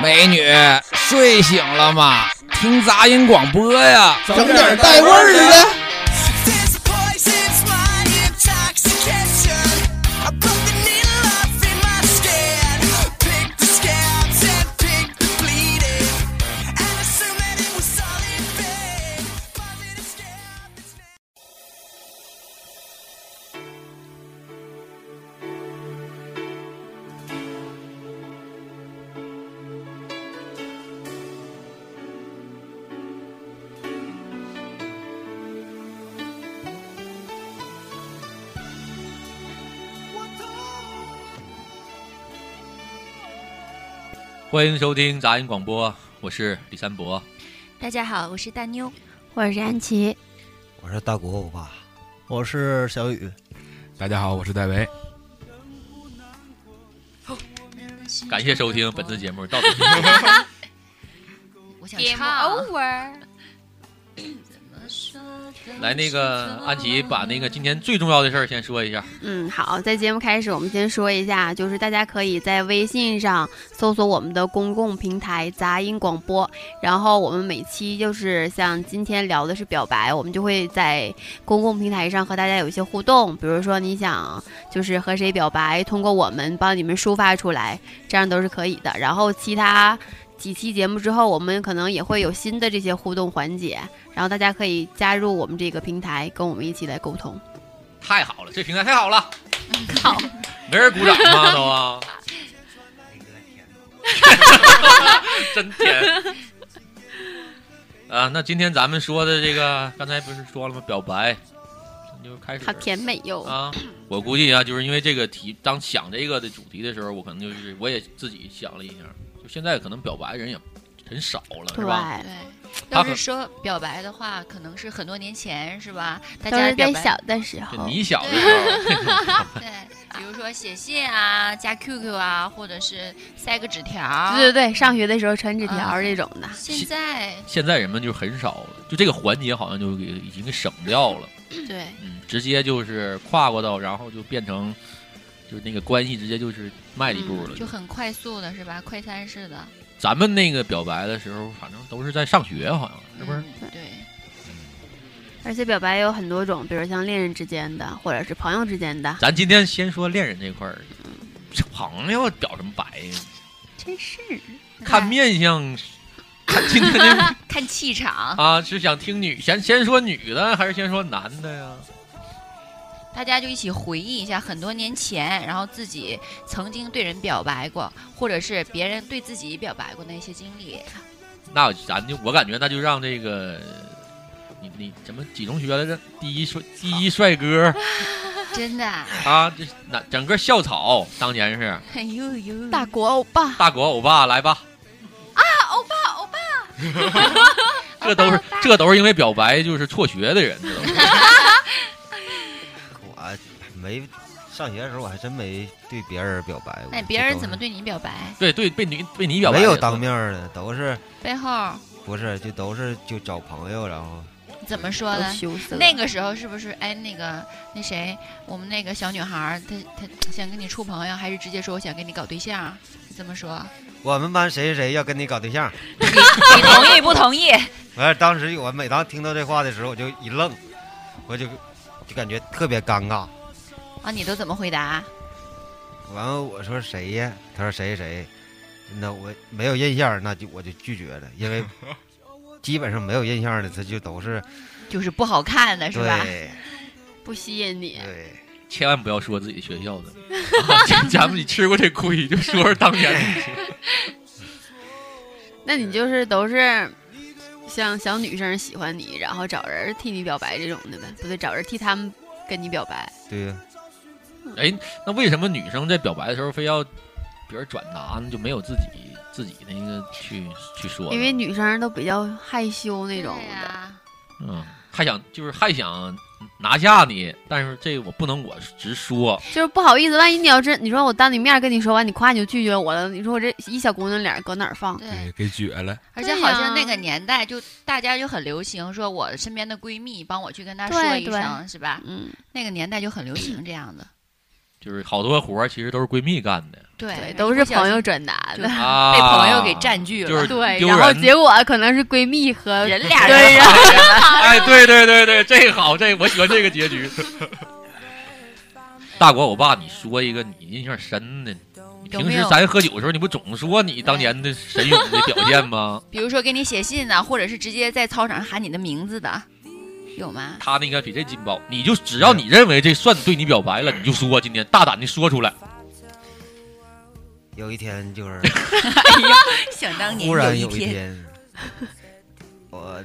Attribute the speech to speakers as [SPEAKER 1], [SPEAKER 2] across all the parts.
[SPEAKER 1] 美女，睡醒了吗？听杂音广播呀，
[SPEAKER 2] 整点带味儿的。
[SPEAKER 3] This poison's my intoxication. I broke the needle off in my skin. Pick the scabs and pick the bleeding. And assume that it was all in vain. Positive scab is made.
[SPEAKER 4] 欢迎收听杂音广播，我是李三博。
[SPEAKER 5] 大家好，我是大妞。
[SPEAKER 6] 我是安琪，
[SPEAKER 7] 我说大国欧巴，
[SPEAKER 2] 我是小雨，
[SPEAKER 1] 大家好，我是戴维。
[SPEAKER 4] 感谢收听本次节目，到底是
[SPEAKER 5] 我想
[SPEAKER 6] Game
[SPEAKER 5] 唱，
[SPEAKER 6] over。
[SPEAKER 4] 来那个安琪把那个今天最重要的事儿先说一下。
[SPEAKER 6] 嗯，好，在节目开始，我们先说一下，就是大家可以在微信上搜索我们的公共平台“杂音广播”，然后我们每期就是像今天聊的是表白，我们就会在公共平台上和大家有一些互动，比如说你想就是和谁表白，通过我们帮你们抒发出来，这样都是可以的。然后其他几期节目之后，我们可能也会有新的这些互动环节，然后大家可以加入我们这个平台，跟我们一起来沟通。
[SPEAKER 4] 太好了，这平台太好了。没人鼓掌吗？都啊。真甜。啊，那今天咱们说的这个，刚才不是说了吗？表白，那就开始
[SPEAKER 6] 好甜美哟！
[SPEAKER 4] 啊！ 我估计啊，就是因为这个题，当想这个的主题的时候，我可能就是我也自己想了一下，就现在可能表白人也很少了，是
[SPEAKER 6] 对，
[SPEAKER 4] 吧？
[SPEAKER 5] 对，
[SPEAKER 4] 他
[SPEAKER 5] 要
[SPEAKER 4] 可
[SPEAKER 5] 是说表白的话，可能是很多年前是吧？大
[SPEAKER 6] 都
[SPEAKER 5] 家
[SPEAKER 6] 是
[SPEAKER 5] 表
[SPEAKER 6] 在
[SPEAKER 5] 白
[SPEAKER 6] 小的时
[SPEAKER 4] 就
[SPEAKER 6] 候，
[SPEAKER 4] 你小的时候，
[SPEAKER 5] 对，比如说写信啊，加 QQ 啊，或者是塞个纸条。
[SPEAKER 6] 对对对，上学的时候传纸条
[SPEAKER 5] 啊
[SPEAKER 6] 这种的，
[SPEAKER 5] 现在
[SPEAKER 4] 现在人们就很少了，就这个环节好像就给已经给省掉了。
[SPEAKER 5] 对
[SPEAKER 4] 嗯，直接就是跨过到，然后就变成，就是那个关系直接就是迈了一步了。
[SPEAKER 5] 嗯就很快速的是吧？快餐式的，
[SPEAKER 4] 咱们那个表白的时候，反正都是在上学，好像是不是？
[SPEAKER 5] 嗯？对，
[SPEAKER 6] 而且表白有很多种，比如像恋人之间的，或者是朋友之间的。
[SPEAKER 4] 咱今天先说恋人这块儿，这朋友表什么白呀？
[SPEAKER 6] 真是，
[SPEAKER 5] 哎
[SPEAKER 4] 看面相，看今天这
[SPEAKER 5] 看气场，
[SPEAKER 4] 啊，是想听女 先先说女的还是先说男的呀？
[SPEAKER 5] 大家就一起回忆一下很多年前，然后自己曾经对人表白过，或者是别人对自己表白过那些经历。
[SPEAKER 4] 那咱就我感觉那就让这个你你什么几中学来着？第一帅第一帅哥
[SPEAKER 5] 真的啊，
[SPEAKER 4] 啊，这那整个校草当年是。
[SPEAKER 5] 哎呦呦，
[SPEAKER 6] 大国欧巴，
[SPEAKER 4] 大国欧巴来吧！啊， 欧巴，欧巴，这都是这都是因为表白就是辍学的人，知道 吗？
[SPEAKER 7] 我没上学的时候我还真没对别人表白过。
[SPEAKER 5] 那别人怎么对你表白？
[SPEAKER 4] 对对，被你被你
[SPEAKER 7] 这
[SPEAKER 4] 表
[SPEAKER 7] 都是？没
[SPEAKER 4] 白
[SPEAKER 7] 有
[SPEAKER 4] 也算
[SPEAKER 7] 当面儿的，都是
[SPEAKER 5] 背后
[SPEAKER 7] 不是就都是就找朋友，然后
[SPEAKER 5] 怎么说
[SPEAKER 6] 都
[SPEAKER 5] 呢？
[SPEAKER 6] 羞涩。
[SPEAKER 5] 那个时候是不是哎，那个那谁，我们那个小女孩儿，她她想跟你处朋友，还是直接说我想跟你搞对象？怎么说？
[SPEAKER 7] 我们班谁谁谁要跟你搞对象。
[SPEAKER 5] 你同意不同意？
[SPEAKER 7] 完了，当时我每当听到这话的时候，我就一愣，我就就感觉特别尴尬。
[SPEAKER 5] 啊，你都怎么回答？
[SPEAKER 7] 完了，我说谁呀？他说谁谁谁。那我没有印象，那就我就拒绝了，因为基本上没有印象的，他就都是
[SPEAKER 5] 就是不好看的是吧？
[SPEAKER 7] 对
[SPEAKER 6] 不吸引你，
[SPEAKER 7] 对。
[SPEAKER 4] 千万不要说自己学校的， 啊咱咱们你吃过这亏，就说说当年的事。
[SPEAKER 6] 那你就是都是像小女生喜欢你，然后找人替你表白这种的呗？不对，找人替他们跟你表白。
[SPEAKER 7] 对呀、
[SPEAKER 4] 哎，那为什么女生在表白的时候非要别人转达呢？就没有自己自己那个去去说呢？
[SPEAKER 6] 因为女生都比较害羞那种
[SPEAKER 5] 对
[SPEAKER 6] 的，
[SPEAKER 5] 呀
[SPEAKER 4] 嗯，还想就是还想拿下你，但是这我不能我直说，
[SPEAKER 6] 就是不好意思。万一你要真你说我当你面跟你说完，你夸你就拒绝我了，你说我这一小姑娘脸搁哪儿放？
[SPEAKER 5] 对，
[SPEAKER 2] 嗯
[SPEAKER 1] 给撅了，
[SPEAKER 5] 而且好像那个年代就大家就很流行，说我身边的闺蜜帮我去跟她说
[SPEAKER 6] 对
[SPEAKER 5] 一
[SPEAKER 6] 对
[SPEAKER 5] 声，是吧？
[SPEAKER 6] 嗯，
[SPEAKER 5] 那个年代就很流行这样的。
[SPEAKER 4] 就是好多活儿其实都是闺蜜干 的
[SPEAKER 5] 对，
[SPEAKER 6] 都是朋友转达
[SPEAKER 5] 就
[SPEAKER 6] 的。
[SPEAKER 4] 啊，
[SPEAKER 5] 被朋友给 占据了，
[SPEAKER 4] 就是
[SPEAKER 6] 对，
[SPEAKER 4] 丢
[SPEAKER 6] 然后
[SPEAKER 4] 人
[SPEAKER 6] 结果可能是闺蜜和
[SPEAKER 5] 人俩人
[SPEAKER 6] 对 然后
[SPEAKER 4] 哎，对对对对，这个好，这个我喜欢这个结局。 大国，我爸，你说一个你印象深的，你
[SPEAKER 5] 有
[SPEAKER 4] 平
[SPEAKER 5] 没
[SPEAKER 4] 时
[SPEAKER 5] 有
[SPEAKER 4] 咱喝酒的时候，你不总说你当年的神勇的表现吗？
[SPEAKER 5] 比如说给你写信呢、或者是直接在操场上喊你的名字的，有吗？
[SPEAKER 4] 他那个比这劲爆，你就只要你认为这算对你表白了，你就说今天大胆的说出来。
[SPEAKER 7] 有一天就是
[SPEAKER 5] 想当 年
[SPEAKER 7] 忽然
[SPEAKER 5] 一
[SPEAKER 7] 有一，天， 我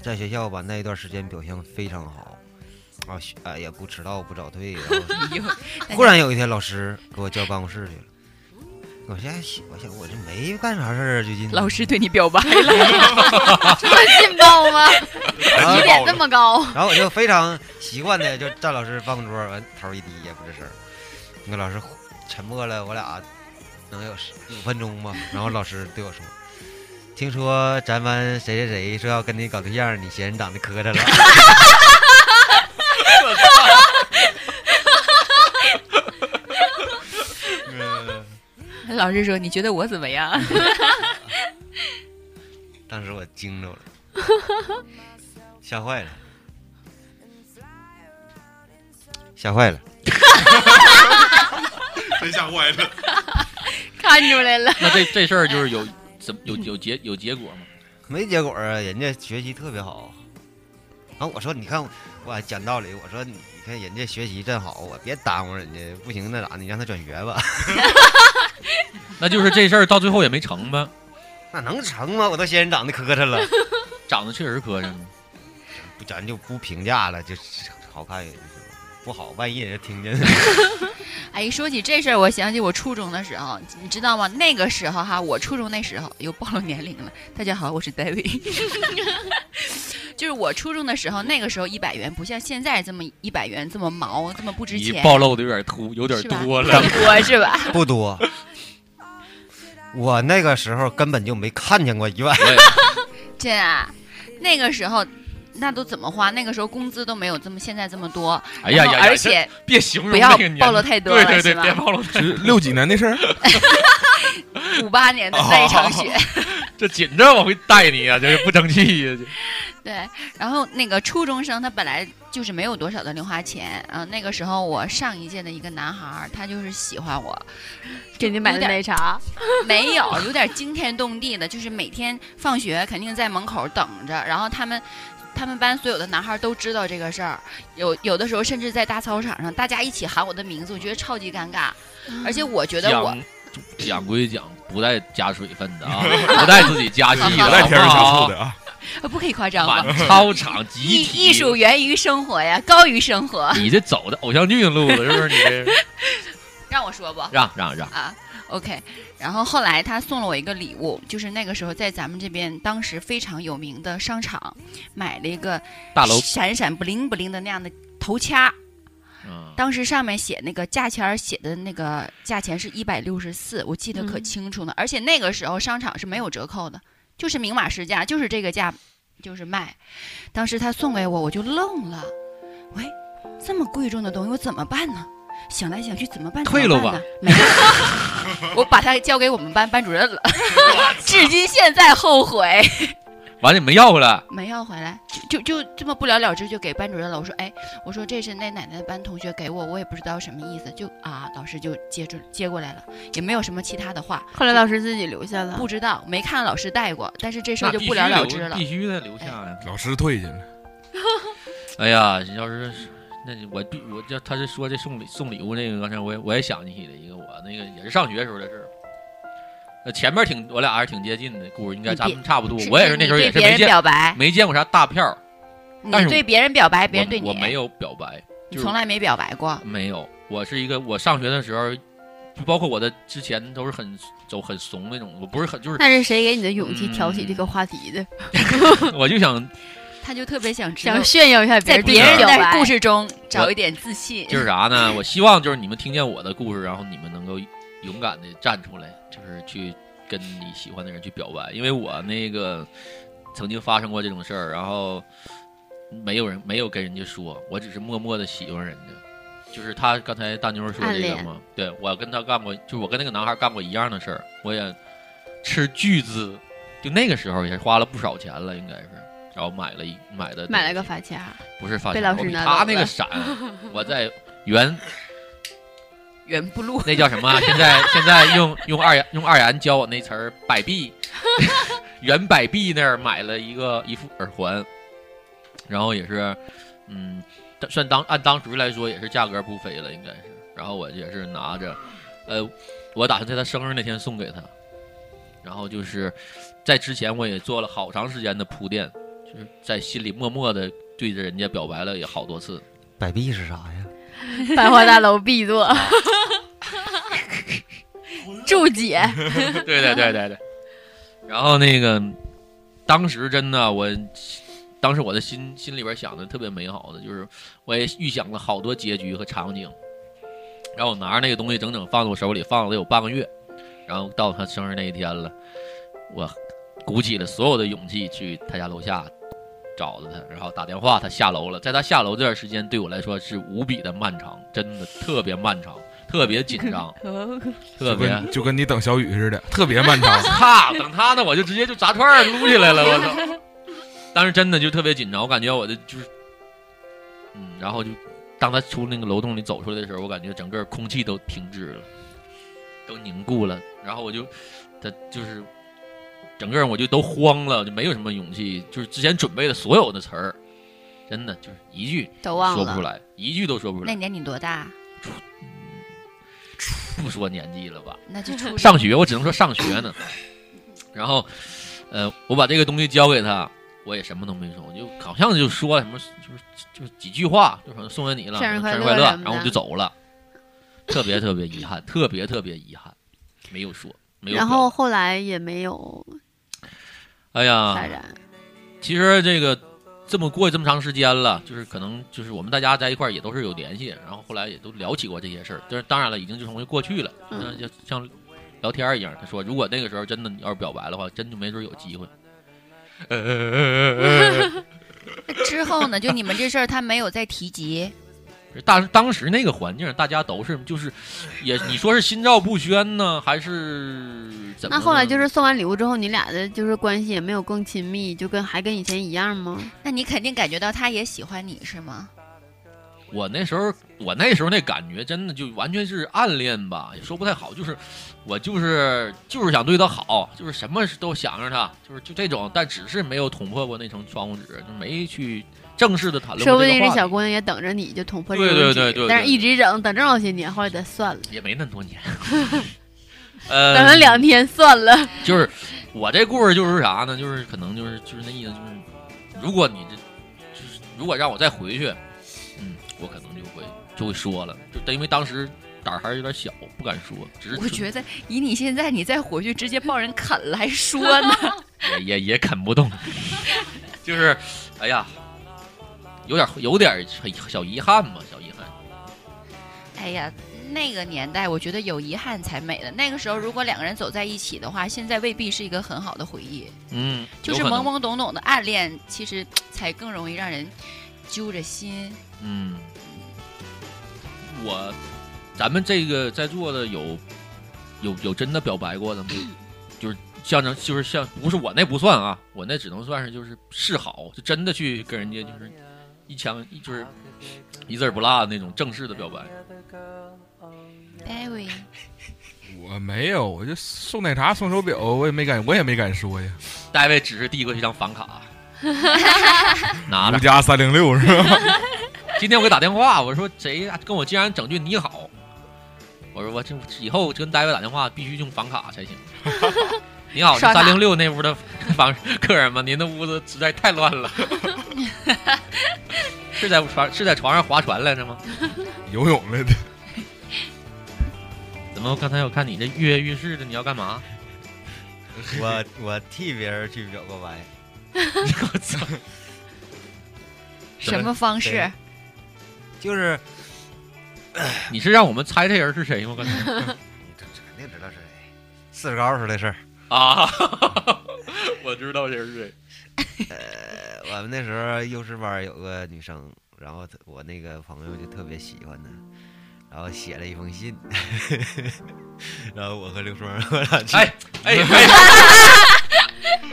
[SPEAKER 7] 在学校吧那一段时间表现非常好，啊学啊也不迟到不早退，然 后
[SPEAKER 5] 哎呦
[SPEAKER 7] 忽然有一天老师给我叫办公室去了，我现在想我想我这没干啥事儿啊最近
[SPEAKER 5] 老师对你表白了，
[SPEAKER 6] 劲爆 吗？
[SPEAKER 7] 然后
[SPEAKER 6] 起点这么高，
[SPEAKER 7] 然后我就非常习惯的就站老师办公桌，完头一低也不吱声儿。那个老师沉默了，我俩能有十五分钟吧。然后老师对我说：“听说咱班谁谁谁说要跟你搞对象，你嫌人长得磕碜了。
[SPEAKER 5] 老师说你觉得我怎么样？”
[SPEAKER 7] 当时我惊着了，吓坏了，吓坏了。
[SPEAKER 8] 真吓坏了。
[SPEAKER 6] 看出来了，
[SPEAKER 4] 那这这事儿就是有怎么有有结有结果吗？
[SPEAKER 7] 没结果啊，人家学习特别好。然后我说，你看我讲道理，我说你看人家学习真好，我别耽误人家，不行那咋？你让他转学吧，
[SPEAKER 4] 那就是这事儿到最后也没成呗，
[SPEAKER 7] 那能成吗？我都嫌人长得磕碜了，
[SPEAKER 4] 长得确实磕碜。
[SPEAKER 7] 不咱就不评价了，就是好看也就是不好，万一人家听见
[SPEAKER 5] 哎，一说起这事儿，我想起我初中的时候，你知道吗？那个时候哈，我初中那时候又暴露年龄了。大家好，我是 David。就是我初中的时候，那个时候一百元不像现在这么一百元这么毛，这么不值
[SPEAKER 4] 你
[SPEAKER 5] 钱，
[SPEAKER 4] 暴露的有点突，有点
[SPEAKER 5] 是吧
[SPEAKER 4] 多了。
[SPEAKER 5] 多是吧？
[SPEAKER 7] 不多。我那个时候根本就没看见过一万，
[SPEAKER 4] 我也
[SPEAKER 5] 真啊，那个时候那都怎么花？那个时候工资都没有这么现在这么多，
[SPEAKER 4] 哎呀
[SPEAKER 5] 然后
[SPEAKER 4] 呀呀，
[SPEAKER 5] 而且
[SPEAKER 4] 别形容
[SPEAKER 5] 不要
[SPEAKER 4] 那个年
[SPEAKER 5] 暴露
[SPEAKER 4] 代
[SPEAKER 5] 太多
[SPEAKER 4] 对
[SPEAKER 5] 了，
[SPEAKER 4] 对对，
[SPEAKER 5] 是吧
[SPEAKER 4] 别？暴露太
[SPEAKER 8] 是六几年的事 儿，
[SPEAKER 5] 五八年的那一场雪，
[SPEAKER 4] 哦这紧着往回带你啊，这 是不争气呀、
[SPEAKER 5] 对。然后那个初中生他本来就是没有多少的零花钱，啊、那个时候我上一届的一个男孩儿，他就是喜欢我，
[SPEAKER 6] 给你买的奶茶，
[SPEAKER 5] 没有，有点惊天动地的，就是每天放学肯定在门口等着，然后他们。他们班所有的男孩都知道这个事儿，有有的时候甚至在大操场上，大家一起喊我的名字，我觉得超级尴尬。
[SPEAKER 6] 嗯
[SPEAKER 5] 而且我觉
[SPEAKER 4] 就
[SPEAKER 5] 得我
[SPEAKER 4] 讲讲归讲，不带加水分的 啊，不带自己加戏
[SPEAKER 5] 好
[SPEAKER 4] 的，
[SPEAKER 5] 好
[SPEAKER 8] 不带添油加醋
[SPEAKER 4] 的。
[SPEAKER 8] 的啊。
[SPEAKER 5] 呃不可以夸张吧？
[SPEAKER 4] 满操场集
[SPEAKER 5] 艺
[SPEAKER 4] 体
[SPEAKER 5] 艺术，源于生活呀，高于生活。
[SPEAKER 4] 你这走的偶像剧的路子是不是？你这
[SPEAKER 5] 让我说不
[SPEAKER 4] 让让让，
[SPEAKER 5] 啊？OK。然后后来他送了我一个礼物，就是那个时候在咱们这边当时非常有名的商场买了一个
[SPEAKER 4] 大楼，
[SPEAKER 5] 闪闪不灵不灵的那样的头掐，
[SPEAKER 4] 嗯，
[SPEAKER 5] 当时上面写那个价钱儿写的那个价钱是一百六十四，我记得可
[SPEAKER 6] 嗯
[SPEAKER 5] 清楚呢。而且那个时候商场是没有折扣的，就是明码实价，就是这个价，就是卖。当时他送给我，我就愣了，喂，这么贵重的东西我怎么办呢？想来想去怎么办？
[SPEAKER 4] 退
[SPEAKER 5] 怎么
[SPEAKER 4] 了
[SPEAKER 5] 办呢，没有， 我把它交给我们班班 主任了，至今现在后悔。
[SPEAKER 4] 完了你没要回来，
[SPEAKER 5] 没要回来，就就就这么不了了之，就给班主任了。我说，哎，我说这是那奶奶班同学给我，我也不知道什么意思，就啊，老师就接住接过来了，也没有什么其他的话，
[SPEAKER 6] 后来老师自己留下了
[SPEAKER 4] 嗯
[SPEAKER 5] 不。知道没看老师带过，但是这事儿
[SPEAKER 4] 那
[SPEAKER 5] 就
[SPEAKER 4] 必须
[SPEAKER 5] 不了了
[SPEAKER 4] 留
[SPEAKER 5] 之了
[SPEAKER 4] 必。须得留下呀。
[SPEAKER 8] 老师退下了，
[SPEAKER 4] 哎呀，要是那你我必我这他是说这送礼送礼物那个，刚才我也我也想起了一个，我那个也是上学时候的事儿。呃，前面挺我俩还是挺接近的故事，应该
[SPEAKER 5] 你
[SPEAKER 4] 咱
[SPEAKER 5] 别
[SPEAKER 4] 们差不多。
[SPEAKER 5] 是
[SPEAKER 4] 我也是那时候也
[SPEAKER 5] 你
[SPEAKER 4] 是
[SPEAKER 5] 对别
[SPEAKER 4] 没
[SPEAKER 5] 人
[SPEAKER 4] 见
[SPEAKER 5] 表白，
[SPEAKER 4] 没见过啥大票，
[SPEAKER 5] 你
[SPEAKER 4] 但是
[SPEAKER 5] 对别人表白，哎别人
[SPEAKER 4] 我
[SPEAKER 5] 对你，
[SPEAKER 4] 我没有表白，
[SPEAKER 5] 你
[SPEAKER 4] 就是
[SPEAKER 5] 从来没表白过。
[SPEAKER 4] 没有。我是一个，我上学的时候，就包括我的之前都是很走很怂那种，我不是很 就是，
[SPEAKER 6] 那是谁给你的勇
[SPEAKER 4] 嗯
[SPEAKER 6] 气挑起这个话题的？
[SPEAKER 4] 我就想
[SPEAKER 5] 他就特别想知道
[SPEAKER 6] 想，炫耀一下
[SPEAKER 5] 在别
[SPEAKER 6] 别
[SPEAKER 5] 人
[SPEAKER 6] 人
[SPEAKER 5] 的故
[SPEAKER 6] 事，
[SPEAKER 5] 事中找一点自信。
[SPEAKER 4] 就是啥呢？我希望就是你们听见我的故事，然后你们能够勇敢的站出来，就是去跟你喜欢的人去表白，因为我那个曾经发生过这种事儿，然后没有人没有跟人家说，我只是默默的喜欢人家。就是他刚才大妞说
[SPEAKER 6] 暗
[SPEAKER 4] 这个
[SPEAKER 6] 恋
[SPEAKER 4] 嘛，对我跟他干过，就我跟那个男孩干过一样的事儿，我也吃巨资，就那个时候也是花了不少钱了，应该是，然后买了一买的
[SPEAKER 6] 买了个
[SPEAKER 4] 东西
[SPEAKER 6] 发 卡，
[SPEAKER 4] 不是发
[SPEAKER 6] 被
[SPEAKER 4] 卡
[SPEAKER 6] 老
[SPEAKER 4] 我
[SPEAKER 6] 师
[SPEAKER 4] 比
[SPEAKER 6] 拿
[SPEAKER 4] 他
[SPEAKER 6] 走
[SPEAKER 4] 那个
[SPEAKER 6] 了
[SPEAKER 4] 闪，我在原
[SPEAKER 5] 原不录，
[SPEAKER 4] 那叫什么啊？现在现在用用二元用二元教我那词儿百币， 原百币那儿买了一个一副耳环，然后也是，嗯，但算当按当时来说也是价格不菲了，应该是。然后我也是拿着，呃，我打算在他生日那天送给他。然后就是在之前我也做了好长时间的铺垫，就是在心里默默的对着人家表白了也好多次。
[SPEAKER 7] 摆臂是啥呀？
[SPEAKER 6] 百货大楼 B 座，祝姐，
[SPEAKER 4] 对对对对对。然后那个，当时真的我，当时我的心心里边想的特别美好的，就是我也预想了好多结局和场景。然后我拿着那个东西整整放在我手里放了得有半个月，然后到他生日那一天了，我鼓起了所有的勇气去他家楼下找着他，然后打电话，他下楼了。在他下楼这段时间对我来说是无比的漫长，真的特别漫长，特别紧 张，特
[SPEAKER 8] 就
[SPEAKER 4] 别。
[SPEAKER 8] 跟就跟你等小雨似的，特别漫长
[SPEAKER 4] 咔，等他呢，我就直接就炸串儿撸起来了，我操！ 当时真的就特别紧张，我感觉我的就是，嗯，然后就当他从那个楼洞里走出来的时候，我感觉整个空气都停滞了，都凝固了，然后我就，他就是，整个人我就都慌了，就没有什么勇气，就是之前准备的所有的词儿，真的就是一句
[SPEAKER 6] 都忘
[SPEAKER 4] 说不出
[SPEAKER 6] 了，
[SPEAKER 4] 来，一句都说不出
[SPEAKER 5] 那
[SPEAKER 4] 来，
[SPEAKER 5] 年你多大？
[SPEAKER 4] 不说年纪了吧。
[SPEAKER 5] 那就初中
[SPEAKER 4] 上学，我只能说上学呢。然后，呃，我把这个东西交给他，我也什么都没说，我就好像就说什么，就是就是几句话，就说送给你了，生日
[SPEAKER 6] 生日快乐
[SPEAKER 4] 快乐
[SPEAKER 6] 什么的，
[SPEAKER 4] 然后我就走了，特别特别遗憾，特别特别遗憾，没有说，没有表
[SPEAKER 6] 然
[SPEAKER 4] 达。
[SPEAKER 6] 后后来也没有
[SPEAKER 4] 哎
[SPEAKER 6] 发
[SPEAKER 4] 呀，
[SPEAKER 6] 展，
[SPEAKER 4] 其实这个这么过这么长时间了，就是可能就是我们大家在一块儿也都是有联系，然后后来也都聊起过这些事儿，就是当然了，已经就成为过去了，
[SPEAKER 6] 嗯
[SPEAKER 4] 那就像聊天儿一样。他说，如果那个时候真的要是表白的话，真就没准有机会。
[SPEAKER 5] 之后呢，就你们这事儿他没有再提及，
[SPEAKER 4] 大当时那个环境，大家都是就是，也你说是心照不宣呢，还是怎么呢？
[SPEAKER 6] 那后来就是送完礼物之后，你俩的就是关系也没有更亲密，就跟还跟以前一样吗？
[SPEAKER 5] 那你肯定感觉到他也喜欢你是吗？
[SPEAKER 4] 我那时候，我那时候那感觉真的就完全是暗恋吧，也说不太好，就是我就是就是想对她好，就是什么都想着她，就是就这种，但只是没有捅破过那层窗户纸，就没去正式的谈论
[SPEAKER 6] 说
[SPEAKER 4] 过
[SPEAKER 6] 不
[SPEAKER 4] 这
[SPEAKER 6] 定
[SPEAKER 4] 个
[SPEAKER 6] 这
[SPEAKER 4] 话
[SPEAKER 6] 小
[SPEAKER 4] 题，
[SPEAKER 6] 姑娘也等着你就捅破这
[SPEAKER 4] 对
[SPEAKER 6] 个
[SPEAKER 4] 对
[SPEAKER 6] 问
[SPEAKER 4] 对
[SPEAKER 6] 题
[SPEAKER 4] 对对
[SPEAKER 6] 但是
[SPEAKER 4] 对
[SPEAKER 6] 一直整，等这么长些年，后来得算了，
[SPEAKER 4] 也没那么多 年，
[SPEAKER 6] 等
[SPEAKER 4] 呃，
[SPEAKER 6] 了两天算了，
[SPEAKER 4] 就是我这故事就是啥呢？就是可能就是就是那意思就是，如果你这就是如果让我再回去，嗯，我可能就会就会说了，就但因为当时胆儿还是有点小，不敢说，只是
[SPEAKER 5] 我觉得以你现在，你再回去直接抱人啃了还说呢，
[SPEAKER 4] 也也也啃不动， 就是，哎呀，有点有点很小遗憾吧，小遗憾。
[SPEAKER 5] 哎呀。那个年代，我觉得有遗憾才美的。那个时候，如果两个人走在一起的话，现在未必是一个很好的回忆。
[SPEAKER 4] 嗯，
[SPEAKER 5] 就是
[SPEAKER 4] 有可
[SPEAKER 5] 懵
[SPEAKER 4] 能，
[SPEAKER 5] 懵懂懂的暗恋，其实才更容易让人揪着心。
[SPEAKER 4] 嗯，我，咱们这个在座的有有有真的表白过的吗？就是象征，就是像不是我那不算啊，我那只能算是就是示好，就真的去跟人家就是一枪一就是一字儿不落的那种正式的表白。
[SPEAKER 5] Barry，
[SPEAKER 8] 我没有，我就送奶茶送手表，我也没敢，我也没敢说呀。
[SPEAKER 4] 大卫只是递过去一张房卡，拿
[SPEAKER 8] 如
[SPEAKER 4] 着。
[SPEAKER 8] 家三零六是吧？
[SPEAKER 4] 今天我给打电话，我说谁呀跟我竟然整句你好，我说我这以后跟单位打电话必须用房卡才行。 你好，是
[SPEAKER 5] 刷卡
[SPEAKER 4] 三零六那屋的房客人吗？您的屋子实在太乱了。 是在船是在床上划船来着吗？
[SPEAKER 8] 游泳来的，
[SPEAKER 4] 怎么刚才我看你这跃跃欲试的，你要干 嘛？
[SPEAKER 7] 我我替别人去表过白，
[SPEAKER 4] 我操！
[SPEAKER 5] 什么方式
[SPEAKER 7] 对？就是
[SPEAKER 4] 你是让我们猜这人是谁吗？刚才
[SPEAKER 7] 你 这这肯定知道是谁，四十高时候的事儿。
[SPEAKER 4] 啊， 我知道这人是谁。
[SPEAKER 7] 我们那时候幼师班有个女生，然后他我那个朋友就特别喜欢他，然后写了一封信， 然后我和刘双儿 我俩去，
[SPEAKER 4] 哎哎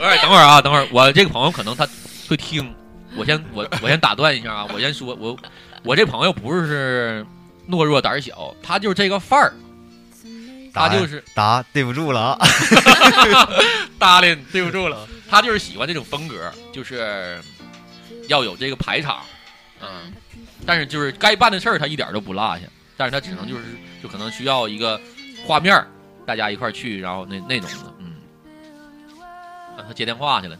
[SPEAKER 4] 哎，哎，等会儿啊，等会儿，我这个朋友可能他会听，我先我我先打断一下啊，我先说，我我这朋友不是懦弱胆小，他就是这个范儿，他
[SPEAKER 7] 答案
[SPEAKER 4] 就是
[SPEAKER 7] 答对不住了啊，
[SPEAKER 4] 搭理，对不住了， 他就是喜欢这种风格，就是要有这个排场，嗯，但是就是该办的事儿他一点儿都不落下，但是他只能就是就可能需要一个画面儿，大家一块儿去，然后那那种的，嗯，啊，他接电话去了。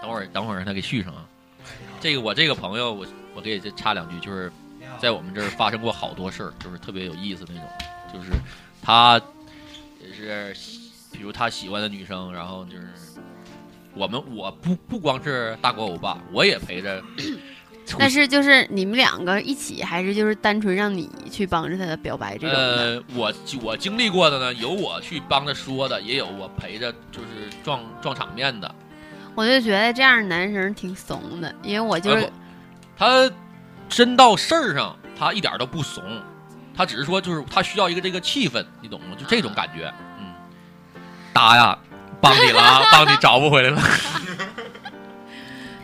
[SPEAKER 4] 等会儿，等会儿让他给续上啊。这个我这个朋友，我我给这插两句，就是在我们这儿发生过好多事儿，就是特别有意思那种。就是他也是，比如他喜欢的女生，然后就是我们我不不光是大国欧巴，我也陪着出。
[SPEAKER 6] 但是就是你们两个一起，还是就是单纯让你去帮着他表白这种的？
[SPEAKER 4] 呃，我我经历过的呢，有我去帮他说的，也有我陪着就是撞撞场面的。
[SPEAKER 6] 我就觉得这样的男生挺怂的，因为我就
[SPEAKER 4] 呃
[SPEAKER 6] 是、
[SPEAKER 4] 不他真到事儿上，他一点儿都不怂，他只是说就是他需要一个这个气氛，你懂吗？就这种感
[SPEAKER 6] 啊
[SPEAKER 4] 觉，嗯，搭呀，帮你了啊，帮你找不回 来了。
[SPEAKER 6] 嗯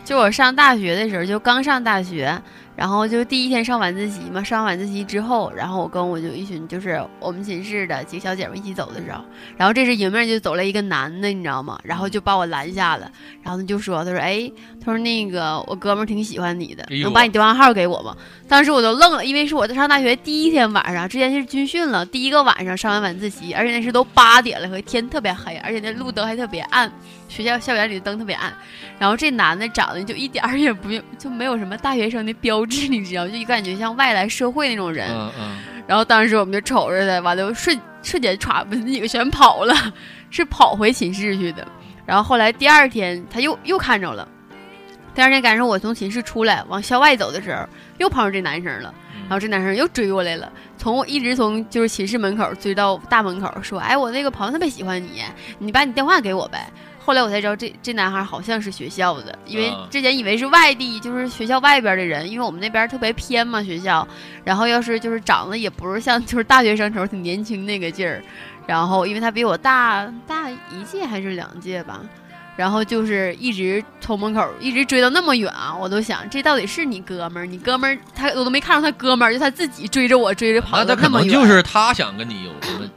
[SPEAKER 6] 就我上大学的时候，就刚上大学，然后就第一天上晚自习嘛，上晚自习之后，然后我跟我就一群就是我们寝室的几个小姐们一起走的时候，然后这时迎面就走了一个男的，你知道吗？然后就把我拦下了，然后他就说，他说，哎，他说那个我哥们儿挺喜欢你的
[SPEAKER 4] 哎，呦
[SPEAKER 6] 能把你电话号给我吗？当时我都愣了，因为是我在上大学第一天晚上，之前是军训了，第一个晚上上完晚自习，而且那时都八点了，和天特别黑，而且那路灯还特别暗，学校校园里的灯特别暗。然后这男的长得就一点儿也不用， 就没有什么大学生的标志，你知道，就感觉像外来社会那种人。
[SPEAKER 4] 嗯嗯，
[SPEAKER 6] 然后当时我们就瞅着他，完了瞬瞬间歘，我们几个全跑了，是跑回寝室去的。然后后来第二天他又又看着了，第二天赶上我从寝室出来往校外走的时候，又碰上这男生了。
[SPEAKER 4] 嗯
[SPEAKER 6] 然后这男生又追过来了，从我一直从就是寝室门口追到大门口，说：“哎，我那个朋友特别喜欢你，你把你电话给我呗。”后来我才知道这这男孩好像是学校的，因为
[SPEAKER 4] 啊
[SPEAKER 6] 之前以为是外地，就是学校外边的人，因为我们那边特别偏嘛学校，然后要是就是长得也不是像就是大学生时候挺年轻那个劲儿，然后因为他比我大大一届还是两届吧，然后就是一直从门口一直追到那么远啊，我都想这到底是你哥们儿？你哥们儿他我都没看着他哥们儿，就他自己追着我追着跑
[SPEAKER 4] 那
[SPEAKER 6] 到
[SPEAKER 4] 他可
[SPEAKER 6] 那么
[SPEAKER 4] 能
[SPEAKER 6] 远。
[SPEAKER 4] 就是他想跟你有什么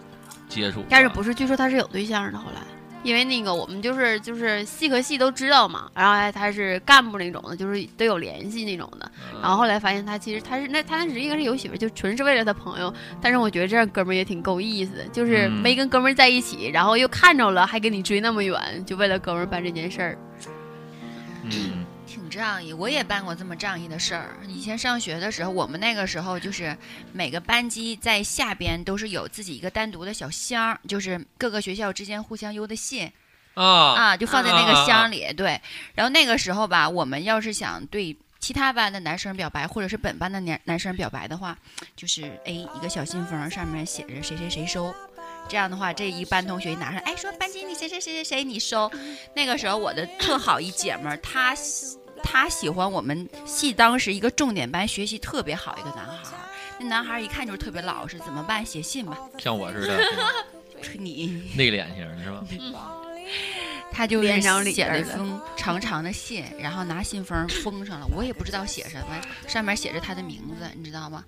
[SPEAKER 4] 接触吧，
[SPEAKER 6] 但是不是？据说他是有对象的，后来。因为那个我们就是就是系和系都知道嘛，然后还他是干部那种的，就是都有联系那种的。
[SPEAKER 4] 嗯，
[SPEAKER 6] 然后后来发现他其实他是那他当时应该是有媳妇儿，就纯是为了他朋友。但是我觉得这样哥们儿也挺够意思的，就是
[SPEAKER 4] 嗯
[SPEAKER 6] 没跟哥们儿在一起，然后又看着了，还给你追那么远，就为了哥们儿办这件事儿。
[SPEAKER 4] 嗯，
[SPEAKER 5] 挺仗义，我也办过这么仗义的事儿。以前上学的时候，我们那个时候就是每个班级在下边都是有自己一个单独的小箱儿，就是各个学校之间互相邮的信
[SPEAKER 4] 啊，
[SPEAKER 5] 啊，就放在那
[SPEAKER 4] 啊啊
[SPEAKER 5] 个
[SPEAKER 4] 啊
[SPEAKER 5] 箱里。对，然后那个时候吧，我们要是想对其他班的男生表白，或者是本班的男男生表白的话，就是哎一个小信封上面写着谁谁谁收。这样的话，这一班同学一拿上，哎，说班级里谁谁谁谁谁你收。那个时候我的特好一姐们儿，她她喜欢我们系当时一个重点班学习特别好一个男孩儿，那男孩儿一看就是特别老实，怎么办？写信吧，
[SPEAKER 4] 像我似 的
[SPEAKER 5] 你
[SPEAKER 4] 内敛型的是吧？
[SPEAKER 5] 他就
[SPEAKER 6] 脸
[SPEAKER 5] 是
[SPEAKER 6] 上里
[SPEAKER 5] 写
[SPEAKER 6] 边
[SPEAKER 5] 了
[SPEAKER 6] 儿
[SPEAKER 5] 一
[SPEAKER 6] 的
[SPEAKER 5] 封长长的信，然后拿信封封上了，我也不知道写什么，上面写着他的名字，你知道吗？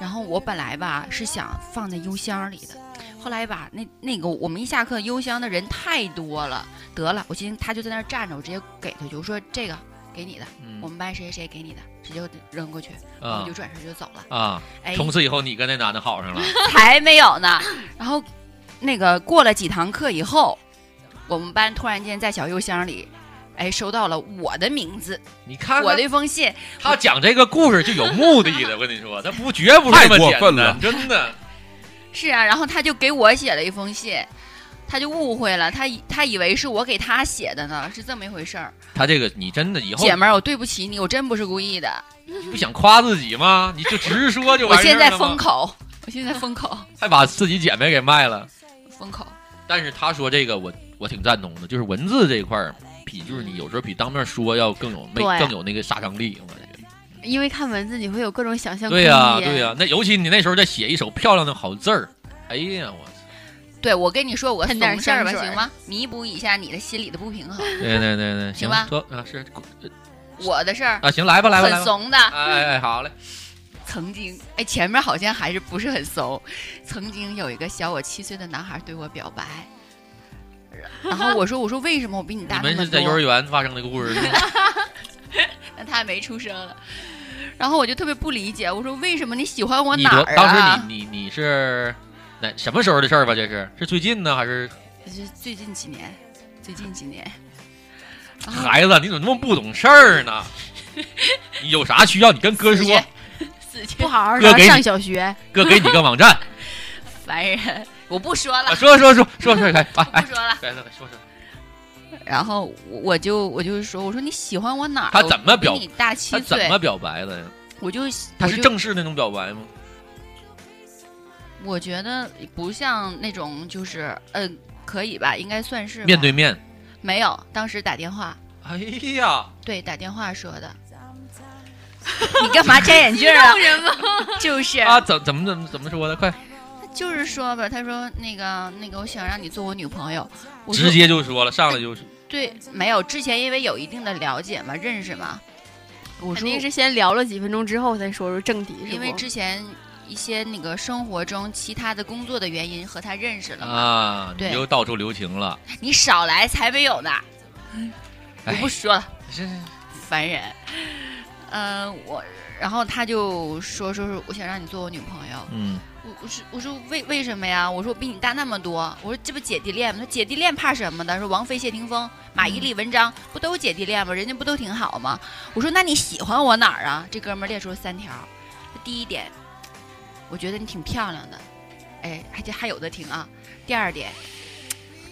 [SPEAKER 5] 然后我本来吧是想放在邮箱里的，后来吧那那个我们一下课，邮箱的人太多了，得了，我寻思他就在那儿站着，我直接给他就说这个给你的，
[SPEAKER 4] 嗯
[SPEAKER 5] 我们班谁谁谁给你的，直接扔过去，我
[SPEAKER 4] 啊
[SPEAKER 5] 就转身就走了。
[SPEAKER 4] 啊，
[SPEAKER 5] 哎，
[SPEAKER 4] 从此以后你跟那男的好上 了，
[SPEAKER 5] 才没有呢。然后那个过了几堂课以后，我们班突然间在小邮箱里。哎，收到了我的名字，
[SPEAKER 4] 你看
[SPEAKER 5] 我
[SPEAKER 4] 看
[SPEAKER 5] 的一封信，
[SPEAKER 4] 他讲这个故事就有目的的，我跟你说，他不绝不是这么
[SPEAKER 8] 太过
[SPEAKER 4] 简
[SPEAKER 8] 分
[SPEAKER 4] 单
[SPEAKER 8] 了
[SPEAKER 4] 真的。
[SPEAKER 5] 是啊，然后他就给我写了一封信，他就误会了，他以他以为是我给他写的呢，是这么一回事儿。
[SPEAKER 4] 他这个你真的以后
[SPEAKER 5] 姐们儿，我对不起你，我真不是故意的，
[SPEAKER 4] 不想夸自己吗？你就直说就
[SPEAKER 5] 我
[SPEAKER 4] 完事
[SPEAKER 5] 现
[SPEAKER 4] 儿
[SPEAKER 5] 在
[SPEAKER 4] 了
[SPEAKER 5] 封
[SPEAKER 4] 吗
[SPEAKER 5] 口， 我现在封口，
[SPEAKER 4] 还把自己姐妹给卖了。
[SPEAKER 5] 封口。
[SPEAKER 4] 但是他说这个我我挺赞同的，就是文字这一块儿比就是你有时候比当面说要更有魅
[SPEAKER 5] 啊
[SPEAKER 6] 对
[SPEAKER 4] 更有那个杀伤力，我感觉。
[SPEAKER 6] 因为看文字你会有各种想象空
[SPEAKER 4] 对
[SPEAKER 6] 间。
[SPEAKER 4] 呀、对呀、那尤其你那时候再写一手漂亮的好字儿，哎呀，我操，
[SPEAKER 5] 对，我跟你说，我
[SPEAKER 6] 喷点
[SPEAKER 5] 怂事儿吧，
[SPEAKER 6] 香水
[SPEAKER 5] 行吗？弥补一下你的心里的不平衡。
[SPEAKER 4] 对对对对，
[SPEAKER 5] 行
[SPEAKER 4] 行
[SPEAKER 5] 吧
[SPEAKER 4] 说啊是
[SPEAKER 5] 我的事儿
[SPEAKER 4] 啊，行，来吧来吧来吧，
[SPEAKER 5] 很怂的，
[SPEAKER 4] 哎哎，好嘞，
[SPEAKER 5] 曾经，哎，前面好像还是不是很怂。曾经有一个小我七岁的男孩对我表白，然后我说，我说为什么我比你
[SPEAKER 4] 你
[SPEAKER 5] 大那
[SPEAKER 4] 们
[SPEAKER 5] 么
[SPEAKER 4] 是在幼儿
[SPEAKER 5] 多？
[SPEAKER 4] 园发生的故事是吗？
[SPEAKER 5] 那他还没出生了。然后我就特别不理解，我说为什么你喜欢我
[SPEAKER 4] 你
[SPEAKER 5] 哪
[SPEAKER 4] 多
[SPEAKER 5] 儿
[SPEAKER 4] 当时
[SPEAKER 5] 啊？
[SPEAKER 4] 你你你是哪什么时候的事儿吧？这是是最近呢还是
[SPEAKER 5] 就是最近几年，最近几年，然后
[SPEAKER 4] 孩子？你怎么那么不懂事儿呢？ 你有啥需要你跟哥
[SPEAKER 5] 四
[SPEAKER 4] 说
[SPEAKER 5] 千，四千
[SPEAKER 6] 不好好
[SPEAKER 4] 哥
[SPEAKER 6] 上
[SPEAKER 4] 给你
[SPEAKER 6] 上小学，
[SPEAKER 4] 哥给你个网 站，
[SPEAKER 5] 烦人，我不说了
[SPEAKER 4] 啊、，说说说说说，来哎
[SPEAKER 5] 我
[SPEAKER 4] 哎
[SPEAKER 5] 不，说了。
[SPEAKER 4] 来来来说说，
[SPEAKER 5] 然后我我就我就说，我说你喜欢我哪儿？
[SPEAKER 4] 他怎么
[SPEAKER 5] 我
[SPEAKER 4] 表
[SPEAKER 5] 比你大
[SPEAKER 4] 他
[SPEAKER 5] 七
[SPEAKER 4] 怎
[SPEAKER 5] 岁
[SPEAKER 4] 么，表白的呀？
[SPEAKER 5] 我就
[SPEAKER 4] 他
[SPEAKER 5] 我
[SPEAKER 4] 是
[SPEAKER 5] 就
[SPEAKER 4] 正式那种表白吗？
[SPEAKER 5] 我觉得不像那种就是嗯、可以吧，应该算是吧
[SPEAKER 4] 面对面？
[SPEAKER 5] 没有，当时打电话，
[SPEAKER 4] 哎呀，
[SPEAKER 5] 对，打电话说的。 你干嘛摘眼镜儿啊？
[SPEAKER 6] 人吗？
[SPEAKER 5] 就是，
[SPEAKER 4] 啊，怎怎么怎么怎么说的？快，
[SPEAKER 5] 就是说吧，他说那个那个，我想让你做我女朋友。我说
[SPEAKER 4] 直接就说了，上来就是
[SPEAKER 5] 对，没有之前因为有一定的了解嘛，认识嘛。我
[SPEAKER 6] 肯
[SPEAKER 5] 说
[SPEAKER 6] 定是先聊了几分钟之后才说出正题，是
[SPEAKER 5] 因为
[SPEAKER 6] 不
[SPEAKER 5] 之前一些那个生活中其他的工作的原因和他认识了嘛。
[SPEAKER 4] 啊，
[SPEAKER 5] 哎对
[SPEAKER 4] 你又到处留情了。
[SPEAKER 5] 你少来才没有呢。我
[SPEAKER 4] 啊哎
[SPEAKER 5] 不说了，
[SPEAKER 4] 是
[SPEAKER 5] 烦人。嗯、我然后他就说说说，我想让你做我女朋友。
[SPEAKER 4] 嗯，
[SPEAKER 5] 我我说我说为为什么呀？我说我比你大那么多。我说这不姐弟恋吗？他姐弟恋怕什么的？说王菲、谢霆锋、马伊琍、文章不都姐弟恋吗？人家不都挺好吗？我说那你喜欢我哪儿啊？这哥们儿列出了三条。第一点，我觉得你挺漂亮的，哎，还这还有的挺啊。第二点。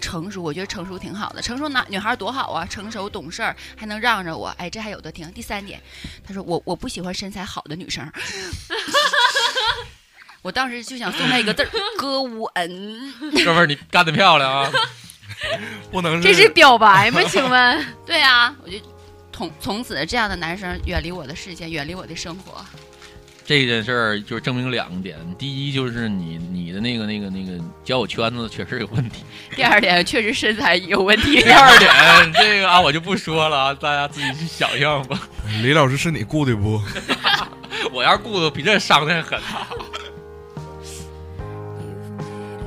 [SPEAKER 5] 成熟，我觉得成熟挺好的。成熟男女孩儿多好啊，成熟懂事儿，还能让着我，哎，这还有的挺。第三点，他说我我不喜欢身材好的女生，我当时就想送他一个 字儿，哥我嗯，
[SPEAKER 4] 哥们儿，你干得漂亮啊！
[SPEAKER 8] 不能
[SPEAKER 6] 这
[SPEAKER 4] 嗯
[SPEAKER 6] 是表 白吗？请 问，
[SPEAKER 5] 对啊，我就从从此这样的男生远离我的视线，远离我的生活。
[SPEAKER 4] 这件事儿就是证明两点：第一，就是你你的那个那个那个交友圈子确实有问题；
[SPEAKER 5] 第二点，确实身材有问 题。
[SPEAKER 4] 第二点，这个啊我就不说了啊，大家自己去想象吧。
[SPEAKER 8] 李老师是你雇的不？
[SPEAKER 4] 我要是顾的比这伤的狠啊。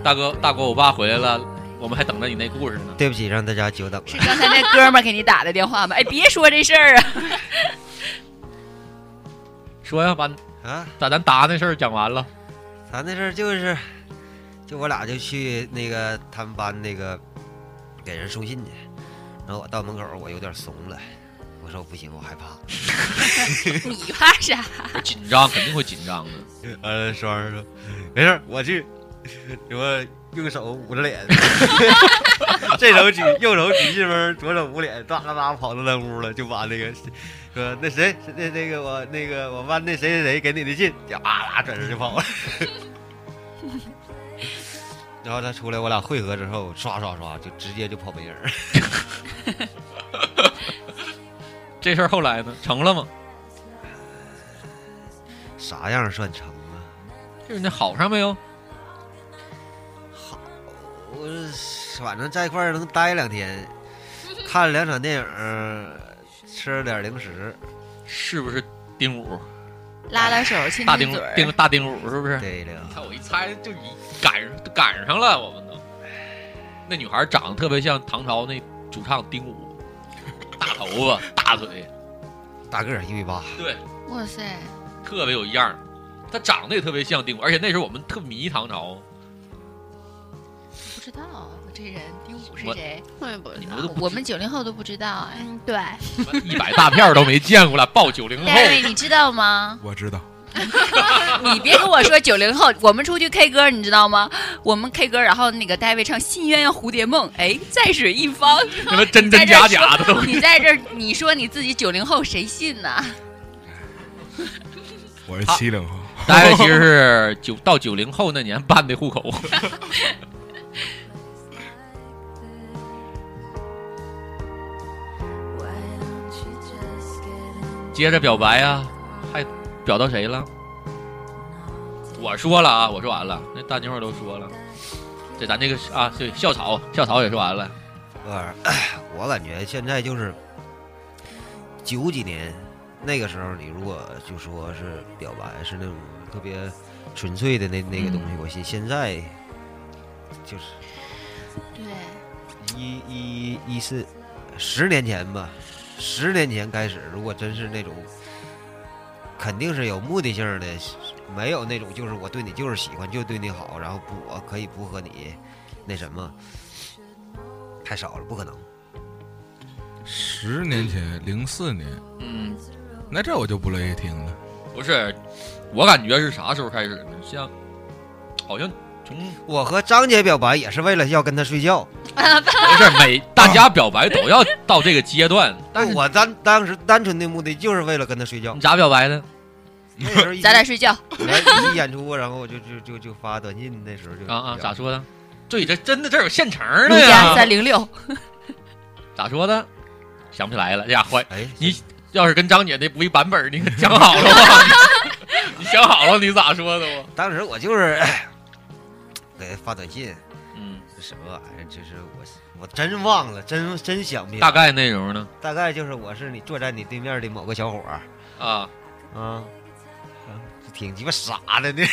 [SPEAKER 4] 大哥，大哥，我爸回来了，我们还等着你那故事呢。
[SPEAKER 7] 对不起，让大家久等
[SPEAKER 5] 是
[SPEAKER 7] 了。
[SPEAKER 5] 刚才那哥们儿给你打的电话吗？哎，别说这事儿啊。
[SPEAKER 4] 说呀，把
[SPEAKER 7] 啊，
[SPEAKER 4] 把咱答那事儿讲完了。
[SPEAKER 7] 咱那事儿就是，就我俩就去那个他们班那个给人送信去，然后我到门口我有点怂了，我说不行，我害怕。
[SPEAKER 5] 你怕啥？
[SPEAKER 4] 紧张肯定会紧张的，
[SPEAKER 7] 呃，双儿说没事儿，我去，我用手捂着脸， 这手举右手举信封，左手捂脸，哒哒哒跑到那屋了，就把那个说那谁那那个我那个我班那谁谁谁给你的信，就啊啦转身就跑了。 然后他出来，我俩汇合之后，刷刷刷就直接就跑没影儿。
[SPEAKER 4] 这事儿后来呢，成了吗？
[SPEAKER 7] 啥样算成啊？
[SPEAKER 4] 就是那好上没有？
[SPEAKER 7] 好，我呃反正在一块儿能待两天，看了两场电影儿，吃了点零食。
[SPEAKER 4] 是不是丁武？
[SPEAKER 5] 拉拉手，亲
[SPEAKER 4] 大
[SPEAKER 5] 亲
[SPEAKER 4] 丁
[SPEAKER 5] 嘴儿。
[SPEAKER 4] 丁大丁武是不是？
[SPEAKER 7] 对了
[SPEAKER 4] 你，看我一猜就你赶上赶上了，我们都。那女孩长得特别像唐朝那主唱丁武，大头 发、大腿，
[SPEAKER 7] 大个儿一米八，
[SPEAKER 4] 对，
[SPEAKER 5] 哇塞，
[SPEAKER 4] 特别有样儿。她长得也特别像丁武，而且那时候我们特迷唐朝，
[SPEAKER 5] 不知道我这人丁武是
[SPEAKER 4] 我
[SPEAKER 5] 谁？啊
[SPEAKER 6] 我嗯也不知
[SPEAKER 4] 你
[SPEAKER 6] 道
[SPEAKER 4] 们都不
[SPEAKER 5] 我们九零后都不知道哎。
[SPEAKER 6] 嗯，对，
[SPEAKER 4] 一百大片儿都没见过了，抱九 零后。
[SPEAKER 5] 戴维，你知道吗？
[SPEAKER 8] 我知道，
[SPEAKER 5] 你别跟我说九零后，我们出去 K 歌，你知道吗？我们 K 歌，然后那个戴维唱《新鸳鸯蝴蝶梦》，哎，在水一方，
[SPEAKER 4] 什么 真真假假的都。
[SPEAKER 5] 你在这儿，你说你自己九零后，谁信呢？
[SPEAKER 8] 我是
[SPEAKER 4] 他
[SPEAKER 8] 七零后。
[SPEAKER 4] 大概其实是九到九零后那年办的户口。接着表白啊，还表到谁了？我说了啊，我说完了，那大妞儿都说了，这咱这个是啊，对，校草，校草也说完了，
[SPEAKER 7] 这玩意儿，哎我感觉现在就是九几年那个时候，你如果就说是表白是那种特别纯粹的那那个东西，我现现在就是
[SPEAKER 6] 对，
[SPEAKER 7] 一一一四十年前吧，十年前开始，如果真是那种，肯定是有目的性的，没有那种就是我对你就是喜欢，就对你好，然后不我可以不和你那什么，太少了，不可能。
[SPEAKER 8] 十年前，零四年，
[SPEAKER 4] 嗯，
[SPEAKER 8] 那这我就不乐意听了。
[SPEAKER 4] 不是，我感觉是啥时候开始呢？像，好像从
[SPEAKER 7] 我和张姐表白也是为了要跟她睡觉，
[SPEAKER 4] 不是每大家表白都要到这个阶段，
[SPEAKER 7] 但我当当时单纯的目的就是为了跟她睡觉
[SPEAKER 4] 你。咋表白的？
[SPEAKER 7] 那时候一
[SPEAKER 5] 咱俩睡觉，
[SPEAKER 4] 啊
[SPEAKER 7] 来一演出，然后我就就就就发短信，那时候就
[SPEAKER 4] 啊啊，咋说的？对，这真的这有现成儿
[SPEAKER 5] 陆
[SPEAKER 4] 的
[SPEAKER 5] 家
[SPEAKER 4] 呀，
[SPEAKER 5] 三零 六，
[SPEAKER 4] 咋说的？想不起来了，这家伙
[SPEAKER 7] 哎，
[SPEAKER 4] 你要是跟张姐那不一版本儿，你可想好了吗？ 你想好了你咋说的我？
[SPEAKER 7] 当时我就是哎给她发短信。
[SPEAKER 4] 嗯，
[SPEAKER 7] 这什么玩意儿？这是我是，我真忘了，真真想不起来
[SPEAKER 4] 大概内容呢？
[SPEAKER 7] 大概就是我是你坐在你对面的某个小伙儿
[SPEAKER 4] 啊，
[SPEAKER 7] 啊，啊就挺鸡巴傻的那，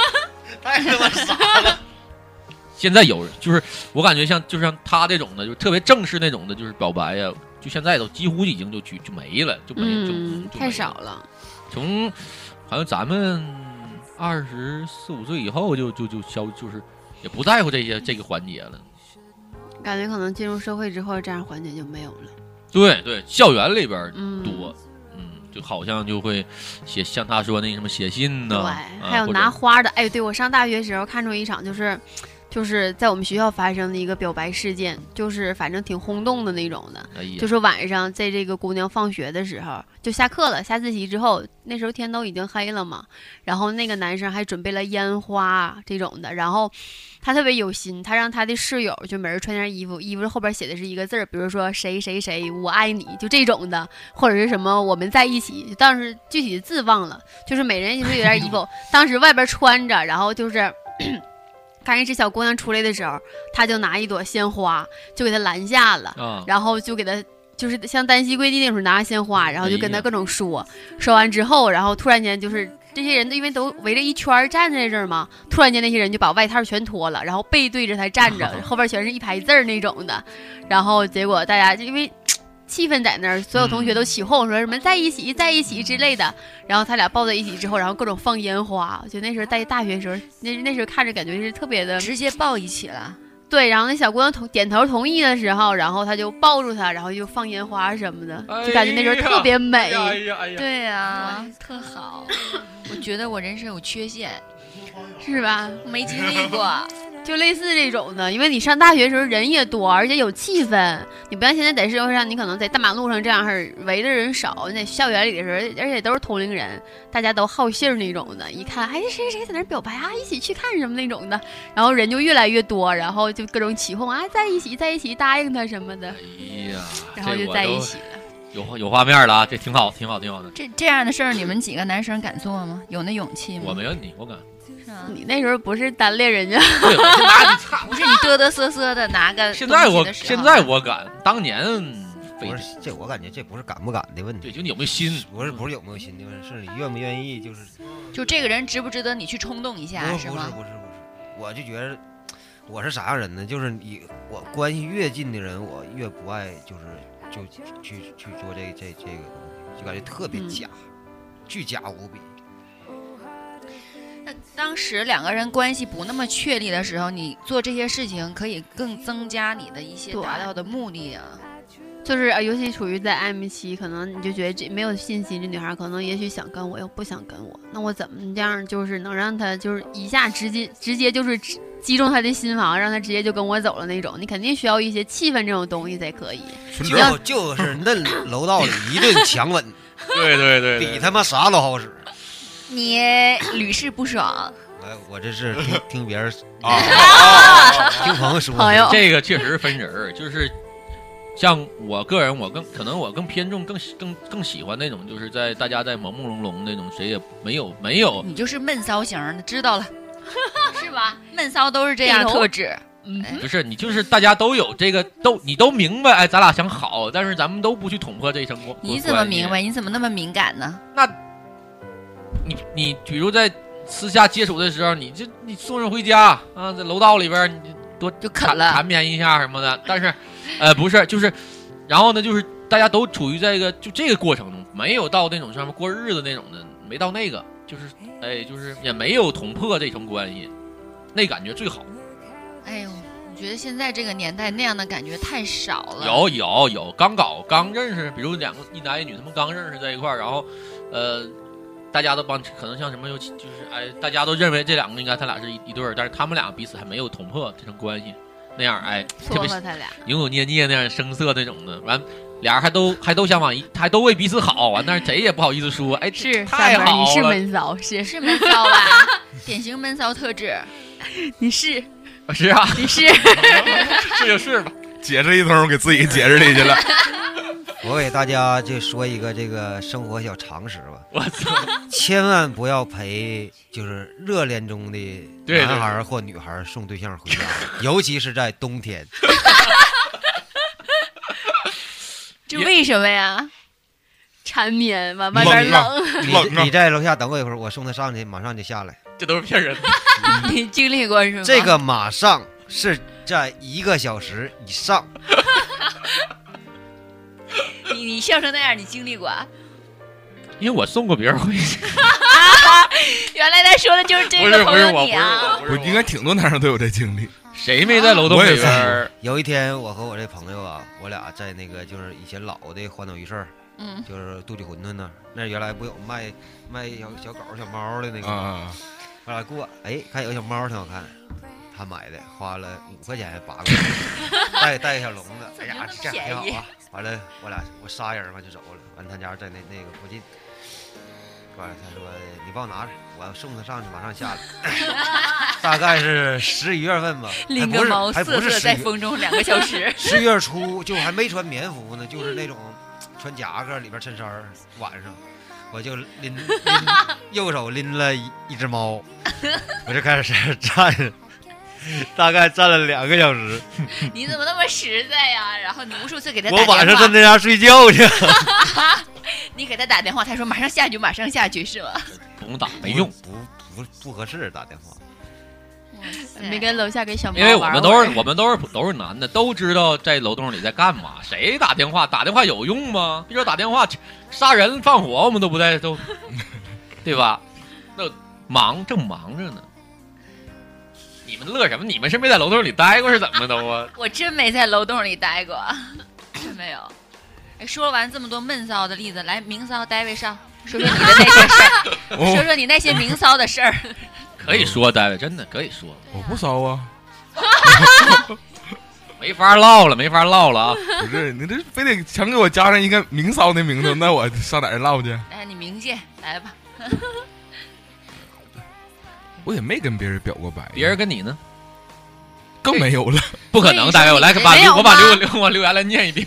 [SPEAKER 7] 太他妈傻了。
[SPEAKER 4] 现在有人就是我感觉像就像他这种的，就特别正式那种的，就是表白呀，就现在都几乎已经就去就没了，就没就
[SPEAKER 6] 嗯，
[SPEAKER 4] 就没
[SPEAKER 6] 太
[SPEAKER 4] 了
[SPEAKER 6] 少了，
[SPEAKER 4] 从好像咱们二十四五岁以后就就就消就是也不在乎这些这个环节了。
[SPEAKER 6] 感觉可能进入社会之后，这样环节就没有了。
[SPEAKER 4] 对对，校园里边儿
[SPEAKER 6] 嗯，
[SPEAKER 4] 多，嗯，就好像就会写像他说那什么写信
[SPEAKER 6] 对，
[SPEAKER 4] 呐、啊，
[SPEAKER 6] 还有
[SPEAKER 4] 或者
[SPEAKER 6] 拿花的。哎，对我上大学时候看中一场，就是就是在我们学校发生的一个表白事件，就是反正挺轰动的那种的。
[SPEAKER 4] 哎呀，
[SPEAKER 6] 就是晚上，在这个姑娘放学的时候，就下课了，下自习之后，那时候天都已经黑了嘛。然后那个男生还准备了烟花这种的，然后他特别有心，他让他的室友就每人穿件衣服，衣服后边写的是一个字儿，比如说谁谁谁我爱你，就这种的，或者是什么我们在一起，当时具体的字忘了，就是每人就是有件衣服，当时外边穿着，然后就是。 看这只小姑娘出来的时候，他就拿一朵鲜花就给她拦下了，
[SPEAKER 4] 啊，
[SPEAKER 6] 然后就给他就是像单膝跪地那种拿着鲜花，然后就跟
[SPEAKER 4] 哎
[SPEAKER 6] 他
[SPEAKER 4] 呀，
[SPEAKER 6] 各种说，说完之后，然后突然间就是这些人都因为都围着一圈儿站在这儿嘛，突然间那些人就把外套全脱了，然后背对着他站着 后边全是一排字儿那种的，然后结果大家就因为。气氛在那儿，所有同学都起哄说什么在一起，在一起之类的。然后他俩抱在一起之后，然后各种放烟花。就那时候在大学时候，那那时候看着感觉是特别的
[SPEAKER 5] 直接抱一起了。
[SPEAKER 6] 对，然后那小姑娘同点头同意的时候，然后他就抱住她，然后就放烟花什么的，就感觉那时候特别美。
[SPEAKER 4] 呀哎哎呀，
[SPEAKER 5] 对呀、
[SPEAKER 6] 哇
[SPEAKER 5] 特好。我觉得我人生有缺陷，
[SPEAKER 6] 是吧？
[SPEAKER 5] 没经历过。
[SPEAKER 6] 就类似这种的，因为你上大学时候人也多，而且有气氛。你不像现在在社会上，你可能在大马路上这样式儿围的人少，你在校园里的时候，而且都是同龄人，大家都好信儿那种的。一看，哎，谁谁谁在那儿表白啊，一起去看什么那种的，然后人就越来越多，然后就各种起哄啊，在一起，在一起，答应他什么的，
[SPEAKER 4] 哎呀，
[SPEAKER 6] 然后
[SPEAKER 4] 这
[SPEAKER 6] 就
[SPEAKER 4] 我
[SPEAKER 6] 在一
[SPEAKER 4] 都
[SPEAKER 6] 起了。
[SPEAKER 4] 有画有画面了啊，这挺好，挺好，挺好的。
[SPEAKER 5] 这这样的事儿，你们几个男生敢做吗？有那勇气吗？
[SPEAKER 4] 我没问你，我敢。
[SPEAKER 5] 是啊
[SPEAKER 6] 你那时候不是单恋人家，
[SPEAKER 4] 对，我现在
[SPEAKER 5] 不是你嘚嘚瑟瑟的拿个
[SPEAKER 4] 现在
[SPEAKER 5] 东西
[SPEAKER 4] 我
[SPEAKER 5] 的时候啊
[SPEAKER 4] 现在我敢，当年非
[SPEAKER 7] 不是这，我感觉这不是敢不敢的问
[SPEAKER 4] 对，
[SPEAKER 7] 题，
[SPEAKER 4] 就你有没 有心？
[SPEAKER 7] 不是不是有没有心的问题，是你愿不愿意，就是
[SPEAKER 5] 就这个人值不值得你去冲动一
[SPEAKER 7] 不
[SPEAKER 5] 下，
[SPEAKER 7] 是
[SPEAKER 5] 是
[SPEAKER 7] 不是
[SPEAKER 5] 吗？
[SPEAKER 7] 不是不是，我就觉得我是啥样人呢？就是你我关系越近的人，我越不爱，就是就去去做这这这个东西，就感觉特别
[SPEAKER 6] 嗯
[SPEAKER 7] 假，巨假无比。
[SPEAKER 5] 那当时两个人关系不那么确立的时候，你做这些事情可以更增加你的一些
[SPEAKER 6] 对
[SPEAKER 5] 达到的目的啊。
[SPEAKER 6] 就是呃尤其处于在暧昧期，可能你就觉得这没有信心，这女孩可能也许想跟我，又不想跟我，那我怎么这样就是能让她就是一下直接直接就是直击中她的心房，让她直接就跟我走了那种？你肯定需要一些气氛这种东西才可以。
[SPEAKER 8] 纯纯
[SPEAKER 7] 就就是嫩楼道里一顿强吻，
[SPEAKER 4] 对对对
[SPEAKER 7] 比他妈啥都好使。
[SPEAKER 5] 你 屡试不爽，
[SPEAKER 7] 我哎我这是听听别人
[SPEAKER 8] 啊，
[SPEAKER 7] 听朋友说的，
[SPEAKER 6] 朋友
[SPEAKER 4] 这个确实分人儿，就是像我个人，我更可能我更偏重更喜更更喜欢那种，就是在大家在朦朦胧胧那种，谁也没有没有
[SPEAKER 5] 你就是闷骚型儿的，知道了，
[SPEAKER 6] 是吧？
[SPEAKER 5] 闷骚都是这样
[SPEAKER 6] 顶头
[SPEAKER 5] 特质。
[SPEAKER 6] 嗯，
[SPEAKER 4] 不是你，就是大家都有这个，都你都明白，哎，咱俩想好，但是咱们都不去捅破这一层关。
[SPEAKER 5] 你怎么
[SPEAKER 4] 关系
[SPEAKER 5] 明？白？你怎么那么敏感呢？
[SPEAKER 4] 你你比如在私下接触的时候，你这你送人回家啊，在楼道里边你多
[SPEAKER 5] 就啃
[SPEAKER 4] 缠
[SPEAKER 5] 了
[SPEAKER 4] 缠绵一下什么的，但是，呃，不是，就是，然后呢，就是大家都处于在一个就这个过程中，没有到那种什么过日子那种的，没到那个，就是哎，就是也没有捅破这层关系，那感觉最好。
[SPEAKER 5] 哎呦，我觉得现在这个年代那样的感觉太少了。
[SPEAKER 4] 有有有，刚搞刚认识，比如两个一男一女，他们刚认识在一块儿，然后，呃，大家都帮，可能像什么有就是哎，大家都认为这两个应该他俩是一一对儿，但是他们俩彼此还没有捅破这层关系，那样哎，特
[SPEAKER 6] 撮
[SPEAKER 4] 别
[SPEAKER 6] 合他俩，
[SPEAKER 4] 扭扭捏捏那样生涩那种的，完俩人还都还都想往一还都为彼此好，完但是谁也不好意思说，哎，这
[SPEAKER 6] 是
[SPEAKER 4] 太
[SPEAKER 6] 三妹儿
[SPEAKER 4] 好
[SPEAKER 6] 你是
[SPEAKER 4] 了，
[SPEAKER 6] 闷骚，是
[SPEAKER 5] 是闷骚吧？ 典型闷骚特质。
[SPEAKER 6] 你是
[SPEAKER 4] 是 啊，
[SPEAKER 6] 你是，
[SPEAKER 4] 是就是吧，
[SPEAKER 9] 解释一通，给自己解释里去了。
[SPEAKER 7] 我给大家就说一个这个生活小常识吧，
[SPEAKER 4] 我操，
[SPEAKER 7] 千万不要陪就是热恋中的
[SPEAKER 4] 对对
[SPEAKER 7] 男孩儿或女孩儿送对象回 家，尤其是在冬天。
[SPEAKER 6] 这
[SPEAKER 4] 也
[SPEAKER 6] 为什么呀？缠绵吧，外边
[SPEAKER 9] 冷啊
[SPEAKER 6] 冷，
[SPEAKER 9] 冷
[SPEAKER 7] 你
[SPEAKER 9] 啊
[SPEAKER 7] 你在楼下等我一会儿，我送他上去，马上就下来。
[SPEAKER 4] 这都是骗人的，
[SPEAKER 5] 你经历过是吗？
[SPEAKER 7] 这个马上是在一个小时以上，
[SPEAKER 6] 你你笑成那样，你经历过啊？
[SPEAKER 4] 因为我送过别人回去，
[SPEAKER 6] 原来他说的就是
[SPEAKER 4] 不
[SPEAKER 6] 这
[SPEAKER 4] 是
[SPEAKER 6] 个
[SPEAKER 4] 不
[SPEAKER 6] 朋
[SPEAKER 4] 是
[SPEAKER 6] 友
[SPEAKER 4] 我，不
[SPEAKER 6] 你
[SPEAKER 4] 是
[SPEAKER 6] 啊
[SPEAKER 4] 我，，不
[SPEAKER 9] 我
[SPEAKER 4] 是
[SPEAKER 9] 应该挺多男生都有这经历，
[SPEAKER 4] 谁没在楼栋
[SPEAKER 9] 我
[SPEAKER 4] 里
[SPEAKER 9] 也
[SPEAKER 4] 边儿？
[SPEAKER 7] 有一天我和我这朋友啊，我俩在那个就是以前老的环岛鱼市儿，
[SPEAKER 5] 嗯，
[SPEAKER 7] 就是杜记馄饨那儿，那儿原来不有卖卖小小狗小猫的那个
[SPEAKER 9] 啊
[SPEAKER 7] 吗，
[SPEAKER 9] 啊，啊
[SPEAKER 7] 我俩过，哎，看有个小猫挺好看，他买的，花了五块钱还八块钱，带带个小笼子，哎呀，这样挺好啊。完了，我俩我仨人嘛就走了，完他家在那那个附近，完了他说你帮我拿着，我送他上去，马上下来。 大概是十一月份吧，还
[SPEAKER 5] 拎
[SPEAKER 7] 不
[SPEAKER 5] 个
[SPEAKER 7] 是
[SPEAKER 5] 猫
[SPEAKER 7] 还
[SPEAKER 5] 瑟
[SPEAKER 7] 不是
[SPEAKER 5] 瑟
[SPEAKER 7] 十
[SPEAKER 5] 在
[SPEAKER 7] 一月，
[SPEAKER 5] 风中两个小时
[SPEAKER 7] 十月初就还没穿棉服呢，就是那种穿夹克里边衬衫儿，晚上我就拎 拎右手拎了一一只猫，我就开始站着，大概站了两个小时，
[SPEAKER 6] 你怎么那么实在呀？然后你
[SPEAKER 5] 无数次给他打
[SPEAKER 7] 我
[SPEAKER 5] 电话，
[SPEAKER 7] 晚上在那家睡觉去。
[SPEAKER 5] 你给他打电话，他说马上下去，马上下去是 吗？
[SPEAKER 4] 不用打，没用。
[SPEAKER 7] 不不不不合适打电话。
[SPEAKER 6] 没跟楼下给小猫
[SPEAKER 4] 因为我
[SPEAKER 6] 玩
[SPEAKER 4] 们
[SPEAKER 6] 儿
[SPEAKER 4] 都
[SPEAKER 6] 会
[SPEAKER 4] 是
[SPEAKER 6] 儿
[SPEAKER 4] 我们都是都是男的，都知道在楼栋里在干嘛。谁打电话？打电话有用吗？别说打电话，杀人放火，我们都不带都，对吧？那忙正忙着呢。你们乐什么？你们是没在楼栋里待过是怎么都啊？
[SPEAKER 5] 我真没在楼洞里待过，真没有。哎，说完这么多闷骚的例子，来明骚戴维上，说说你的那些事儿，说
[SPEAKER 9] 我
[SPEAKER 5] 说你那些明骚的事儿。
[SPEAKER 4] 可以说，大卫，真的可以说，
[SPEAKER 9] 我不骚啊，
[SPEAKER 4] 没法唠了，没法唠了啊！
[SPEAKER 9] 不是你这非得强给我加上一个明骚的名字，那我上哪儿唠去？
[SPEAKER 5] 哎，你明鉴来吧，
[SPEAKER 9] 我也没跟别人表过白，
[SPEAKER 4] 别人跟你呢？
[SPEAKER 9] 更没有了。
[SPEAKER 4] 不可能，大卫，我来把留我把留留我留言来念一遍。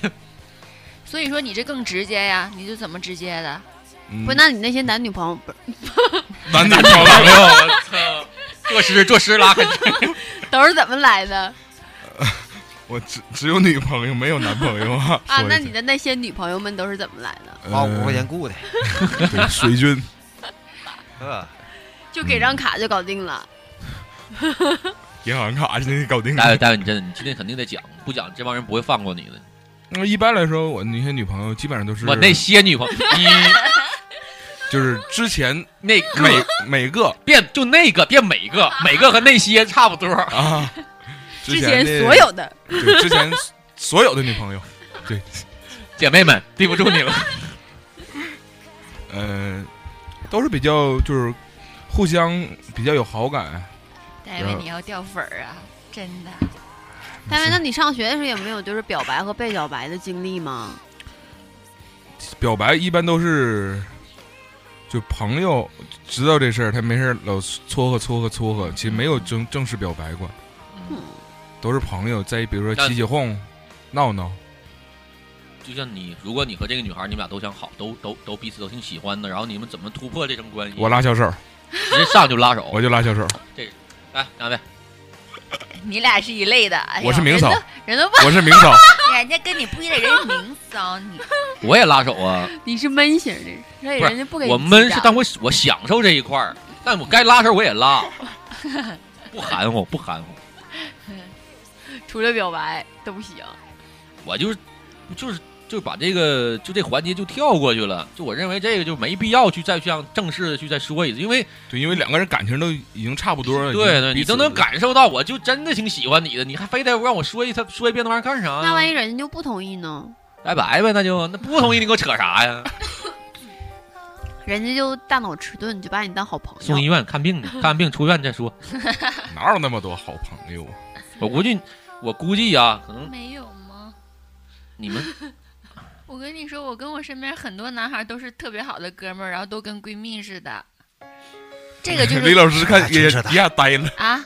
[SPEAKER 5] 所以说你这更直接呀，你就怎么直接的？
[SPEAKER 9] 嗯
[SPEAKER 6] 不，那你那些男女朋友不是
[SPEAKER 9] 男 女朋友，
[SPEAKER 4] 我操！作诗作诗拉黑。
[SPEAKER 6] 都是怎么来的
[SPEAKER 9] 我只只有女朋友，没有男朋友啊。说
[SPEAKER 6] 啊？
[SPEAKER 9] 一
[SPEAKER 6] 那
[SPEAKER 9] 下
[SPEAKER 6] 你的那些女朋友们都是怎么来的？
[SPEAKER 4] 嗯
[SPEAKER 7] 花五块钱雇的，
[SPEAKER 9] 呃对水军，
[SPEAKER 7] 呃，
[SPEAKER 6] 就
[SPEAKER 9] 嗯
[SPEAKER 6] 给张卡就搞定了。
[SPEAKER 9] 银行卡现在搞定了
[SPEAKER 4] 大。卫，大卫，你真的，你今天肯定得讲，不讲这帮人不会放过你的。
[SPEAKER 9] 那一般来说，我那些女朋友基本上都是
[SPEAKER 4] 我那些女朋友，你
[SPEAKER 9] 就是之前
[SPEAKER 4] 那
[SPEAKER 9] 每
[SPEAKER 4] 个
[SPEAKER 9] 每个
[SPEAKER 4] 别就那个别每个每个和那些差不多。
[SPEAKER 9] 啊，
[SPEAKER 6] 之
[SPEAKER 9] 前
[SPEAKER 6] 前
[SPEAKER 9] 的
[SPEAKER 6] 所有的
[SPEAKER 9] 对之前所有的女朋友，对，
[SPEAKER 4] 姐妹们，对不住你了。
[SPEAKER 9] 呃，都是比较就是互相比较有好感。
[SPEAKER 5] 戴维，你要掉粉儿啊，真的。
[SPEAKER 6] 大卫，那你上学的时候也没有就是表白和被表白的经历吗？
[SPEAKER 9] 表白一般都是就朋友知道这事儿，他没事儿老撮合撮合撮合，其实没有正正式表白过，
[SPEAKER 4] 嗯
[SPEAKER 9] 都是朋友在比如说
[SPEAKER 4] 那
[SPEAKER 9] 起起哄、闹闹，
[SPEAKER 4] 就像你，如果你和这个女孩，你们俩都想好，都都都彼此都挺喜欢的，然后你们怎么突破这层关系？
[SPEAKER 9] 我拉小手，
[SPEAKER 4] 直接上就拉手，
[SPEAKER 9] 我就拉小 手，
[SPEAKER 4] 来干杯！
[SPEAKER 5] 你俩是一类的。哎呦
[SPEAKER 9] 我是明嫂
[SPEAKER 5] 人都人都
[SPEAKER 9] 我是明嫂，
[SPEAKER 5] 不，人家跟你不一类，人家明骚 你。
[SPEAKER 4] 我也拉手啊，
[SPEAKER 6] 你是闷型的，所以
[SPEAKER 4] 不是
[SPEAKER 6] 人家不给你
[SPEAKER 4] 我闷
[SPEAKER 6] 击
[SPEAKER 4] 是，
[SPEAKER 6] 掌
[SPEAKER 4] 但我我享受这一块儿，但我该拉手我也 拉，不含糊不含糊，
[SPEAKER 6] 除了表白都不行。
[SPEAKER 4] 我就是就是就是把这个就这环节就跳过去了，就我认为这个就没必要去再向正式的去再说一次，因为
[SPEAKER 9] 对，因为两个人感情都已经差不多了，
[SPEAKER 4] 对对，
[SPEAKER 9] 已经彼
[SPEAKER 4] 你
[SPEAKER 9] 此
[SPEAKER 4] 都能感受到，我就真的挺喜欢你的，你还非得让我说一他说一遍那玩意儿干啥
[SPEAKER 6] 那万一
[SPEAKER 4] 呀？
[SPEAKER 6] 人家就不同意呢？
[SPEAKER 4] 拜拜呗，那就那不同意你给我扯啥 呀？
[SPEAKER 6] 人家就大脑迟钝，就把你当好朋
[SPEAKER 4] 送医
[SPEAKER 6] 友。
[SPEAKER 4] 院看病去，看完病出院再说。
[SPEAKER 9] 哪有那么多好朋友啊？
[SPEAKER 4] 我估计我估计啊，可能
[SPEAKER 10] 没有吗？
[SPEAKER 4] 你们
[SPEAKER 10] 我跟你说，我跟我身边很多男孩都是特别好的哥们儿，然后都跟闺蜜似的。这个就
[SPEAKER 9] 李
[SPEAKER 10] 是
[SPEAKER 9] 老师 看
[SPEAKER 7] 啊
[SPEAKER 9] 也
[SPEAKER 7] 真是的
[SPEAKER 9] 一下呆了，
[SPEAKER 10] 啊，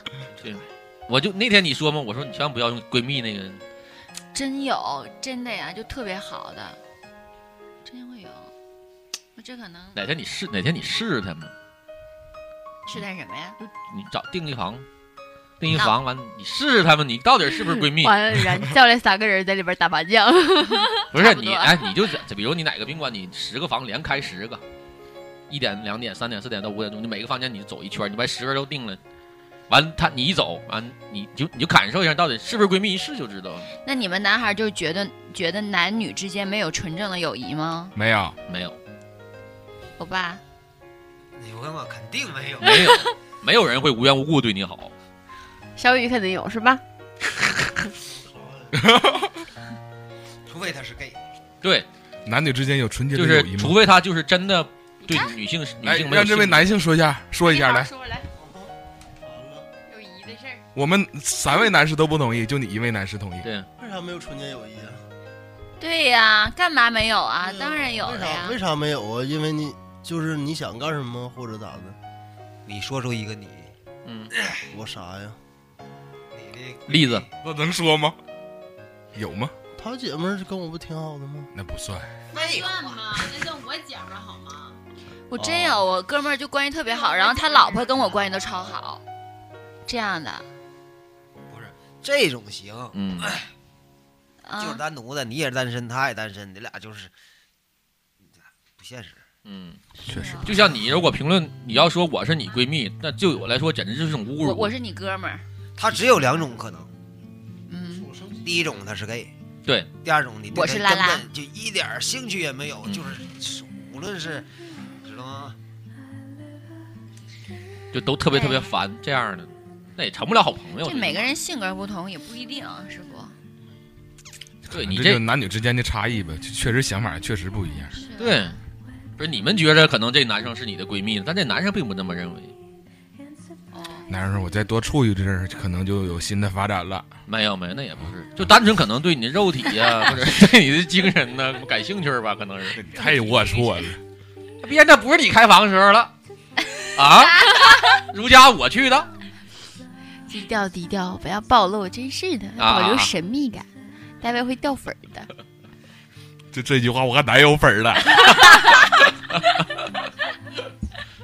[SPEAKER 4] 我就那天你说嘛，我说你千万不要用闺蜜那个，
[SPEAKER 10] 真有真的呀，就特别好的，真会有。我这可能
[SPEAKER 4] 哪天你试哪天你试试他们，
[SPEAKER 10] 是点什么呀？
[SPEAKER 4] 你找订一房，订一房完你试试他们，你到底是不是闺蜜？
[SPEAKER 6] 完了，然后叫来三个人在里边打麻将，
[SPEAKER 4] 不是
[SPEAKER 6] 不
[SPEAKER 4] 你
[SPEAKER 6] 多
[SPEAKER 4] 哎，你就比如你哪个宾馆，你十个房连开十个，一点、两点、三点、四点到五点钟，你每个房间你就走一圈，你把十个都定了。完，他你一走，完你就你就感受一下到底是不是闺蜜，一试就知道了。
[SPEAKER 10] 那你们男孩就觉得觉得男女之间没有纯正的友谊吗？
[SPEAKER 9] 没有，
[SPEAKER 4] 没有，
[SPEAKER 10] 欧巴，
[SPEAKER 7] 你问我肯定没有，
[SPEAKER 4] 没有， 没有人会无缘无故对你好。
[SPEAKER 6] 小雨肯定有是吧？
[SPEAKER 7] 除非他是 gay。
[SPEAKER 4] 对，
[SPEAKER 9] 男女之间有纯洁的
[SPEAKER 4] 就
[SPEAKER 9] 友
[SPEAKER 4] 是
[SPEAKER 9] 谊
[SPEAKER 4] 除
[SPEAKER 9] 吗？
[SPEAKER 4] 非他就是真的对女性女
[SPEAKER 9] 来，
[SPEAKER 4] 性
[SPEAKER 9] 哎
[SPEAKER 4] 没有
[SPEAKER 9] 让这位
[SPEAKER 4] 兴趣
[SPEAKER 9] 男性说一下，说一下来。
[SPEAKER 6] 说来，友谊的事儿。
[SPEAKER 9] 我们三位男士都不同意，就你一位男士同意。
[SPEAKER 4] 对
[SPEAKER 2] 为啥没有纯洁友谊啊？
[SPEAKER 10] 对呀，干嘛没有啊？
[SPEAKER 6] 嗯
[SPEAKER 2] 对啊
[SPEAKER 10] 当然有
[SPEAKER 2] 为
[SPEAKER 10] 了呀
[SPEAKER 2] 啥为。啥没有啊？因为你就是你想干什么或者咋的？
[SPEAKER 7] 你说出一个你，
[SPEAKER 4] 嗯，
[SPEAKER 2] 我啥呀？
[SPEAKER 7] 你的
[SPEAKER 4] 栗子，
[SPEAKER 9] 那能说吗？有吗？
[SPEAKER 2] 他姐们儿跟我不挺好的吗？
[SPEAKER 9] 那不算。
[SPEAKER 6] 算吗？那算我姐们儿好吗？
[SPEAKER 10] 我真有，
[SPEAKER 7] 哦
[SPEAKER 10] 我哥们儿就关系特别好，然后他老婆跟我关系都超好，这样的。
[SPEAKER 7] 这种行，
[SPEAKER 4] 嗯，
[SPEAKER 7] 就是
[SPEAKER 10] 啊，
[SPEAKER 7] 单独的，你也是单身，他也单身，你俩就是不现实。
[SPEAKER 4] 嗯，
[SPEAKER 9] 确实，
[SPEAKER 4] 就像你如果评论你要说我是你闺蜜，那对我来说简直就是一种侮
[SPEAKER 10] 我
[SPEAKER 4] 辱。
[SPEAKER 10] 我是你哥们儿，
[SPEAKER 7] 他只有两种可能，
[SPEAKER 10] 嗯，
[SPEAKER 7] 第一种他是 gay，
[SPEAKER 4] 对，
[SPEAKER 7] 第二种你对
[SPEAKER 10] 我
[SPEAKER 7] 他
[SPEAKER 10] 是拉拉
[SPEAKER 7] 根本就一点儿兴趣也没有，
[SPEAKER 4] 嗯
[SPEAKER 7] 就是无论是知道吗？
[SPEAKER 4] 就都特别特别烦这样的，那也成不了好朋友。
[SPEAKER 10] 这每个人性格不同也不一定，啊是不？
[SPEAKER 4] 对你
[SPEAKER 9] 这就男女之间的差异吧，确实想法确实不一样。
[SPEAKER 4] 对，不是你们觉着可能这男生是你的闺蜜，但这男生并不这么认为。
[SPEAKER 9] 男人说：“我再多处一阵儿，可能就有新的发展了。
[SPEAKER 4] 没有没有，那也不是，就单纯可能对你的肉体 呀、或者是对你的精神呢、感兴趣吧，可能是。”
[SPEAKER 9] 太龌龊了，
[SPEAKER 4] 别人那不是你开房的时候了啊！ 如家我去的，
[SPEAKER 6] 低调低调，不要暴露，真是的，
[SPEAKER 4] 啊
[SPEAKER 6] 保留神秘感，大卫会掉粉儿的。
[SPEAKER 9] 这这句话我还男有粉儿了。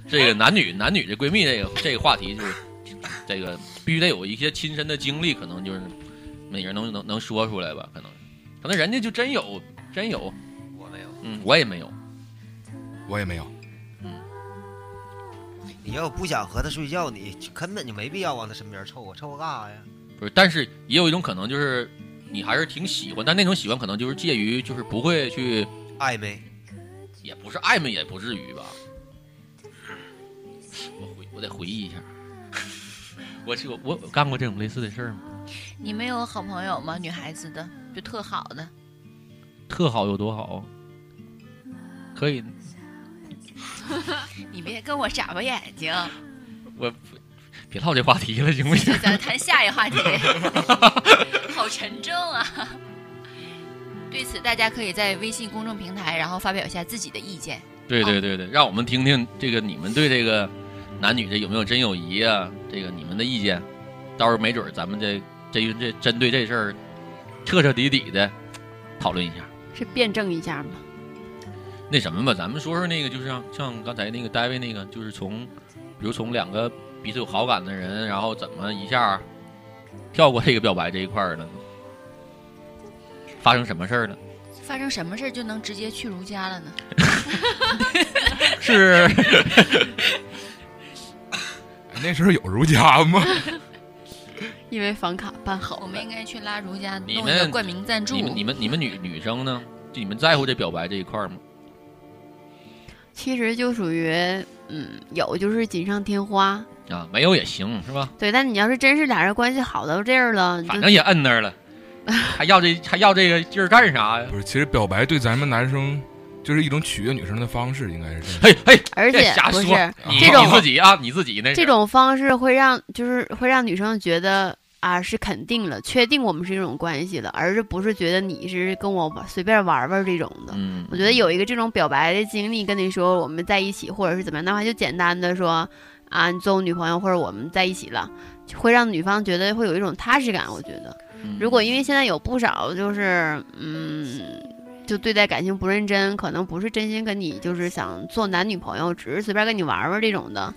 [SPEAKER 4] 这个男女男女这闺蜜这个这个话题就是这个必须得有一些亲身的经历，可能就是每人能能能说出来吧，可能可能人家就真有真有，
[SPEAKER 7] 我没有，
[SPEAKER 4] 嗯，我也没有，
[SPEAKER 9] 我也没有，
[SPEAKER 7] 你要不想和他睡觉，你根本就没必要往他身边凑啊，凑合干啥呀？
[SPEAKER 4] 不是，但是也有一种可能就是你还是挺喜欢，但那种喜欢可能就是介于就是不会去，
[SPEAKER 7] 暧昧，
[SPEAKER 4] 也不是暧昧，也不至于吧。我回我得回忆一下， 我是我我我干过这种类似的事儿吗？
[SPEAKER 10] 你们有好朋友吗？女孩子的就特好的，
[SPEAKER 4] 特好有多好？可以，
[SPEAKER 10] 你别跟我傻巴眼睛，
[SPEAKER 4] 我别唠这话题了，行不行？
[SPEAKER 10] 咱谈下一话 题，好沉重啊。对此，大家可以在微信公众平台，然后发表一下自己的意见。
[SPEAKER 4] 对对对对，让我们听听这个你们对这个男女这有没有真友谊啊？这个你们的意见，到时候没准儿咱们这这这针对这事儿彻彻底底的讨论一下。
[SPEAKER 6] 是辩证一下吗？
[SPEAKER 4] 那什么吧，咱们说说那个，就是像像刚才那个大卫那个，就是从，比如从两个彼此有好感的人，然后怎么一下跳过这个表白这一块儿了呢？发生什么事儿了？
[SPEAKER 5] 发生什么事儿就能直接去如家了呢？
[SPEAKER 4] 是
[SPEAKER 9] 那时候有如家吗？
[SPEAKER 6] 因为房卡办好
[SPEAKER 5] 我
[SPEAKER 6] 了
[SPEAKER 5] 们，应该去拉如家
[SPEAKER 4] 你
[SPEAKER 5] 弄一
[SPEAKER 4] 们
[SPEAKER 5] 个冠名赞助
[SPEAKER 4] 你。们你们你们女女生呢？就你们在乎这表白这一块儿吗？
[SPEAKER 6] 其实就属于嗯，有就是锦上添花。
[SPEAKER 4] 啊，没有也行是吧？
[SPEAKER 6] 对，但你要是真是俩人关系好到这样了，你
[SPEAKER 4] 反
[SPEAKER 6] 就
[SPEAKER 4] 正也摁那儿 了，还要这还要这个劲儿干啥呀？
[SPEAKER 9] 不是，其实表白对咱们男生就是一种取悦女生的方式，应该是这样。
[SPEAKER 4] 嘿嘿，
[SPEAKER 6] 而
[SPEAKER 4] 这
[SPEAKER 6] 且
[SPEAKER 4] 瞎
[SPEAKER 6] 不
[SPEAKER 4] 说哎
[SPEAKER 6] 是
[SPEAKER 4] 你
[SPEAKER 6] 这种
[SPEAKER 4] 你自己啊，你自己那
[SPEAKER 6] 这
[SPEAKER 4] 是
[SPEAKER 6] 种方式会让就是会让女生觉得啊是肯定了，确定我们是这种关系了，而是不是觉得你是跟我玩随便玩玩这种的。
[SPEAKER 4] 嗯，
[SPEAKER 6] 我觉得有一个这种表白的经历，跟你说我们在一起或者是怎么样的话，就简单的说啊，你做我女朋友或者我们在一起了，就会让女方觉得会有一种踏实感。我觉得，
[SPEAKER 4] 嗯
[SPEAKER 6] 如果因为现在有不少就是嗯，就对待感情不认真，可能不是真心跟你就是想做男女朋友，只是随便跟你玩玩这种的。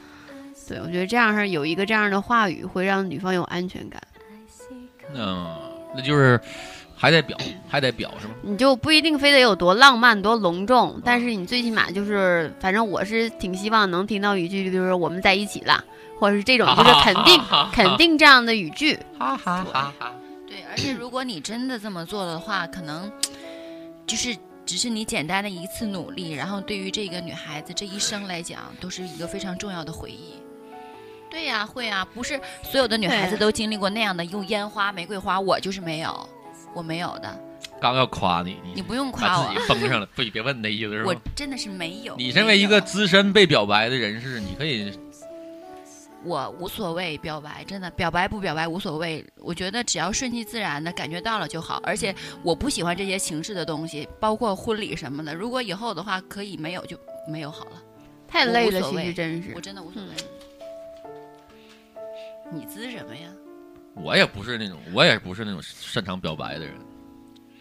[SPEAKER 6] 对，我觉得这样是有一个这样的话语，会让女方有安全感。
[SPEAKER 4] 嗯，那就是还得表，还得表是吗？
[SPEAKER 6] 你就不一定非得有多浪漫、多隆重，但是你最起码就是，反正我是挺希望能听到一句，就是我们在一起了，或者是这种就是肯 定、肯定这样的语句。
[SPEAKER 4] 哈哈哈哈！
[SPEAKER 5] 对，而且如果你真的这么做的话，可能就是只是你简单的一次努力，然后对于这个女孩子这一生来讲，都是一个非常重要的回忆。对呀、会啊，不是所有的女孩子
[SPEAKER 6] 对
[SPEAKER 5] 都经历过那样的，用烟花、玫瑰花，我就是没有，我没有的，
[SPEAKER 4] 刚要夸你，
[SPEAKER 5] 你
[SPEAKER 4] 你
[SPEAKER 5] 不用夸
[SPEAKER 4] 把自
[SPEAKER 5] 我
[SPEAKER 4] 己，封上了，不，你别问你那意思是
[SPEAKER 5] 我
[SPEAKER 4] 吗？
[SPEAKER 5] 真的是没有。
[SPEAKER 4] 你身为一个
[SPEAKER 5] 没有
[SPEAKER 4] 资深被表白的人士，你可以
[SPEAKER 5] 我无所谓表白，真的表白不表白无所谓。我觉得只要顺其自然的感觉到了就好。而且我不喜欢这些形式的东西，包括婚礼什么的。如果以后的话可以没有就没有好了，
[SPEAKER 6] 太累
[SPEAKER 5] 我
[SPEAKER 6] 了，
[SPEAKER 5] 无所
[SPEAKER 6] 其
[SPEAKER 5] 谓
[SPEAKER 6] 实真是
[SPEAKER 5] 我。真的无所谓。你滋什么呀？
[SPEAKER 4] 我也不是那种，我也不是那种擅长表白的人，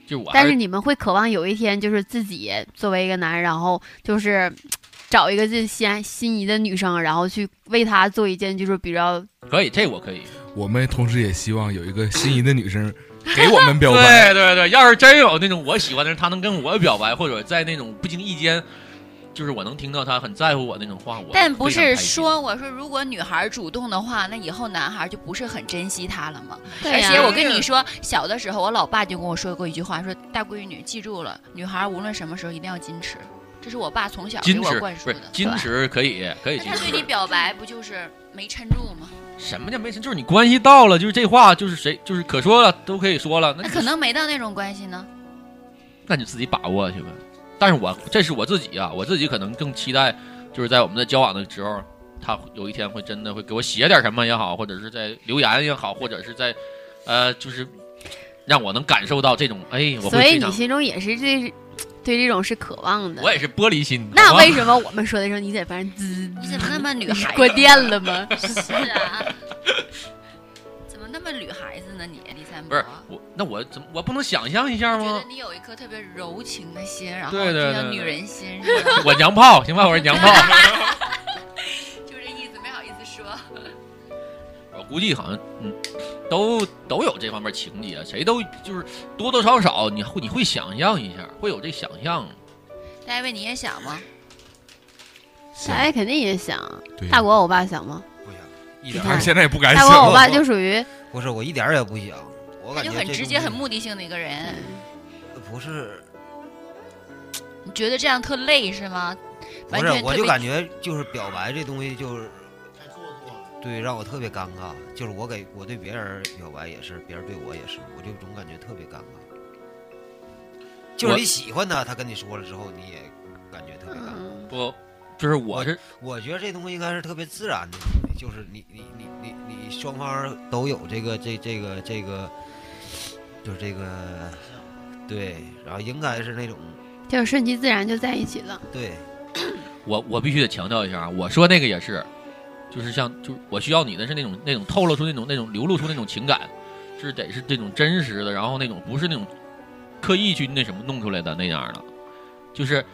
[SPEAKER 4] 就我还
[SPEAKER 6] 但是你们会渴望有一天，就是自己作为一个男人，然后就是嘖找一个自己心爱心仪的女生，然后去为她做一件就是比较
[SPEAKER 4] 可以，这我可以。
[SPEAKER 9] 我们同时也希望有一个心仪的女生给我们表 白。
[SPEAKER 4] 对对对，要是真有那种我喜欢的人，他能跟我表白，或者在那种不经意间，就是我能听到他很在乎我那种话，我
[SPEAKER 5] 但不
[SPEAKER 4] 非常
[SPEAKER 5] 是
[SPEAKER 4] 开心
[SPEAKER 5] 说我说如果女孩主动的话，那以后男孩就不是很珍惜她了吗？
[SPEAKER 6] 对
[SPEAKER 5] 而
[SPEAKER 6] 呀
[SPEAKER 5] 且我跟你说，小的时候我老爸就跟我说过一句话，说大闺女记住了，女孩无论什么时候一定要矜持，这是我爸从小给
[SPEAKER 4] 矜
[SPEAKER 5] 我
[SPEAKER 4] 持
[SPEAKER 5] 灌输
[SPEAKER 4] 不是
[SPEAKER 5] 的。
[SPEAKER 4] 矜持可以可以
[SPEAKER 5] 那
[SPEAKER 4] 矜
[SPEAKER 5] 他对
[SPEAKER 4] 持
[SPEAKER 5] 你，表白不就是没撑住吗？
[SPEAKER 4] 什么叫没事？就是你关系到了，就是这话就是谁就是可说了都可以说了，那
[SPEAKER 5] 那
[SPEAKER 4] 你
[SPEAKER 5] 可能没到那种关系呢。
[SPEAKER 4] 那你自己把握去呗。但是我这是我自己啊，我自己可能更期待就是在我们的交往的时候，他有一天会真的会给我写点什么也好，或者是在留言也好，或者是在呃就是让我能感受到这种哎，我会
[SPEAKER 6] 所以
[SPEAKER 4] 非
[SPEAKER 6] 你
[SPEAKER 4] 常
[SPEAKER 6] 心中也是对对这种是渴望的
[SPEAKER 4] 我。也是玻璃心的。
[SPEAKER 6] 那
[SPEAKER 4] 好吧
[SPEAKER 6] 为什么我们说的时候你得反正滋？
[SPEAKER 5] 你怎么那么女
[SPEAKER 6] 你是
[SPEAKER 5] 孩
[SPEAKER 6] 过
[SPEAKER 5] 子？
[SPEAKER 6] 电了吗？
[SPEAKER 5] 是啊，怎么那么女孩子呢？你李三
[SPEAKER 4] 不
[SPEAKER 5] 伯
[SPEAKER 4] 是，我？那我怎么我不能想象一
[SPEAKER 5] 我
[SPEAKER 4] 下
[SPEAKER 5] 觉
[SPEAKER 4] 吗
[SPEAKER 5] 得？你有一颗特别柔情的心，然后
[SPEAKER 4] 对对
[SPEAKER 5] 就像
[SPEAKER 4] 对
[SPEAKER 5] 女
[SPEAKER 4] 对
[SPEAKER 5] 人心 似的，
[SPEAKER 4] 我娘炮行吧，我是娘炮。
[SPEAKER 5] 就这意思，没好意思说。
[SPEAKER 4] 我估计好像嗯，都都有这方面情节，谁都就是多多少少你会你会想象一下，会有这想象。啊
[SPEAKER 5] 大卫，你也想吗？
[SPEAKER 4] 啊
[SPEAKER 6] 小爱哎肯定也想，
[SPEAKER 9] 对
[SPEAKER 6] 大国欧巴想吗？
[SPEAKER 7] 不想，一
[SPEAKER 6] 你
[SPEAKER 7] 点
[SPEAKER 6] 看
[SPEAKER 7] 儿
[SPEAKER 9] 但是现在也不敢
[SPEAKER 6] 大
[SPEAKER 9] 想
[SPEAKER 6] 国欧
[SPEAKER 7] 我
[SPEAKER 9] 了。
[SPEAKER 6] 巴就属于
[SPEAKER 7] 不是我一点儿也不想，我
[SPEAKER 5] 他
[SPEAKER 7] 感
[SPEAKER 5] 就
[SPEAKER 7] 觉
[SPEAKER 5] 很
[SPEAKER 7] 这
[SPEAKER 5] 直
[SPEAKER 7] 东
[SPEAKER 5] 接、
[SPEAKER 7] 西
[SPEAKER 5] 很目的性的一个
[SPEAKER 6] 嗯
[SPEAKER 5] 人。
[SPEAKER 7] 不是
[SPEAKER 5] 你觉得这样特累是吗？
[SPEAKER 7] 不
[SPEAKER 5] 完
[SPEAKER 7] 是
[SPEAKER 5] 全，特
[SPEAKER 7] 我
[SPEAKER 5] 别
[SPEAKER 7] 就感觉就是表白这东西就是，对，让我特别尴尬。就是我给我对别人表白也是，别人对我也是，我就总感觉特别尴尬。就是
[SPEAKER 4] 我
[SPEAKER 7] 你喜欢他，他跟你说了之后，你也感觉特别尴尬。
[SPEAKER 6] 嗯，
[SPEAKER 4] 不，就是我是
[SPEAKER 7] 我觉得这东西应该是特别自然的，就是你你你你你双方都有这个这这个这个，就是这个，对，然后应该是那种
[SPEAKER 6] 就是顺其自然就在一起了。
[SPEAKER 7] 对，
[SPEAKER 4] 我我必须得强调一下啊，我说那个也是，就是像就是我需要你的是那种那种透露出那种那种流露出那种情感，是得是这种真实的，然后那种不是那种刻意去那什么弄出来的那样的，就是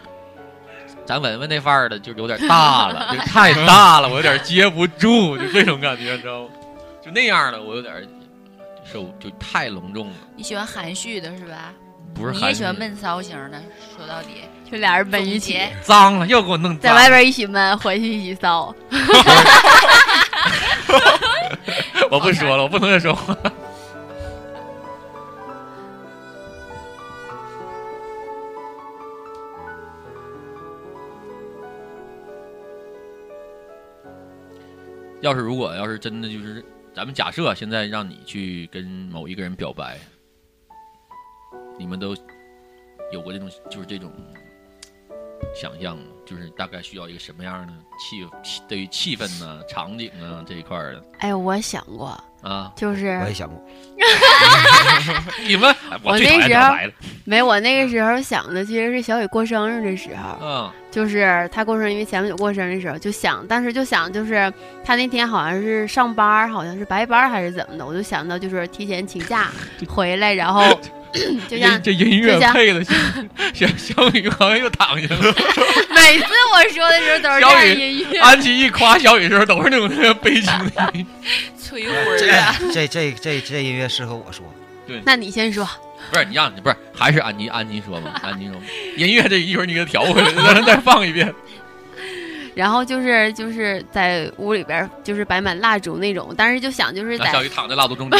[SPEAKER 4] 咱文文那范儿的，就有点大了， 就太大了，我有点接不住，就这种感觉，你知道吗？就那样的，我有点受，就太隆重了，
[SPEAKER 5] 你喜欢含蓄的是吧？
[SPEAKER 4] 不是
[SPEAKER 5] 你
[SPEAKER 4] 韩
[SPEAKER 5] 也
[SPEAKER 4] 剧
[SPEAKER 5] 喜欢闷骚型的，说到底。
[SPEAKER 6] 就俩人
[SPEAKER 5] 总
[SPEAKER 6] 闷一起，
[SPEAKER 5] 结
[SPEAKER 4] 脏了，又给我弄
[SPEAKER 6] 在
[SPEAKER 4] 脏
[SPEAKER 6] 外
[SPEAKER 4] 了，
[SPEAKER 6] 边一起闷，回去一起骚。
[SPEAKER 4] 我不说了，我不能再说话。 要是如果要是真的就是，咱们假设现在让你去跟某一个人表白，你们都有过这种就是这种想象吗？就是大概需要一个什么样的气气对于气氛呢、场景啊这一块儿的
[SPEAKER 6] 哎，我想过，
[SPEAKER 4] 啊？
[SPEAKER 6] 就是
[SPEAKER 5] 嗯
[SPEAKER 7] 我也想过，
[SPEAKER 4] 你们哎
[SPEAKER 6] 我
[SPEAKER 4] 最讨
[SPEAKER 6] 那
[SPEAKER 4] 厌
[SPEAKER 6] 时
[SPEAKER 4] 表
[SPEAKER 6] 候
[SPEAKER 4] 白了，
[SPEAKER 6] 没我那个时候想的其实是小雨过生日的时候，
[SPEAKER 4] 嗯
[SPEAKER 6] 就是他过生日，因为前不久过生日的时候就想，当时就想就是他那天好像是上班儿，好像是白班儿还是怎么的，我就想到就是提前请 假回来，然后就像
[SPEAKER 4] 这音乐
[SPEAKER 6] 就像
[SPEAKER 4] 配的，小 小雨好像又躺下 了。
[SPEAKER 6] 每次我说的时候都是这
[SPEAKER 4] 小
[SPEAKER 6] 样
[SPEAKER 4] 雨啊
[SPEAKER 6] 音乐，
[SPEAKER 4] 安琪一夸小雨的时候，都是那种特别悲情的音乐。
[SPEAKER 5] 催婚儿啊！
[SPEAKER 7] 这这这这这音乐适合我说，
[SPEAKER 6] 那你先说，
[SPEAKER 4] 不是你让不是还是安妮安妮说吧，安 妮说吧音乐这一会儿你给它调回来，再再放一遍。
[SPEAKER 6] 然后就是就是在屋里边儿就是摆满蜡烛那种，当时就想就是
[SPEAKER 4] 那
[SPEAKER 6] 在
[SPEAKER 4] 小雨躺在蜡烛 中间，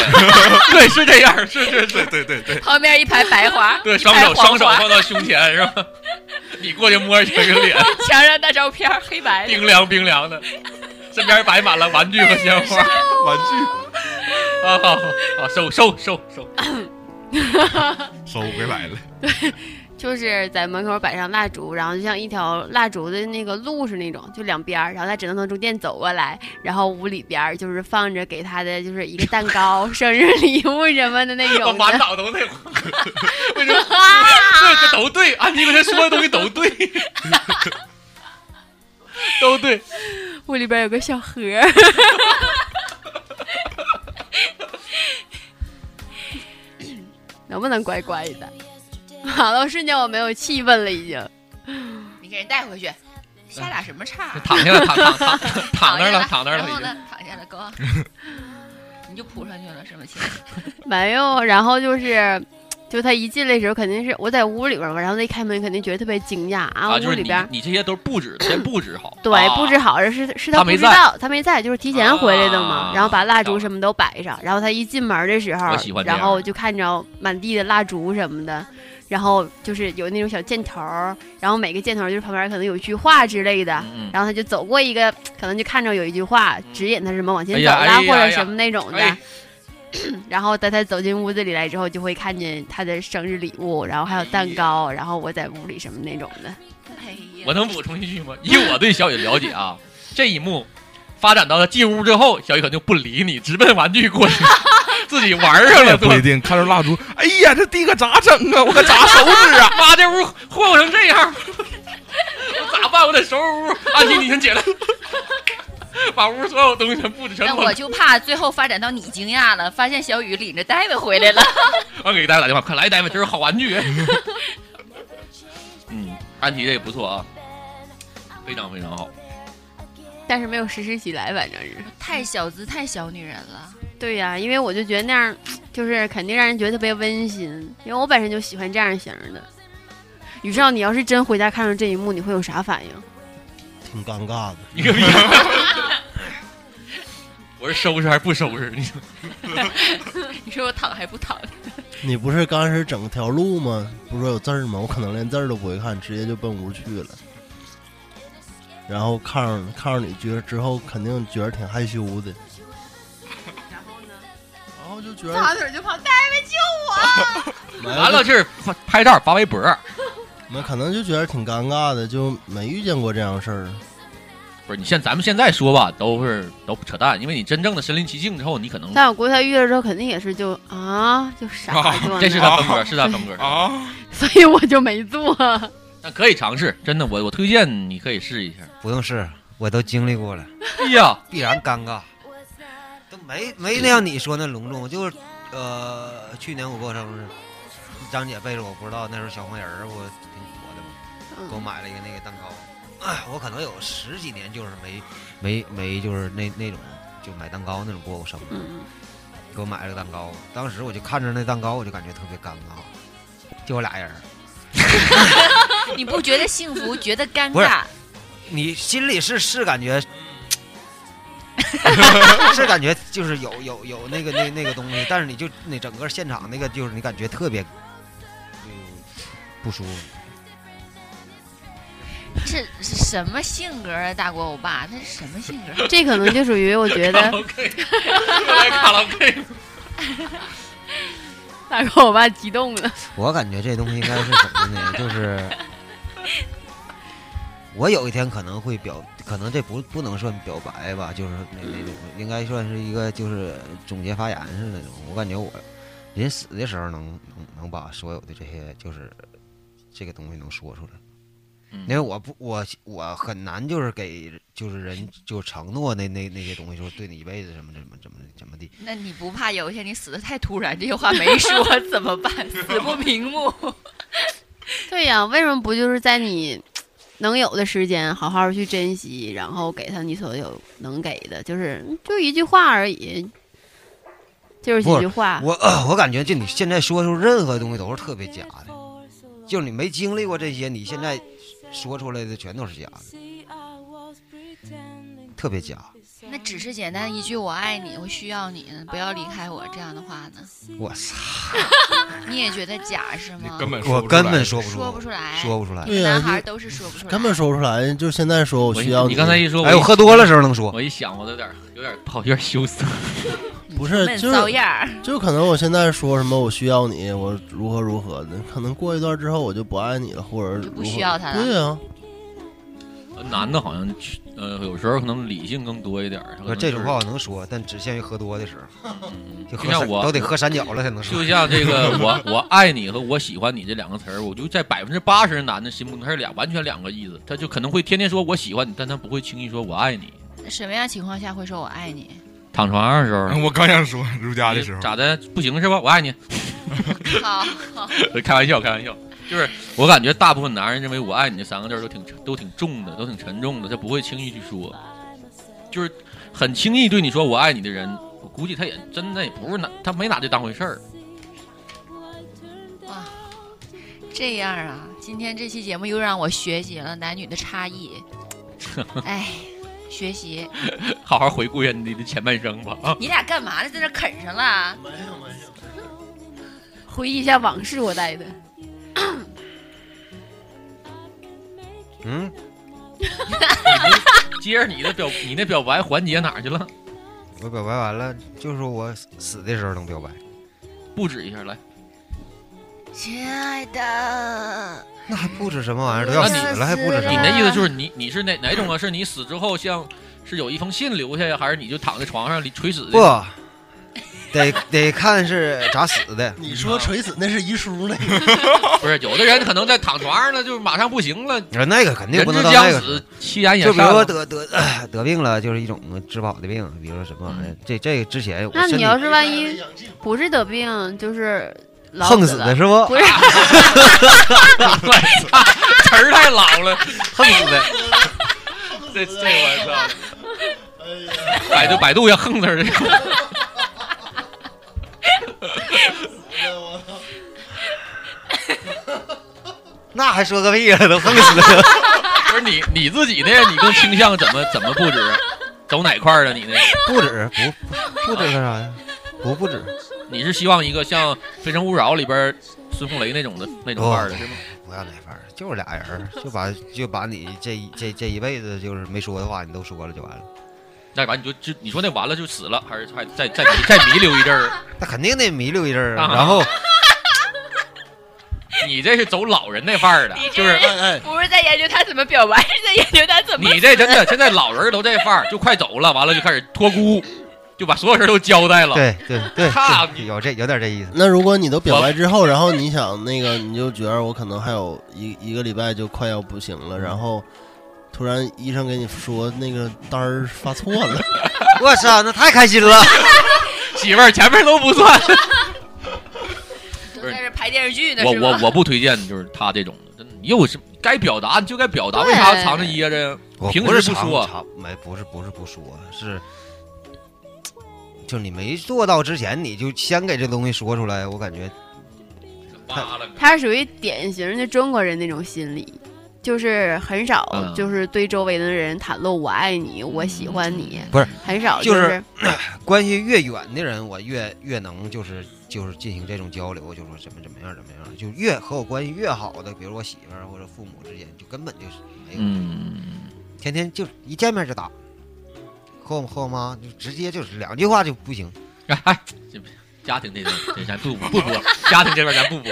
[SPEAKER 4] 对，是这样，是是是，对对对
[SPEAKER 5] 旁边一排白花，
[SPEAKER 4] 对，
[SPEAKER 5] 一
[SPEAKER 4] 双
[SPEAKER 5] 排
[SPEAKER 4] 手
[SPEAKER 5] 黄
[SPEAKER 4] 双手
[SPEAKER 5] 花，
[SPEAKER 4] 放到胸前是吧？你过去摸一下这个脸，
[SPEAKER 5] 墙上大照片，黑白的。
[SPEAKER 4] 冰凉冰凉的，身边摆满了玩具和鲜花，玩具。啊，好，好，收收收收，
[SPEAKER 9] 收回来了。
[SPEAKER 6] 就是在门口摆上蜡烛，然后就像一条蜡烛的那个路是那种，就两边儿，然后他只能从中间走过来，然后屋里边儿就是放着给他的就是一个蛋糕、 生日礼物什么的那
[SPEAKER 4] 我
[SPEAKER 6] 种
[SPEAKER 4] 满
[SPEAKER 6] 的。
[SPEAKER 4] 脑都那会儿，为什么？对，这都对，安妮刚才说的东西都对，都对。
[SPEAKER 6] 屋里边有个小盒儿， 能不能乖乖的？ 完了，瞬间我没有气氛了，已经。
[SPEAKER 5] 你给人带回去，瞎打什么岔？
[SPEAKER 4] 躺下了，躺躺躺躺那儿了，躺那儿
[SPEAKER 5] 然
[SPEAKER 4] 了，已
[SPEAKER 5] 后
[SPEAKER 4] 经。
[SPEAKER 5] 呢，躺下了，哥，你就扑上去了，是吗？亲？
[SPEAKER 6] 没有，然后就是，就他一进来的时候，肯定是我在屋里边嘛，然后他一开门，肯定觉得特别惊讶啊，
[SPEAKER 4] 啊，就
[SPEAKER 6] 屋
[SPEAKER 4] 是
[SPEAKER 6] 里
[SPEAKER 4] 你
[SPEAKER 6] 边。
[SPEAKER 4] 你这些都是布置，先布置好。啊
[SPEAKER 6] 对，布置好是是
[SPEAKER 4] 他
[SPEAKER 6] 他不
[SPEAKER 4] 没
[SPEAKER 6] 知
[SPEAKER 4] 在
[SPEAKER 6] 道，他没在，就是提前回来的嘛。
[SPEAKER 4] 啊
[SPEAKER 6] 然后把蜡
[SPEAKER 4] 知道
[SPEAKER 6] 烛
[SPEAKER 4] 了
[SPEAKER 6] 什么都摆上，然后他一进门的时候
[SPEAKER 4] 我喜欢，这
[SPEAKER 6] 然
[SPEAKER 4] 样
[SPEAKER 6] 后就看着满地的蜡烛什么的，然后就是有那种小箭头儿，然后每个箭头就是旁边可能有一句话之类的，
[SPEAKER 4] 嗯
[SPEAKER 6] 然后他就走过一个，可能就看着有一句话指引他什么往前
[SPEAKER 4] 哎
[SPEAKER 6] 走
[SPEAKER 4] 呀
[SPEAKER 6] 啦，
[SPEAKER 4] 哎呀
[SPEAKER 6] 或
[SPEAKER 4] 哎
[SPEAKER 6] 者
[SPEAKER 4] 呀
[SPEAKER 6] 什么那种的。
[SPEAKER 4] 哎
[SPEAKER 6] 然后在他走进屋子里来之后，就会看见他的生日礼物，然后还有
[SPEAKER 4] 哎
[SPEAKER 6] 蛋糕，然后我在屋里什么那种的。
[SPEAKER 5] 哎呀，
[SPEAKER 4] 我能补充一句吗？以我对小雨了 解啊，这一幕发展到他进屋之后，小雨可能就不理你，直奔玩 具过去，自己玩上
[SPEAKER 9] 也
[SPEAKER 4] 了，
[SPEAKER 9] 不一定，看着蜡烛，哎呀，这地可咋整啊？我可咋收拾 啊？
[SPEAKER 4] 妈，这屋霍霍成这样， 我咋办？我得收拾屋。安琪，你先起来， 把屋所有东西全布置全
[SPEAKER 5] 但
[SPEAKER 4] 部。
[SPEAKER 5] 我就怕最后发展到你惊讶了，发现小雨领着大卫回来了。
[SPEAKER 4] 我给大家打电话，快来，大卫，这是好玩具。 嗯，安琪这个不错啊，非常非 常好。
[SPEAKER 6] 但是没有实施起来，反正是。
[SPEAKER 5] 太小资，太小女人了。
[SPEAKER 6] 对呀、因为我就觉得那样，就是肯定让人觉得特别温馨，因为我本身就喜欢这样型儿的。宇少，你要是真回家看到这一幕，你会有啥反应？
[SPEAKER 2] 挺尴尬的。
[SPEAKER 4] 你个逼！ 我是收拾还是不收拾？你说
[SPEAKER 5] 你说我躺还不 躺？
[SPEAKER 2] 你不是刚开始整条路吗？不是说有字儿吗？我可能连字儿都不会看，直接就奔屋去了。然后看上看上你，觉得之后肯定觉得挺害羞的。然后呢？然后就觉得
[SPEAKER 6] 腿就跑，
[SPEAKER 2] 没
[SPEAKER 4] 完 了，，这是发拍照发微博。
[SPEAKER 2] 没可能就觉得挺尴尬的，就没遇见过这样事儿。
[SPEAKER 4] 不是你现咱们现在说吧，都是都扯淡，因为你真正的身临其境之后，你可能
[SPEAKER 6] 但我估计他遇了之后，肯定也是就啊，就傻
[SPEAKER 9] 啊
[SPEAKER 6] 坐
[SPEAKER 4] 这是
[SPEAKER 6] 那
[SPEAKER 4] 他
[SPEAKER 6] 儿
[SPEAKER 4] 风格，是他风格。
[SPEAKER 9] 啊，
[SPEAKER 6] 所以我就没做。
[SPEAKER 4] 但可以尝试，真的，我我推荐你可以试一下。
[SPEAKER 7] 不用试，我都经历过了，
[SPEAKER 4] 哎 呀，
[SPEAKER 7] 必然尴尬，都没没那像你说那隆重，就是呃，去年我过生日，张姐背着我不知道，那时候小黄人儿我挺火的嘛，给我
[SPEAKER 6] 嗯，
[SPEAKER 7] 买了一个那个蛋糕。哎，我可能有十几年就是没没没就是那那种就买蛋糕那种过过生活，
[SPEAKER 6] 嗯
[SPEAKER 7] 给我买了个蛋糕。当时我就看着那蛋糕，我就感觉特别尴尬，就我俩人儿。
[SPEAKER 10] 你不觉得幸福，觉得尴
[SPEAKER 7] 不是
[SPEAKER 10] 尬？
[SPEAKER 7] 你心里是是感觉， 是感觉就是有有有那个那那个东西，但是你就那整个现场那个就是你感觉特别，嗯，不舒服。
[SPEAKER 10] 这是什么性格啊，大国欧巴？他是什么性格？
[SPEAKER 6] 这可能就属于我 觉得
[SPEAKER 4] OK，又来卡拉 OK，
[SPEAKER 6] 大哥我爸激动了，
[SPEAKER 7] 我感觉这东西应该是什么呢？就是我有一天可能会表，可能这不不能算表白吧，就是那那种，应该算是一个就是总结发言似的那种。我感觉我临死的时候能能能把所有的这些就是这个东西能说出来，
[SPEAKER 4] 嗯
[SPEAKER 7] 因为我不我我很难就是给就是人就承诺那那那些东西，说对你一辈子怎么怎么怎么怎么地。
[SPEAKER 10] 那你不怕有一天你死的太突然，这些话没 说怎么办？死不瞑目。
[SPEAKER 6] 对呀、为什么不就是在你能有的时间好好去珍惜，然后给他你所有能给的，就是就一句话而已，就是几
[SPEAKER 7] 不
[SPEAKER 6] 句话，
[SPEAKER 7] 我、我感觉就你现在说出任何东西都是特别假的，就是你没经历过这些，你现在说出来的全都是假的，特别假。
[SPEAKER 10] 那只是简单一句“我爱你”，我需要你，不要离开我这样的话呢？
[SPEAKER 7] 我操，
[SPEAKER 10] 你也觉得假是
[SPEAKER 9] 你
[SPEAKER 10] 吗？
[SPEAKER 9] 根本
[SPEAKER 7] 我
[SPEAKER 9] 说不出来
[SPEAKER 7] 根本说不
[SPEAKER 10] 说不
[SPEAKER 7] 出
[SPEAKER 10] 出来，
[SPEAKER 7] 说不出来。
[SPEAKER 2] 对呀
[SPEAKER 10] 男孩都是说不出 来，
[SPEAKER 2] 根本说不出来，就现在说我需要
[SPEAKER 4] 你刚才一说，
[SPEAKER 7] 哎，
[SPEAKER 4] 我
[SPEAKER 7] 我
[SPEAKER 4] 一
[SPEAKER 7] 喝多了时候能说，
[SPEAKER 4] 我一想，我都有点有点不好，有点羞涩。
[SPEAKER 2] 不是
[SPEAKER 10] 闷
[SPEAKER 2] 就
[SPEAKER 10] 骚
[SPEAKER 2] 是
[SPEAKER 10] 样儿。
[SPEAKER 2] 就可能我现在说什么我需要你，我如何如何的，可能过一段之后我就不爱你了，或者
[SPEAKER 10] 就不
[SPEAKER 2] 如何
[SPEAKER 10] 需要他了
[SPEAKER 2] 对啊呀，
[SPEAKER 4] 男的好像呃，有时候可能理性更多一点儿。他可
[SPEAKER 7] 不是
[SPEAKER 4] 能
[SPEAKER 7] 这种话
[SPEAKER 4] 就
[SPEAKER 7] 我能说，但只限于喝多的时候，就
[SPEAKER 4] 是，就
[SPEAKER 7] 喝
[SPEAKER 4] 像
[SPEAKER 7] 三
[SPEAKER 4] 我
[SPEAKER 7] 都得喝三角了才能说
[SPEAKER 4] 就。像这个我 我爱你和我喜欢你这两个词儿，我就在百分之八十男的心目中，它是俩完全两个意思。他就可能会天天说我喜欢你，但他不会轻易说我爱你。
[SPEAKER 10] 什么样情况下会说我爱你？
[SPEAKER 4] 躺床上的时候，
[SPEAKER 9] 我刚想说如家的时候，
[SPEAKER 4] 咋的？不行是吧？我爱你。
[SPEAKER 10] 好，
[SPEAKER 4] 开玩笑，开玩笑。就是我感觉大部分男人认为“我爱你”这三个字儿都挺都挺重的，都挺沉重的，他不会轻易去说。就是很轻易对你说“我爱你”的人，我估计他也真的也不是拿他没拿这当回事儿。
[SPEAKER 10] 这样啊，今天这期节目又让我学习了男女的差 异，哎，学习。
[SPEAKER 4] 好好回顾一下你的前半生吧啊！
[SPEAKER 10] 你俩干嘛呢？在这啃上了啊？
[SPEAKER 6] 回忆一下往事我带的。
[SPEAKER 7] 嗯，
[SPEAKER 4] 接着你的表，你那表白环节哪儿去了？
[SPEAKER 7] 我表白完了，就是我死的时候能表白，
[SPEAKER 4] 布置一下来，
[SPEAKER 10] 亲爱的，
[SPEAKER 7] 那还不止什么玩意儿，都要死了还不止什
[SPEAKER 4] 你
[SPEAKER 7] 么。
[SPEAKER 4] 那意思就是你你是哪哪种啊？是你死之后像是有一封信留下呀，还是你就躺在床上里垂死
[SPEAKER 7] 不
[SPEAKER 4] 的？，
[SPEAKER 7] 得得看是咋死的。
[SPEAKER 2] 你说垂死那是遗书那个，
[SPEAKER 4] 不是，有的人可能在躺床上了，就马上不行了，
[SPEAKER 7] 你说那个肯定
[SPEAKER 4] 人
[SPEAKER 7] 不
[SPEAKER 4] 之
[SPEAKER 7] 能当那个
[SPEAKER 4] 将死，其言也
[SPEAKER 7] 就
[SPEAKER 4] 善
[SPEAKER 7] 比如说
[SPEAKER 4] 了。
[SPEAKER 7] 得得呃得病了，就是一种治不好的病，比如说什么玩意儿。这这个之前我
[SPEAKER 6] 那
[SPEAKER 7] 身
[SPEAKER 6] 你
[SPEAKER 7] 体
[SPEAKER 6] 要是万一不是得病，就是老
[SPEAKER 7] 横
[SPEAKER 6] 死
[SPEAKER 7] 死的是不？
[SPEAKER 6] 不是
[SPEAKER 4] 我操，词儿太老了，
[SPEAKER 7] 横死的，
[SPEAKER 4] 这这我操！百度百度要横字儿这个，
[SPEAKER 7] 那还说个屁啊！都横死的，
[SPEAKER 4] 不是你你自己那，你更倾向怎么怎么布置，啊走哪块儿的你那？
[SPEAKER 7] 不止不不止干啥呀？不不止，
[SPEAKER 4] 你是希望一个像《非诚勿扰》里边儿孙红雷那种的那种范儿的是吗？
[SPEAKER 7] 不要那份儿，就是俩人儿，就把就把你这一这这一辈子就是没说的话，你都说了就完了。
[SPEAKER 4] 那完你就就你说那完了就死了，还是还再再迷再弥留一阵儿？
[SPEAKER 7] 那肯定得迷溜一阵儿啊，
[SPEAKER 4] 啊
[SPEAKER 7] 然后
[SPEAKER 4] 你这是走老人那范儿的，就是
[SPEAKER 2] 哎哎，
[SPEAKER 10] 不是在研究他怎么表白，是在研究他怎么
[SPEAKER 4] 你这真的现在老人儿都这范儿，就快走了，完了就开始托孤，就把所有事儿都交代了。
[SPEAKER 7] 对对对，
[SPEAKER 4] 操
[SPEAKER 7] 对
[SPEAKER 4] 你
[SPEAKER 7] 有这有点这意思。
[SPEAKER 2] 那如果你都表白之后，然后你想那个，你就觉得我可能还有一一个礼拜就快要不行了，然后突然医生给你说那个单儿发错 了，
[SPEAKER 7] 我操，那太开心了！
[SPEAKER 4] 媳妇儿前面都不算。
[SPEAKER 10] 都在这排
[SPEAKER 5] 拍电视剧呢，
[SPEAKER 4] 我
[SPEAKER 5] 是吧
[SPEAKER 4] 我我不推荐就是他这种的，真的，你有什么该表达你就该表达，为啥
[SPEAKER 5] 对
[SPEAKER 4] 藏着掖着呀？
[SPEAKER 7] 我
[SPEAKER 4] 平
[SPEAKER 7] 不
[SPEAKER 4] 时
[SPEAKER 7] 是
[SPEAKER 4] 不
[SPEAKER 7] 藏
[SPEAKER 4] 说
[SPEAKER 7] 藏没不是不是不说，是就你没做到之前，你就先给这东西说出来，我感觉
[SPEAKER 4] 扒拉你
[SPEAKER 6] 他是属于典型的中国人那种心理，就是很少
[SPEAKER 4] 嗯
[SPEAKER 6] 就是对周围的人袒露我爱你，我喜欢你，
[SPEAKER 7] 不是
[SPEAKER 6] 很少
[SPEAKER 7] 就是
[SPEAKER 6] 是
[SPEAKER 7] 关系越远的人，我越越能就是就是进行这种交流，就说怎么怎么样怎么样，就越和我关系越好的，比如我媳妇儿或者父母之间，就根本就是没有，
[SPEAKER 4] 嗯，
[SPEAKER 7] 天天就一见面就打，和我和我妈就直接就是两句话就不行，
[SPEAKER 4] 哎哎，这家庭这边这咱不不播，家庭这边咱不播。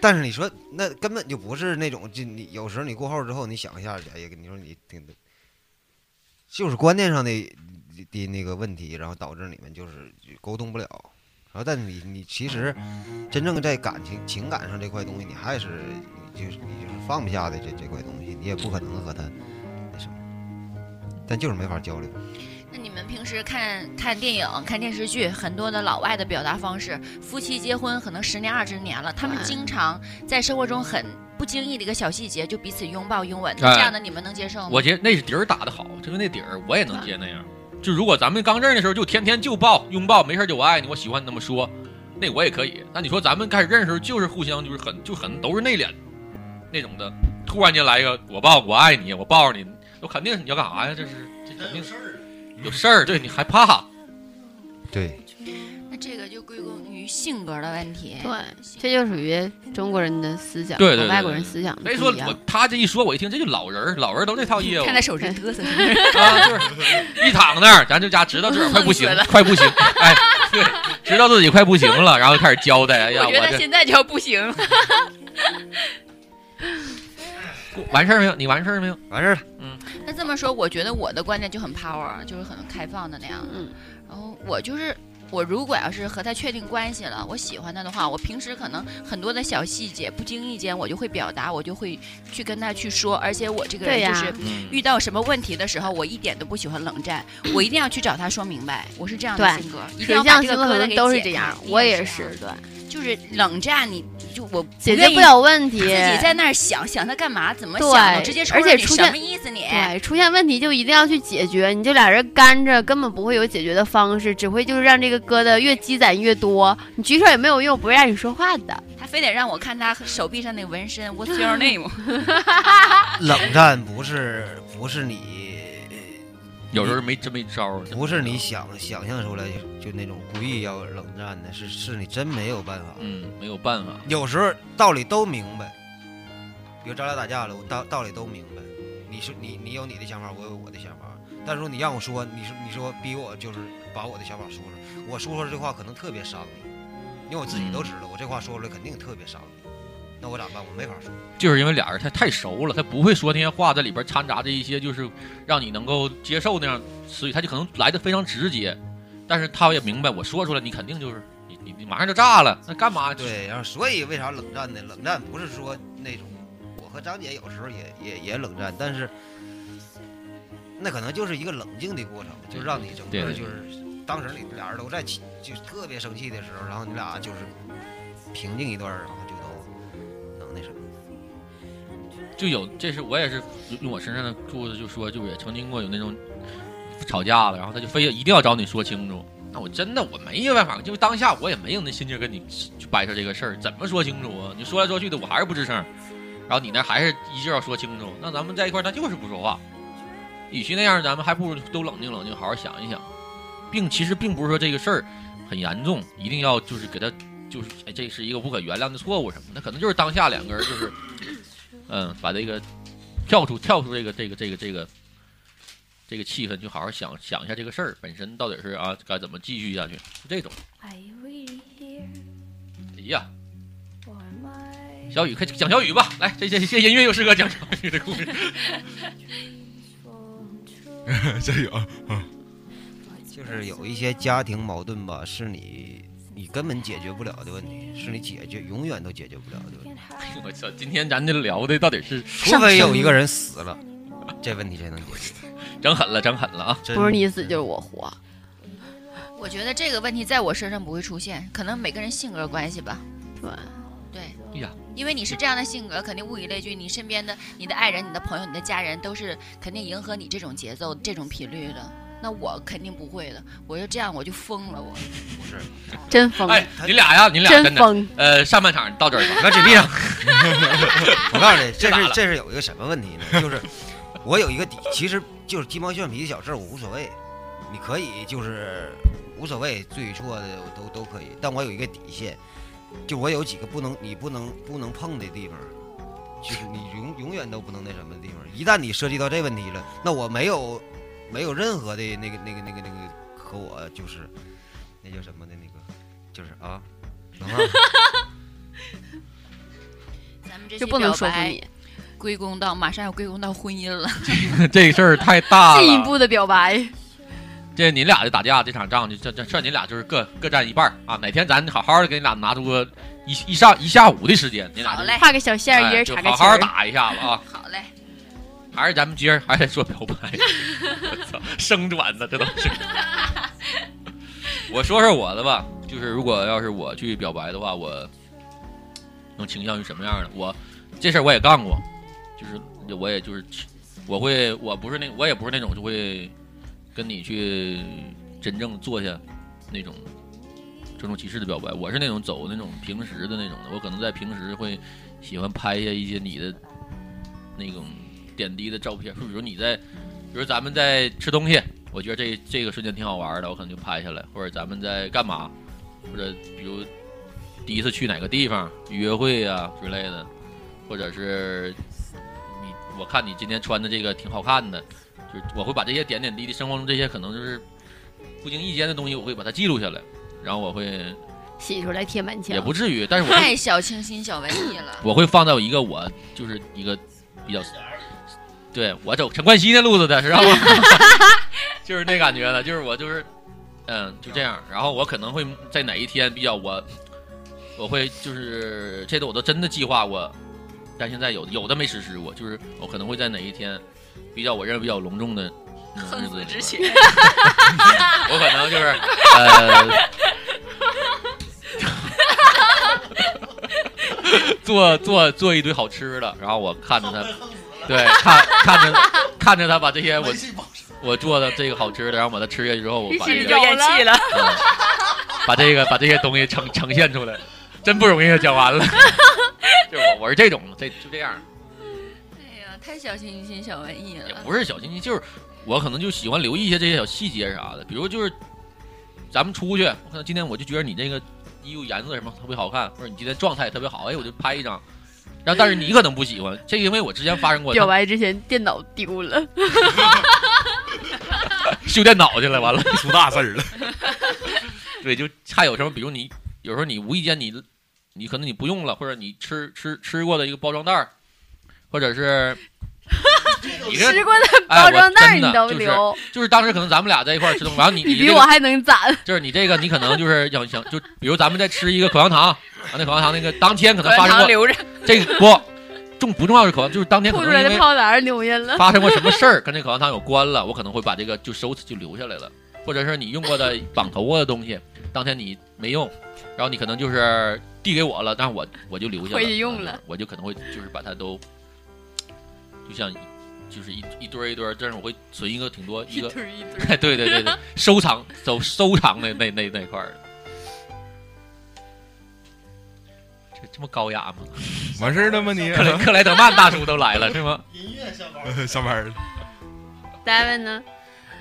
[SPEAKER 7] 但是你说那根本就不是那种，就你有时候你过后之后，你想一下，哎呀，你说你挺，就是观念上的的那个问题，然后导致你们就是沟通不了。然后，但你你其实真正在感情情感上这块东西，你还是你就是你就是放不下的这这块东西，你也不可能和他那什么，但就是没法交流。
[SPEAKER 5] 那你们平时看看电影、看电视剧，很多的老外的表达方式，夫妻结婚可能十年、二十年了，他们
[SPEAKER 6] 哎
[SPEAKER 5] 经常在生活中很不经意的一个小细节就彼此拥抱、拥吻，
[SPEAKER 4] 哎
[SPEAKER 5] 那这样的你们能接受吗？
[SPEAKER 4] 我觉得那是底儿打的好，因为那底儿我也能接那样。就如果咱们刚认识的时候就天天就抱拥抱，没事就我爱你，我喜欢你那么说，那我也可以。那你说咱们开始认识的时候就是互相就是很就很都是内敛那种的，突然间来一个我抱我爱你，我抱着你，我肯定是你要干啥呀？这是这肯定是
[SPEAKER 6] 啊
[SPEAKER 4] 有事儿，对你害怕。
[SPEAKER 7] 对，
[SPEAKER 5] 那这个就归功于性格的问题。
[SPEAKER 6] 对，这就属于中国人的思想
[SPEAKER 4] 对对
[SPEAKER 6] 和
[SPEAKER 4] 对
[SPEAKER 6] 外
[SPEAKER 4] 对
[SPEAKER 6] 国人
[SPEAKER 4] 对哎
[SPEAKER 6] 思想的
[SPEAKER 4] 所以
[SPEAKER 6] 不
[SPEAKER 4] 说
[SPEAKER 6] 一样
[SPEAKER 4] 我。他这一说，我一听这就老人儿，老人儿都这套 业务
[SPEAKER 5] 看他手 指嘚瑟，
[SPEAKER 4] 啊，就是一躺那儿，咱就家知道自个儿快不 行，快不行，哎，对，知道自己快不行了，然后开始交代，哎呀，
[SPEAKER 5] 我
[SPEAKER 4] 我
[SPEAKER 5] 觉得
[SPEAKER 4] 这
[SPEAKER 5] 现在就要不行了。
[SPEAKER 4] 完事儿没有？你完事儿没有？
[SPEAKER 7] 完事儿了，
[SPEAKER 5] 那这么说，我觉得我的观念就很 power，就是很开放的那样的。
[SPEAKER 6] 嗯，
[SPEAKER 5] 然后我就是，我如果要是和他确定关系了，我喜欢他的话，我平时可能很多的小细节，不经意间我就会表达，我就会去跟他去说。而且我这个人
[SPEAKER 6] 对呀
[SPEAKER 5] 就是
[SPEAKER 4] 嗯
[SPEAKER 5] 遇到什么问题的时候，我一点都不喜欢冷战，我一定要去找他说明白。我是这样的
[SPEAKER 6] 对
[SPEAKER 5] 性格， 一定
[SPEAKER 6] 水
[SPEAKER 5] 要把
[SPEAKER 6] 象
[SPEAKER 5] 这
[SPEAKER 6] 星
[SPEAKER 5] 个
[SPEAKER 6] 座可
[SPEAKER 5] 疙瘩
[SPEAKER 6] 能
[SPEAKER 5] 给
[SPEAKER 6] 都
[SPEAKER 5] 解
[SPEAKER 6] 是这
[SPEAKER 5] 开
[SPEAKER 6] 样，
[SPEAKER 5] 一
[SPEAKER 6] 我
[SPEAKER 5] 定
[SPEAKER 6] 也
[SPEAKER 5] 这样
[SPEAKER 6] 是，对，
[SPEAKER 5] 就是冷战，你就我
[SPEAKER 6] 解
[SPEAKER 5] 愿
[SPEAKER 6] 决
[SPEAKER 5] 意
[SPEAKER 6] 不了问题，
[SPEAKER 5] 自己在那儿想想他干嘛，怎么
[SPEAKER 6] 对
[SPEAKER 5] 想的，直接冲
[SPEAKER 6] 而且
[SPEAKER 5] 上去
[SPEAKER 6] 出
[SPEAKER 5] 什
[SPEAKER 6] 现
[SPEAKER 5] 么意思你？
[SPEAKER 6] 对，出现问题就一定要去解决，你就俩人干着，根本不会有解决的方式，只会就是让这个疙瘩越积攒越多。你举手也没有用，不会让你说话的。
[SPEAKER 5] 他非得让我看他手臂上那纹 身，What's your name？
[SPEAKER 7] 冷战不是不是你。
[SPEAKER 4] 嗯有时候没真没招儿，
[SPEAKER 7] 不是你想想象出来就那种故意要冷战的，是是你真没有办法。
[SPEAKER 4] 嗯，没有办法，
[SPEAKER 7] 有时候道理都明白，比如咱俩打架了，我道道理都明白。你是你你有你的想法，我有我的想法。但是说你让我说，你说你说逼我就是把我的想法说出来，我说出来这话可能特别伤你，因为我自己都知道，我这话说出来肯定特别伤你。那我咋办？我没法说。
[SPEAKER 4] 就是因为俩人太太熟了，他不会说那些话，在里边掺杂着一些就是让你能够接受那样词语，他就可能来的非常直接，但是他也明白我说出来，你肯定就是你你你马上啊就炸了，那干嘛？
[SPEAKER 7] 对，然后所以为啥冷战呢？冷战不是说那种，我和张姐有时候也也也冷战，但是那可能就是一个冷静的过程，就让你整
[SPEAKER 4] 对
[SPEAKER 7] 个
[SPEAKER 4] 对
[SPEAKER 7] 就是当时你俩人都在气，就是特别生气的时候，然后你俩就是平静一段儿，然后就都能那什么。
[SPEAKER 4] 就有，这是我也是用我身上的故事，就说就也曾经过有那种吵架了，然后他就非要一定要找你说清楚。那我真的我没有办法，因为当下我也没有那心情跟你去掰扯这个事儿，怎么说清楚啊？你说来说去的，我还是不吱声。然后你那还是一劲儿要说清楚，那咱们在一块儿，他就是不说话。与其那样，咱们还不如都冷静冷静，好好想一想，并其实并不是说这个事儿很严重，一定要就是给他就是哎，这是一个不可原谅的错误什么的，那可能就是当下两个人就是嗯，把这个跳出跳出这个这个这个这个这个气氛，去好好想想一下这个事儿本身到底是啊该怎么继续下去，是这种。哎呀，小雨，快讲小雨吧，来，这这这音乐又适合讲小雨的故事。
[SPEAKER 9] 加油啊！
[SPEAKER 7] 就是有一些家庭矛盾吧，是你你根本解决不了的问题，是你解决永远都解决不了的问题，
[SPEAKER 4] 我操，今天咱这聊的到底是
[SPEAKER 7] 除非有一个人死了，这问题才能解决。
[SPEAKER 4] 整狠了，整狠了啊！
[SPEAKER 7] 真
[SPEAKER 6] 不是你死就是我活。
[SPEAKER 5] 我觉得这个问题在我身上不会出现，可能每个人性格关系吧。
[SPEAKER 6] 对，
[SPEAKER 5] 对，
[SPEAKER 4] 哎呀，
[SPEAKER 5] 因为你是这样的性格，肯定物以类聚，你身边的、你的爱人、你的朋友、你的家人都是肯定迎合你这种节奏、这种频率的。那我肯定不会的，我就这样我就疯了我。
[SPEAKER 7] 不是，
[SPEAKER 6] 真疯，
[SPEAKER 4] 哎，你俩呀，你俩
[SPEAKER 6] 真
[SPEAKER 4] 真的，
[SPEAKER 6] 疯，
[SPEAKER 4] 呃，上半场到这儿吧。
[SPEAKER 7] 把纸闭上。 我告诉你，这
[SPEAKER 4] 咋
[SPEAKER 7] 是
[SPEAKER 4] 了
[SPEAKER 7] 这是有一个什么问题呢？ 就是我有一个底，其实就是鸡毛蒜皮的小事，我无所谓。你可以就是无所谓，对错的我都都可以，但我有一个底线，就我有几个不能你不能不能碰的地方，就是你永永远都不能那什么的地方。一旦你涉及到这问题了，那我没有没有任何的那个那个那个那个和我就是那叫什么的那个就是啊， 能吗？
[SPEAKER 5] 咱们这
[SPEAKER 6] 就
[SPEAKER 5] 些
[SPEAKER 6] 不能
[SPEAKER 5] 表
[SPEAKER 6] 说服
[SPEAKER 5] 白
[SPEAKER 6] 你。
[SPEAKER 5] 归功到马上要归功到婚姻了，
[SPEAKER 4] 这事儿太大了。
[SPEAKER 6] 进一步的表白，
[SPEAKER 4] 这你俩的打架这场仗就这这这你俩就是各各占一半儿啊！哪天咱好好的给你俩拿出个一一上一下午的时间，你俩
[SPEAKER 5] 好
[SPEAKER 4] 就
[SPEAKER 5] 嘞，
[SPEAKER 6] 画个小线儿，一
[SPEAKER 4] 哎
[SPEAKER 6] 人
[SPEAKER 4] 就
[SPEAKER 6] 插个
[SPEAKER 4] 好
[SPEAKER 6] 旗
[SPEAKER 4] 好
[SPEAKER 6] 儿。
[SPEAKER 4] 打一下子啊！
[SPEAKER 5] 好嘞，
[SPEAKER 4] 还是咱们今儿还得说表白， 我操，生转的这都是。我说说我的吧，就是如果要是我去表白的话，我能倾向于什么样的？我这事儿我也干过，就是我也就是我会我不是那我也不是那种就会跟你去真正坐下那种郑重其事的表白，我是那种走那种平时的那种的，我可能在平时会喜欢拍一下一些你的那种点滴的照片，比如你在，比如咱们在吃东西，我觉得这这个瞬间挺好玩的，我可能就拍下来，或者咱们在干嘛，或者比如第一次去哪个地方约会啊之类的，或者是你我看你今天穿的这个挺好看的，就是我会把这些点点滴滴生活中这些可能就是不经意间的东西，我会把它记录下来，然后我会
[SPEAKER 6] 洗出来贴满墙，
[SPEAKER 4] 也不至于，但 是我会
[SPEAKER 5] 太小清新、小文艺了。
[SPEAKER 4] 我会放到一个我就是一个比较，对我走陈冠希那路子的，知道吗？ 就是那感觉的，就是我就是，嗯，就这样。然后我可能会在哪一天比较我，我会就是这个我都真的计划过，但现在有有的没实施过，就是我可能会在哪一天比较我认为比较隆重的那种日子里边，我可能就是呃。呃做做做一堆好吃的，然后我看着他，对，看看着看着他把这些我我做的这个好吃的，然后把它吃下去之后，我把这个、
[SPEAKER 10] 咽气了，
[SPEAKER 4] 嗯把这个把这些东西呈呈现出来，真不容易啊！讲完了， 就是我我是这种的，这就这样，
[SPEAKER 5] 哎呀，太小清新、小文艺
[SPEAKER 4] 也
[SPEAKER 5] 了。
[SPEAKER 4] 不是小清新，就是我可能就喜欢留意一些这些小细节啥的，比如就是咱们出去，我可能今天我就觉得你这个衣服颜色什么特别好看，或者你今天状态特别好，哎，我就拍一张。然后，但是你可能不喜欢，这因为我之前发生过，
[SPEAKER 6] 表白之前电脑丢了，
[SPEAKER 4] 修电脑去了，完了。
[SPEAKER 9] 出大事儿了。
[SPEAKER 4] 对，就还有什么，比如你有时候你无意间你你可能你不用了，或者你吃吃吃过的一个包装袋儿，或者是你这哎
[SPEAKER 6] 吃过的包装袋儿你都留，
[SPEAKER 4] 就是当时可能咱们俩在一块儿吃东西，然后你
[SPEAKER 6] 你
[SPEAKER 4] 你
[SPEAKER 6] 比
[SPEAKER 4] 这
[SPEAKER 6] 我
[SPEAKER 4] 个
[SPEAKER 6] 还能攒，
[SPEAKER 4] 就是你这个你可能就是想想就比如咱们在吃一个口香糖，啊那口香糖那个当天可能发生过
[SPEAKER 10] 留着，
[SPEAKER 4] 这个不重不重要的口香，就是当天
[SPEAKER 6] 吐
[SPEAKER 4] 可
[SPEAKER 6] 出
[SPEAKER 4] 能因
[SPEAKER 6] 来 的
[SPEAKER 4] 为
[SPEAKER 6] 泡哪儿扭人了？
[SPEAKER 4] 发生过什么事儿跟这口香糖有关了，我可能会把这个就收就留下来了，或者是你用过的绑头过的东西，当天你没用，然后你可能就是递给我了，但是我我就留下了，
[SPEAKER 6] 回去用了
[SPEAKER 4] 嗯，我就可能会就是把它都，就像就是一一堆儿一堆儿，但是我会存一个挺多一个，
[SPEAKER 6] 堆一堆，
[SPEAKER 4] 哎， 对对对对，收藏走收藏那那那那块儿的，这这么高雅吗？
[SPEAKER 9] 啊完事儿了吗你？
[SPEAKER 4] 克雷克莱德曼大叔都来了是吗？
[SPEAKER 2] 音乐下班
[SPEAKER 9] 上班了。
[SPEAKER 6] 大卫
[SPEAKER 4] 啊
[SPEAKER 6] 呢？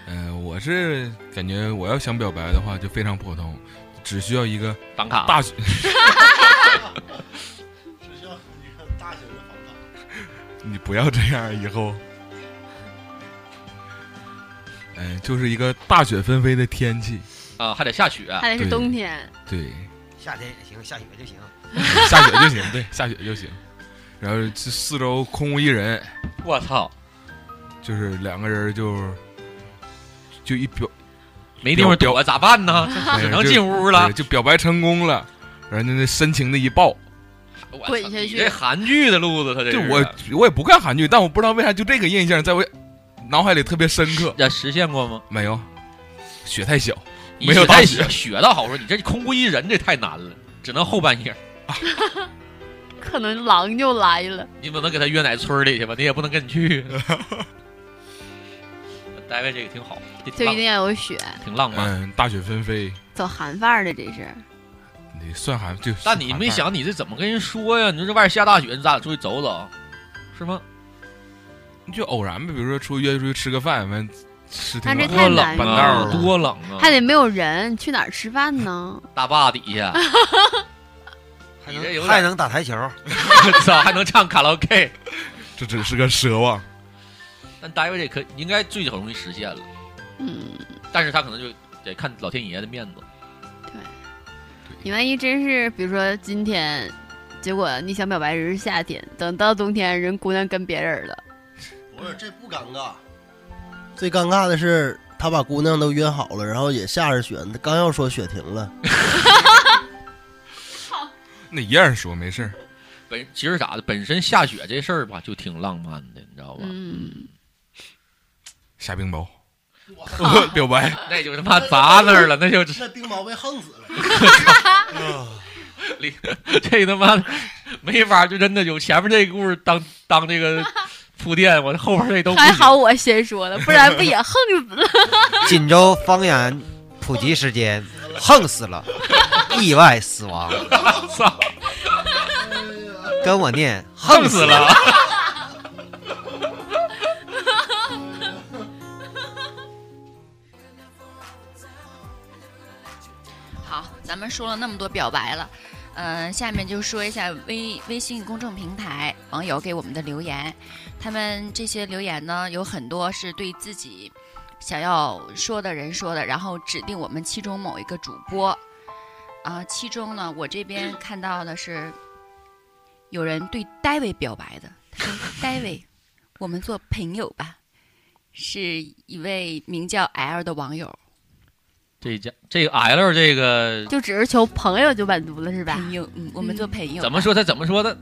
[SPEAKER 9] 嗯、我是感觉我要想表白的话就非常普通，只需要一个
[SPEAKER 4] 绑卡
[SPEAKER 9] 大学
[SPEAKER 2] 只需要一个大型的房产。
[SPEAKER 9] 你不要这样，以后。嗯，就是一个大雪纷飞的天气，
[SPEAKER 4] 啊，还得下雪，
[SPEAKER 6] 还得是
[SPEAKER 9] 对
[SPEAKER 6] 冬天，
[SPEAKER 9] 对，
[SPEAKER 7] 夏天也行，下雪就行。
[SPEAKER 9] 下雪就 行，对，下雪就行。然后这四周空无一人，
[SPEAKER 4] 我操！
[SPEAKER 9] 就是两个人就就一 表，
[SPEAKER 4] 没地方躲啊咋办呢？
[SPEAKER 9] 哎
[SPEAKER 4] 只能
[SPEAKER 9] 就
[SPEAKER 4] 进屋了
[SPEAKER 9] 对，就表白成功了。然后就那深情的一抱，
[SPEAKER 4] 我操
[SPEAKER 6] 滚下去
[SPEAKER 4] 你这韩剧的路子，他这
[SPEAKER 9] 就是我我也不看韩剧，但我不知道为啥就这个印象在我脑海里特别深刻。
[SPEAKER 4] 这实现过吗？
[SPEAKER 9] 没有，雪太小，
[SPEAKER 4] 你
[SPEAKER 9] 没有
[SPEAKER 4] 血
[SPEAKER 9] 大
[SPEAKER 4] 太
[SPEAKER 9] 学
[SPEAKER 4] 血血倒好说，你这空不一人这太难了，只能后半夜。
[SPEAKER 6] 可能狼就来了。
[SPEAKER 4] 你不能给他约哪村儿里去吧？你也不能跟 你去。单位这个挺好，
[SPEAKER 6] 就
[SPEAKER 4] 挺
[SPEAKER 6] 一
[SPEAKER 4] 浪
[SPEAKER 6] 定要有雪，
[SPEAKER 4] 挺浪漫。
[SPEAKER 9] 嗯，大雪纷飞，
[SPEAKER 6] 走韩范儿的这是，
[SPEAKER 9] 你算寒就。
[SPEAKER 4] 但你没想，你这怎么跟人说呀？你说这外边下大雪，你咱俩出去走走，是吗？
[SPEAKER 9] 你就偶然呗，比如说出约出去吃个饭，完吃
[SPEAKER 6] 那
[SPEAKER 9] 挺
[SPEAKER 6] 这
[SPEAKER 9] 好
[SPEAKER 6] 太
[SPEAKER 4] 多冷
[SPEAKER 6] 难了
[SPEAKER 4] 啊，多冷啊！
[SPEAKER 6] 还得没有人，去哪儿吃饭呢？
[SPEAKER 4] 大坝底下，
[SPEAKER 7] 还
[SPEAKER 4] 你这有
[SPEAKER 7] 能
[SPEAKER 4] 点
[SPEAKER 7] 还能打台球，
[SPEAKER 4] 操，还能唱卡拉 OK。
[SPEAKER 9] 这只是个奢望。
[SPEAKER 4] 但单位这可应该最容易实现了，
[SPEAKER 6] 嗯，
[SPEAKER 4] 但是他可能就得看老天爷的面子。
[SPEAKER 6] 你万一真是，比如说今天，结果你想表白人是夏天，等到冬天人姑娘跟别人了，
[SPEAKER 2] 不是，这不尴尬。最尴尬的是，他把姑娘都约好了，然后也下着雪，刚要说雪停了，
[SPEAKER 9] 那一样说没事儿，
[SPEAKER 4] 本其实啥的，本身下雪这事儿吧，就挺浪漫的，你知道吧？
[SPEAKER 6] 嗯，
[SPEAKER 9] 下冰雹， 表白，
[SPEAKER 4] 那就他妈砸那儿了，那就
[SPEAKER 2] 那冰雹被横死了。
[SPEAKER 4] 这他妈没法，就真的有前面这个故事当当这个铺垫，我后边这都不
[SPEAKER 6] 还
[SPEAKER 4] 行。
[SPEAKER 6] 好我先说的，不然不也横死了？
[SPEAKER 7] 锦州方言普及时间，横死了，意外死亡，
[SPEAKER 4] 操，
[SPEAKER 7] 跟我念
[SPEAKER 4] 横
[SPEAKER 7] 横
[SPEAKER 4] 死
[SPEAKER 7] 死
[SPEAKER 4] 了。！
[SPEAKER 5] 好，咱们说了那么多表白了，嗯、下面就说一下微微信公众平台网友给我们的留言。他们这些留言呢，有很多是对自己想要说的人说的，然后指定我们其中某一个主播。啊、其中呢，我这边看到的是有人对戴维表白的，他说：“戴维，我们做朋友吧。”是一位名叫 L 的网友，
[SPEAKER 4] 这家这个 L 这个
[SPEAKER 6] 就只是求朋友就满足了是吧？
[SPEAKER 5] 朋友，嗯，我们做
[SPEAKER 6] 嗯
[SPEAKER 5] 朋友吧。
[SPEAKER 4] 怎么说？他怎么说的？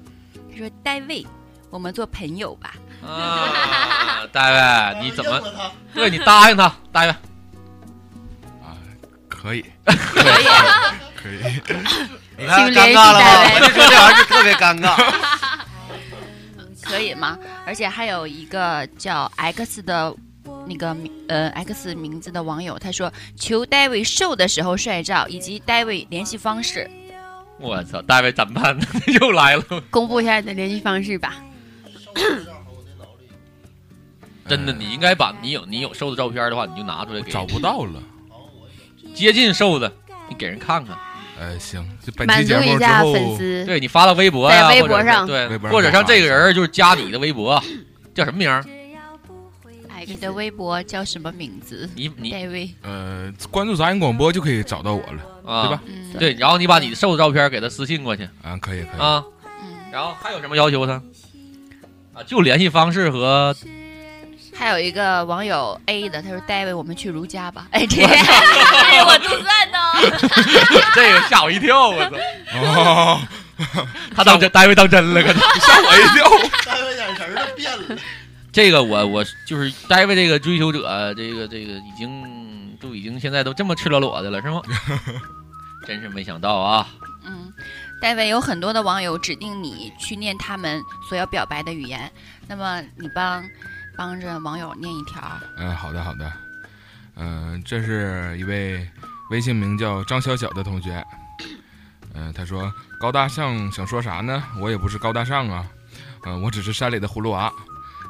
[SPEAKER 5] 他说：“戴卫，我们做朋友吧。
[SPEAKER 4] 啊，大卫，你怎么？对你答应他， 大卫，
[SPEAKER 9] 啊，可以，可以， 可以，
[SPEAKER 7] 你看尴
[SPEAKER 6] 请联系
[SPEAKER 7] 尬了
[SPEAKER 6] 单
[SPEAKER 7] 吧？
[SPEAKER 6] 位
[SPEAKER 7] 我就说这玩意儿就特别尴尬。”
[SPEAKER 4] 嗯
[SPEAKER 5] 可以吗？而且还有一个叫 X 的那个名呃 X 名字的网友，他说求戴维瘦的时候帅照以及戴维联系方式。
[SPEAKER 4] 我操，大卫怎么办？ 又来了，
[SPEAKER 9] 哎
[SPEAKER 6] 公布一下你的联系方式吧。
[SPEAKER 4] 真的，你应该把你有你有瘦的照片的话，你就拿出来给
[SPEAKER 9] 找不到了。
[SPEAKER 4] 接近瘦的，你给人看看。
[SPEAKER 9] 呃，行，就
[SPEAKER 4] 嗯
[SPEAKER 9] 本
[SPEAKER 6] 满
[SPEAKER 9] 期
[SPEAKER 6] 足
[SPEAKER 9] 节
[SPEAKER 6] 一
[SPEAKER 9] 目之
[SPEAKER 6] 下
[SPEAKER 9] 后，
[SPEAKER 6] 粉丝，
[SPEAKER 4] 对你发到微博呀，
[SPEAKER 6] 在微
[SPEAKER 4] 或者
[SPEAKER 6] 博
[SPEAKER 4] 是
[SPEAKER 6] 上
[SPEAKER 4] 对
[SPEAKER 9] 微，博上
[SPEAKER 4] 或者
[SPEAKER 9] 发
[SPEAKER 4] 像这个人就是加你的微博，叫什么名儿？
[SPEAKER 6] 哎
[SPEAKER 5] 你的微博叫什么名字？
[SPEAKER 4] 你你
[SPEAKER 5] 戴维，
[SPEAKER 9] 呃，关注杂音广播就可以找到我了
[SPEAKER 4] 啊，
[SPEAKER 9] 对吧？
[SPEAKER 5] 嗯，
[SPEAKER 4] 对，然后你把你的瘦的照片给他私信过去
[SPEAKER 9] 啊，可以，可以，
[SPEAKER 4] 啊，
[SPEAKER 5] 嗯，
[SPEAKER 4] 然后还有什么要求他？啊，就联系方式和
[SPEAKER 5] 还有一个网友 A 的，他说戴维，我们去如家 吧。哎，这哎我肚子饿呢。
[SPEAKER 4] 这个吓我一跳，我 操！
[SPEAKER 9] 哦，
[SPEAKER 4] 他当真，单位当真了，可能
[SPEAKER 9] 吓我一跳。
[SPEAKER 2] 大卫眼神都变了，
[SPEAKER 4] 这个我我就是单位这个追求者，这个这个已经都已经现在都这么赤裸裸的了， 是吗？真是没想到啊！
[SPEAKER 5] 嗯，戴维有很多的网友指定你去念他们所要表白的语言，那么你帮帮着网友念一条。
[SPEAKER 9] 嗯，好的，好的，嗯、这是一位微信名叫张小小的同学，嗯、他说高大上想说啥呢？我也不是高大上啊，嗯、我只是山里的葫芦娃。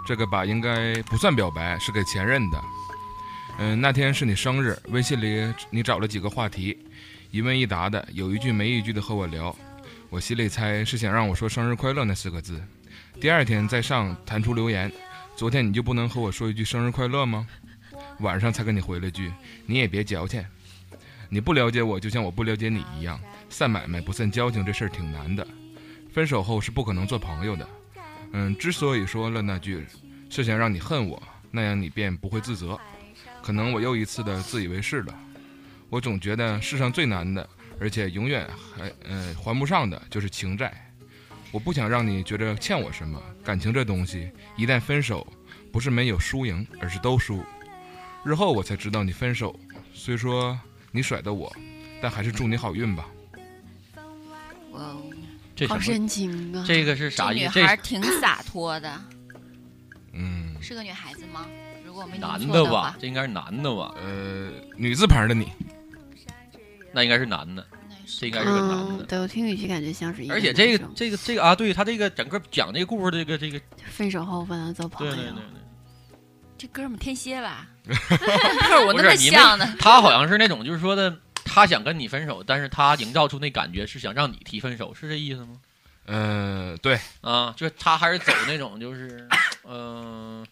[SPEAKER 9] 这个吧，应该不算表白，是给前任的。嗯、那天是你生日，微信里你找了几个话题，一问一答的，有一句没一句的和我聊。我心里猜是想让我说生日快乐那四个字。第二天再上弹出留言，昨天你就不能和我说一句生日快乐吗？晚上才跟你回了句，你也别矫情，你不了解我，就像我不了解你一样。散买卖不散交情这事儿挺难的，分手后是不可能做朋友的。嗯，之所以说了那句，是想让你恨我，那样你便不会自责。可能我又一次的自以为是了。我总觉得世上最难的，而且永远还呃还不上的就是情债。我不想让你觉着欠我什么，感情这东西一旦分手，不是没有输赢，而是都输。日后我才知道你分手，虽说你甩的我，但还是祝你好运吧。
[SPEAKER 5] 哇哦，
[SPEAKER 4] 这
[SPEAKER 6] 好
[SPEAKER 4] 什么？
[SPEAKER 6] 深情啊！
[SPEAKER 4] 这个是啥
[SPEAKER 5] 这
[SPEAKER 4] 意
[SPEAKER 5] 女
[SPEAKER 4] 思？这
[SPEAKER 5] 孩挺洒脱的，
[SPEAKER 9] 嗯，
[SPEAKER 5] 是个女孩子吗？如果我没听
[SPEAKER 4] 男
[SPEAKER 5] 错
[SPEAKER 4] 的
[SPEAKER 5] 的
[SPEAKER 4] 吧
[SPEAKER 5] 话，？
[SPEAKER 4] 这应该是男的吧？
[SPEAKER 9] 呃，女字旁的你，
[SPEAKER 4] 那应该是男的，
[SPEAKER 5] 那
[SPEAKER 4] 这
[SPEAKER 5] 是哦
[SPEAKER 4] 应该是个男
[SPEAKER 6] 嗯，
[SPEAKER 4] 的。
[SPEAKER 6] 对我听语气感觉像是一
[SPEAKER 4] 而且
[SPEAKER 6] 男
[SPEAKER 4] 这个
[SPEAKER 6] 生
[SPEAKER 4] 这个这个啊，对他这个整个讲这个故事的这个这个，
[SPEAKER 6] 分手后问他做
[SPEAKER 4] 对
[SPEAKER 6] 朋友，
[SPEAKER 5] 哎
[SPEAKER 4] 对对对，
[SPEAKER 5] 这哥们儿天 蝎吧？ 我那么
[SPEAKER 4] 你
[SPEAKER 5] 像呢？
[SPEAKER 4] 他好像是那种就是说的，他想跟你分手，但是他营造出那感觉是想让你提分手，是这意思吗？
[SPEAKER 9] 呃，对，
[SPEAKER 4] 啊，就是他还是走那种就是，嗯、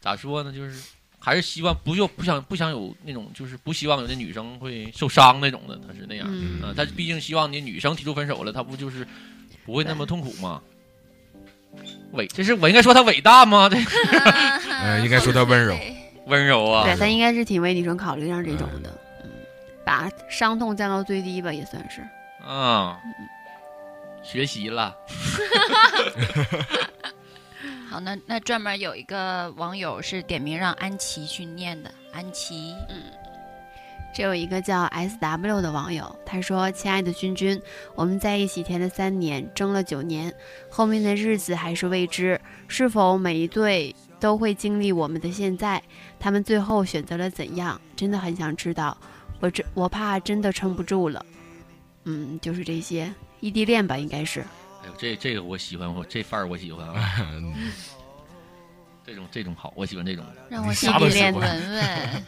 [SPEAKER 4] 咋说呢，就是还是希望不就不想不想有那种就是不希望有的女生会受伤那种的，他是那样。
[SPEAKER 6] 嗯，
[SPEAKER 4] 啊，他毕竟希望你女生提出分手了，他不就是不会那么痛苦吗？伟，这是我应该说他伟大吗？这
[SPEAKER 9] 呃，应该说他温柔，
[SPEAKER 4] 温柔啊
[SPEAKER 6] 对，他应该是挺为女生考虑上这种的，嗯，把伤痛降到最低吧，也算是。
[SPEAKER 4] 啊，学习了，
[SPEAKER 5] 好，那那专门有一个网友是点名让安琪去念的，安琪，
[SPEAKER 6] 这有一个叫 S W 的网友，他说：“亲爱的君君，我们在一起甜了三年，争了九年，后面的日子还是未知，是否每一对都会经历我们的现在？他们最后选择了怎样？真的很想知道。我这我怕真的撑不住了。嗯，就是这些异地恋吧，应该是。
[SPEAKER 4] 哎呦，这这个我喜欢，我这范儿我喜欢啊，这种这种好，我喜欢这种。
[SPEAKER 5] 让我
[SPEAKER 9] 你
[SPEAKER 5] 想
[SPEAKER 9] 啥都
[SPEAKER 5] 异
[SPEAKER 9] 喜
[SPEAKER 5] 地
[SPEAKER 9] 欢
[SPEAKER 5] 恋闻闻，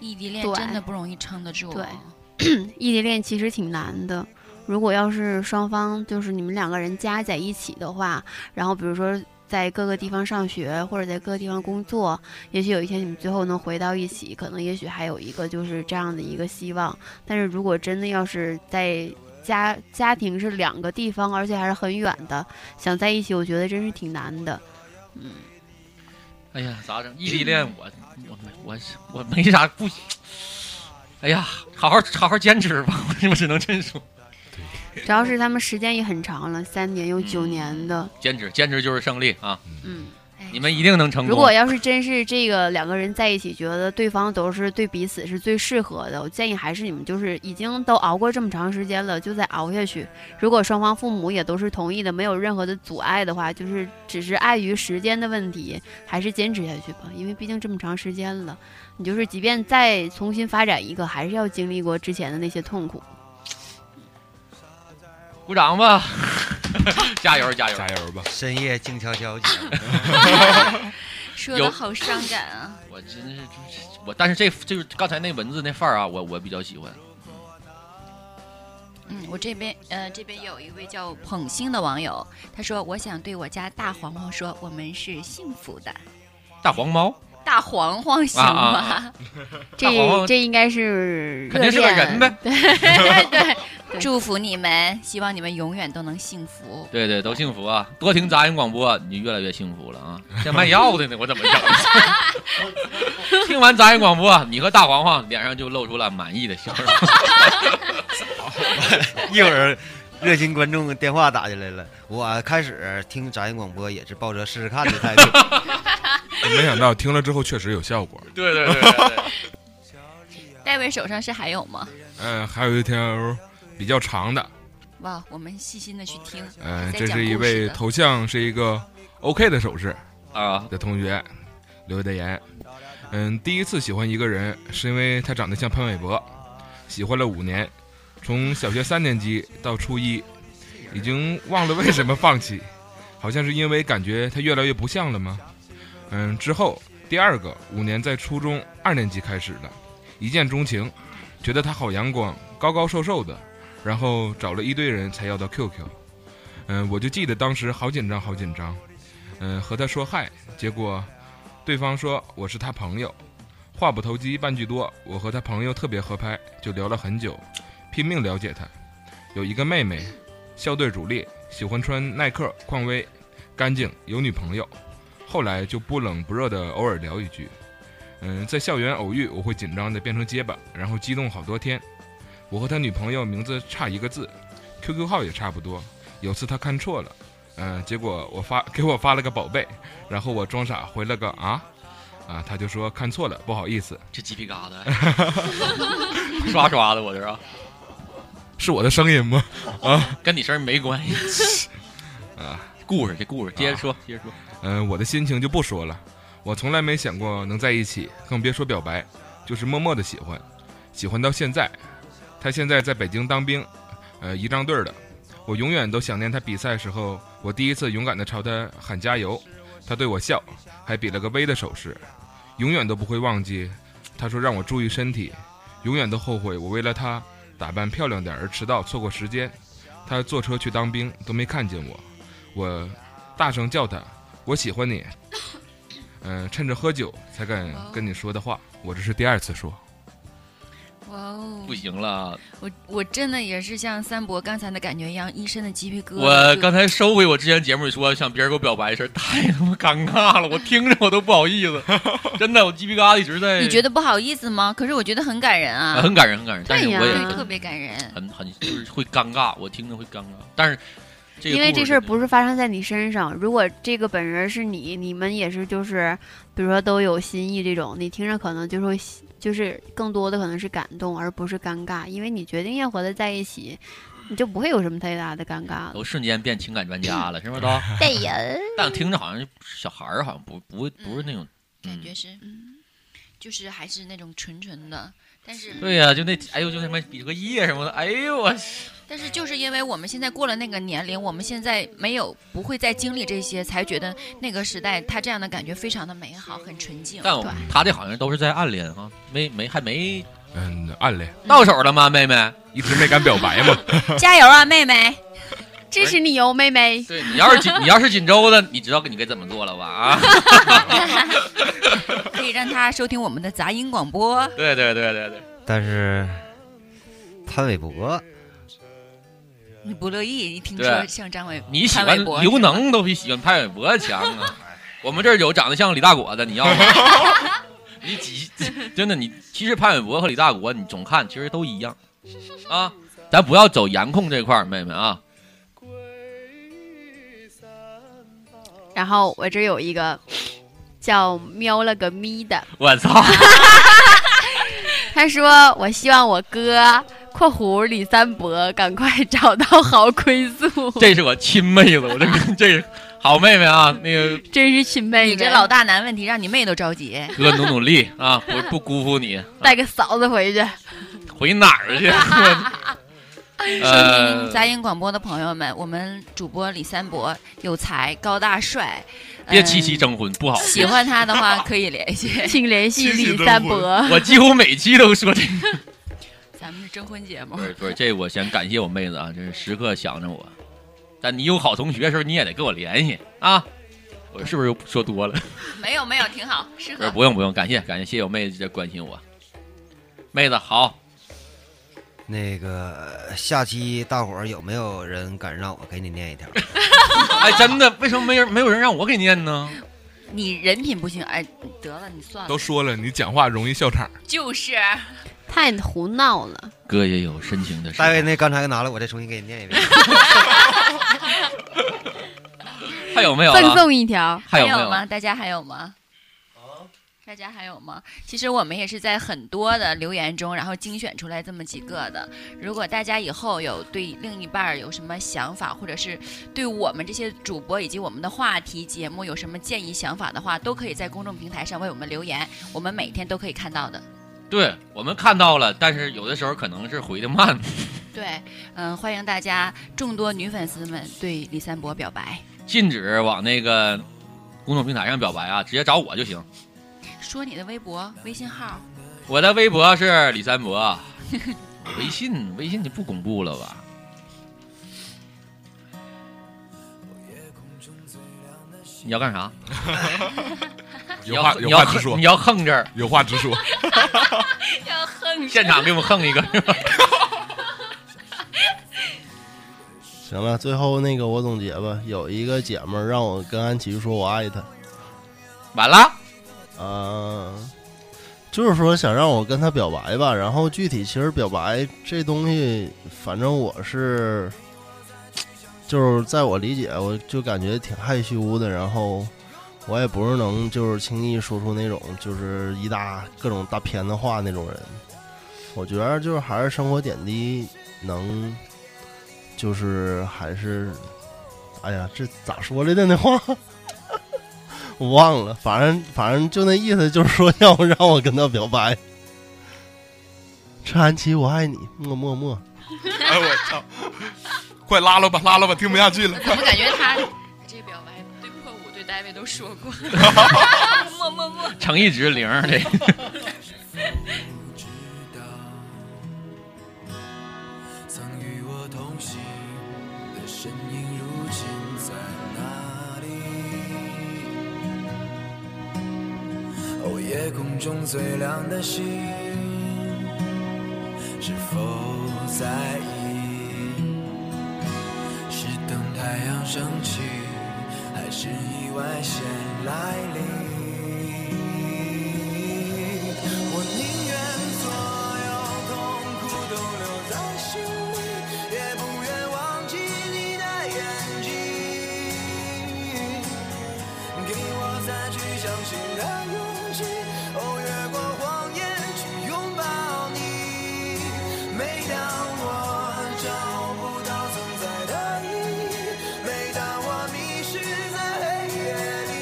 [SPEAKER 5] 异地恋
[SPEAKER 6] 对
[SPEAKER 5] 真的不容易撑得住。
[SPEAKER 6] 对异地恋其实挺难的。如果要是双方就是你们两个人加在一起的话，然后比如说在各个地方上学或者在各个地方工作，也许有一天你们最后能回到一起，可能也许还有一个就是这样的一个希望。但是如果真的要是在家家庭是两个地方，而且还是很远的，想在一起，我觉得真是挺难的。嗯，
[SPEAKER 4] 哎呀，咋整？异地恋我我没我我没啥不，哎呀，好好好好坚持吧，我我只能这么说，
[SPEAKER 6] 主要是他们时间也很长了，三年又九年的，
[SPEAKER 4] 坚持坚持就是胜利啊！
[SPEAKER 6] 嗯
[SPEAKER 4] 你们一定能成功。
[SPEAKER 6] 如果要是真是这个两个人在一起，觉得对方都是对彼此是最适合的，我建议还是你们就是已经都熬过这么长时间了，就再熬下去。如果双方父母也都是同意的，没有任何的阻碍的话，就是只是碍于时间的问题，还是坚持下去吧。因为毕竟这么长时间了，你就是即便再重新发展一个，还是要经历过之前的那些痛苦。
[SPEAKER 4] 鼓掌吧， 加油加油！
[SPEAKER 9] 加油吧！
[SPEAKER 7] 深夜静悄悄讲，
[SPEAKER 5] 说
[SPEAKER 4] 有
[SPEAKER 5] 的好伤感啊！
[SPEAKER 4] 我真是我，但是这就是刚才那文字那范儿啊，我我比较喜欢。
[SPEAKER 5] 嗯，我这边呃这边有一位叫捧星的网友，他说我想对我家大黄黄说，我们是幸福的。
[SPEAKER 4] 大黄猫
[SPEAKER 5] 大黄黄行
[SPEAKER 4] 啊啊
[SPEAKER 5] 吗？
[SPEAKER 4] 啊，
[SPEAKER 6] 这
[SPEAKER 4] 大黄
[SPEAKER 6] 这应该是
[SPEAKER 4] 肯定是个人呗。
[SPEAKER 6] 对对，对
[SPEAKER 5] 祝福你们，希望你们永远都能幸福。
[SPEAKER 4] 对对，都幸福啊！多听杂音广播，你就越来越幸福了 啊！这卖药的呢，我怎么整？ 听完杂音广播，你和大黄黄脸上就露出了满意的笑容。
[SPEAKER 7] 一会儿热心观众电话打进来了，我开始听杂音广播也是抱着试试看的态度，
[SPEAKER 9] 没想到听了之后确实有效果。
[SPEAKER 4] 对对对对 对，
[SPEAKER 5] 戴维手上是还有吗？
[SPEAKER 9] 呃，还有一条比较长的，
[SPEAKER 5] 哇，我们细心的去听。
[SPEAKER 9] 呃，
[SPEAKER 5] 在
[SPEAKER 9] 这
[SPEAKER 5] 讲
[SPEAKER 9] 是一
[SPEAKER 5] 故
[SPEAKER 9] 位
[SPEAKER 5] 事的
[SPEAKER 9] 头像是一个 OK 的手势
[SPEAKER 4] 啊，
[SPEAKER 9] 的同学留的言。嗯，第一次喜欢一个人是因为他长得像潘玮柏，喜欢了五年，从小学三年级到初一，已经忘了为什么放弃，好像是因为感觉他越来越不像了吗？嗯，之后第二个五年在初中二年级开始的，一见钟情，觉得他好阳光，高高瘦瘦的，然后找了一堆人才要到 QQ。嗯，我就记得当时好紧张，好紧张。嗯，和他说嗨，结果对方说我是他朋友，话不投机半句多。我和他朋友特别合拍，就聊了很久，拼命了解他。有一个妹妹，校队主力，喜欢穿耐克、匡威，干净，有女朋友。后来就不冷不热的偶尔聊一句。嗯，在校园偶遇，我会紧张的变成结巴，然后激动好多天。我和他女朋友名字差一个字，QQ 号也差不多。有次他看错了，嗯、结果我发给我发了个宝贝，然后我装傻回了个啊，啊，他就说看错了，不好意思，
[SPEAKER 4] 这鸡皮疙瘩， 刷刷的我这啊，
[SPEAKER 9] 是我的声音吗？
[SPEAKER 4] 跟你事儿没关 系。
[SPEAKER 9] 啊，
[SPEAKER 4] 故事这故事接着说，接着说。
[SPEAKER 9] 嗯、我的心情就不说了。我从来没想过能在一起，更别说表白，就是默默的喜欢，喜欢到现在。他现在在北京当兵，呃，仪仗队儿的。我永远都想念他比赛时候，我第一次勇敢的朝他喊加油，他对我笑，还比了个 V 的手势。永远都不会忘记，他说让我注意身体，永远都后悔我为了他打扮漂亮点儿而迟到，错过时间。他坐车去当兵都没看见我，我大声叫他，我喜欢你。嗯、趁着喝酒才敢跟你说的话，我这是第二次说。
[SPEAKER 5] 哇哦
[SPEAKER 4] 不！行了，
[SPEAKER 5] 我我真的也是像三伯刚才的感觉一样，一身的鸡皮疙瘩。
[SPEAKER 4] 我
[SPEAKER 5] 就
[SPEAKER 4] 刚才收回我之前节目里说想别人给我表白的事儿，太他妈尴尬了，我听着我都不好意 思，真的，我鸡皮疙瘩一直在。
[SPEAKER 5] 你觉得不好意思吗？可是我觉得很感人
[SPEAKER 4] 啊
[SPEAKER 5] 啊，
[SPEAKER 4] 很感人，很感人，嗯但是
[SPEAKER 6] 对呀
[SPEAKER 4] 我也
[SPEAKER 5] 对，
[SPEAKER 4] 很
[SPEAKER 5] 特别感人。
[SPEAKER 4] 很很就是会尴尬，我听着会尴尬，但是这个
[SPEAKER 6] 因为
[SPEAKER 4] 故
[SPEAKER 6] 这事儿
[SPEAKER 4] 真的
[SPEAKER 6] 不是发生在你身上，如果这个本人是你，你们也是就是，比如说都有心意这种，你听着可能就是会喜就是更多的可能是感动，而不是尴尬，因为你决定要和他在一起，你就不会有什么太大的尴尬了。
[SPEAKER 4] 都瞬间变情感专家了，是不是都？
[SPEAKER 6] 对 人，
[SPEAKER 4] 但听着好像是小孩儿，好像不不会不是那种
[SPEAKER 5] 感觉
[SPEAKER 4] 嗯
[SPEAKER 5] 是，就是还是那种纯纯的，但是
[SPEAKER 4] 对呀、就那哎呦，就他妈比个耶什么的，哎呦我
[SPEAKER 5] 但是就是因为我们现在过了那个年龄，我们现在没有不会再经历这些，才觉得那个时代他这样的感觉非常的美好，很纯净。
[SPEAKER 4] 但我他这好像都是在暗恋哈，没没还没
[SPEAKER 9] 嗯，暗恋，
[SPEAKER 4] 到手了吗，妹妹？
[SPEAKER 9] 一直没敢表白嘛。
[SPEAKER 5] 加油啊，妹妹！
[SPEAKER 6] 支持你哟，哦妹妹。
[SPEAKER 4] 对你要是锦你要是锦州的，你知道你该怎么做了吧？啊，
[SPEAKER 5] 可以让他收听我们的杂音广播。
[SPEAKER 4] 对对对对对，
[SPEAKER 7] 但是潘玮柏，
[SPEAKER 5] 你不乐意？你听说
[SPEAKER 4] 对
[SPEAKER 5] 像张伟，
[SPEAKER 4] 你喜
[SPEAKER 5] 潘
[SPEAKER 4] 欢
[SPEAKER 5] 玮柏
[SPEAKER 4] 刘能都比喜欢潘玮柏强啊。我们这儿有长得像李大国的，你要吗？ 你几真的你其实潘玮柏和李大国你总看其实都一样啊，咱不要走颜控这块儿，妹妹啊。
[SPEAKER 6] 然后我这儿有一个叫喵了个咪的，
[SPEAKER 4] 我操！
[SPEAKER 6] 他说：“我希望我哥（括弧李三伯）赶快找到好归宿。
[SPEAKER 4] 这是我亲妹子，我这 个这是好妹妹啊，那个
[SPEAKER 6] 真是亲妹妹，
[SPEAKER 5] 哎你这老大难问题让你妹都着急。
[SPEAKER 4] 哥努努力 啊，不不辜负你，
[SPEAKER 6] 带个嫂子回去。。
[SPEAKER 4] 回哪儿 去？
[SPEAKER 5] 收听
[SPEAKER 4] 呃，
[SPEAKER 5] 杂音广播的朋友们，我们主播李三伯有才、高大帅，
[SPEAKER 4] 别
[SPEAKER 5] 嗯
[SPEAKER 4] 七夕征婚不好。
[SPEAKER 5] 喜欢他的话可以联系
[SPEAKER 6] 请联系李三伯。
[SPEAKER 4] 我几乎每期都说这个。
[SPEAKER 5] 咱们是征婚节目
[SPEAKER 4] 不，是不是，这我先感谢我妹子啊，这是时刻想着我。但你有好同学的时候，你也得跟我联系啊。我是不是又说多 了？
[SPEAKER 5] 没有没有，挺好，适
[SPEAKER 4] 不是，
[SPEAKER 5] 合。
[SPEAKER 4] 不用不用，感谢感谢，谢谢我妹子在关心我。妹子好，
[SPEAKER 7] 那个下期大伙儿有没有人敢让我给你念一条？
[SPEAKER 4] 哎，真的，为什么没人没有人让我给念呢？
[SPEAKER 5] 你人品不行，哎，得了，你算 了
[SPEAKER 9] 都，说了，你讲话容易笑场。
[SPEAKER 5] 就是
[SPEAKER 6] 太胡闹了，
[SPEAKER 4] 哥也有深情的时
[SPEAKER 7] 大卫
[SPEAKER 4] 候，
[SPEAKER 7] 那刚才拿了，我再重新给你念一遍。
[SPEAKER 4] 还有没有
[SPEAKER 6] 赠
[SPEAKER 4] 了？
[SPEAKER 6] 送一条。
[SPEAKER 4] 还有没啊有
[SPEAKER 5] 有吗？大家还有吗？大家还有吗？其实我们也是在很多的留言中，然后精选出来这么几个的。如果大家以后有对另一半儿有什么想法，或者是对我们这些主播以及我们的话题节目有什么建议想法的话，都可以在公众平台上为我们留言，我们每天都可以看到的。
[SPEAKER 4] 对我们看到了，但是有的时候可能是回的慢。
[SPEAKER 5] 对，嗯，欢迎大家众多女粉丝们对李三伯表白，
[SPEAKER 4] 禁止往那个公众平台上表白啊，直接找我就行。
[SPEAKER 5] 说你的微博、微信号。
[SPEAKER 4] 我的微博是李三博，微信微信就不公布了吧？你要干啥？你
[SPEAKER 9] 有
[SPEAKER 4] 要
[SPEAKER 9] 话
[SPEAKER 4] 横
[SPEAKER 9] 有
[SPEAKER 4] 你
[SPEAKER 9] 话
[SPEAKER 4] 要
[SPEAKER 9] 直说
[SPEAKER 4] 横你，要横这儿，
[SPEAKER 9] 有话直 说。
[SPEAKER 5] 要横
[SPEAKER 4] 现场给我们横一个。 是吧
[SPEAKER 2] 行了，最后那个我总结吧，有一个姐们儿让我跟安琪说我爱她，
[SPEAKER 4] 完了，
[SPEAKER 2] 呃，就是说想让我跟她表白吧，然后具体其实表白这东西，反正我是，就是在我理解，我就感觉挺害羞的，然后我也不是能就是轻易说出那种就是一大各种大片子话那种人。我觉得就是还是生活点滴能，就是还是，哎呀，这咋说来的那话？我忘了，反正反正就那意思，就是说要让我跟他表白。 陈安琪，我爱你，么么么。
[SPEAKER 9] 哎我操！ 快拉了吧，拉了吧，听不下去了。
[SPEAKER 10] 怎么感觉他这表白对破五对戴维都说过？么么么，
[SPEAKER 4] 成一直零的，
[SPEAKER 3] 知道，曾与我同行的身影，如今在哪里？哦，夜空中最亮的星，是否在意？是等太阳升起，还是意外先来临？我宁愿所有痛苦都留在心里，也不愿忘记你的眼睛。给我再去相信的勇气，哦，越过谎言去拥抱你。每当我找不到存在的意义，每当我迷失在黑夜里，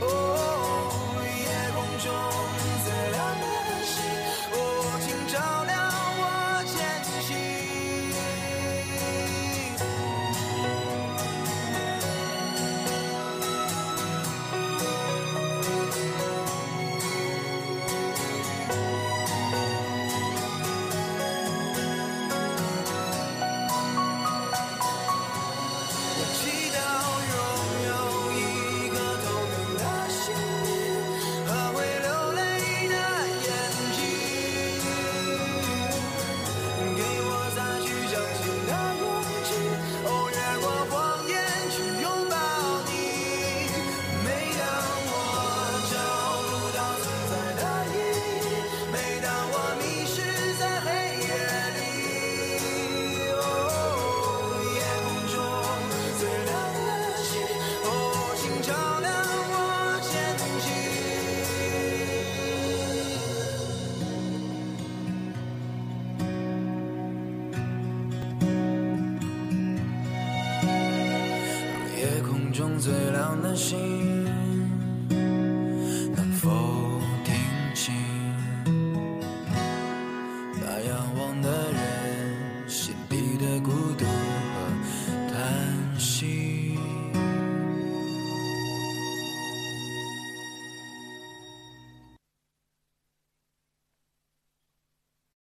[SPEAKER 3] 哦，夜空中最亮的星，哦，请照亮我前行。我祈祷拥有一颗透明的心和会流泪的眼睛，给我再去相信的勇气，哦，越过谎言去拥抱你。每当我找不到存在的意义，每当我迷失在黑夜里，哦，夜空中最亮的星，哦，请照亮我前行。夜空中最亮的星，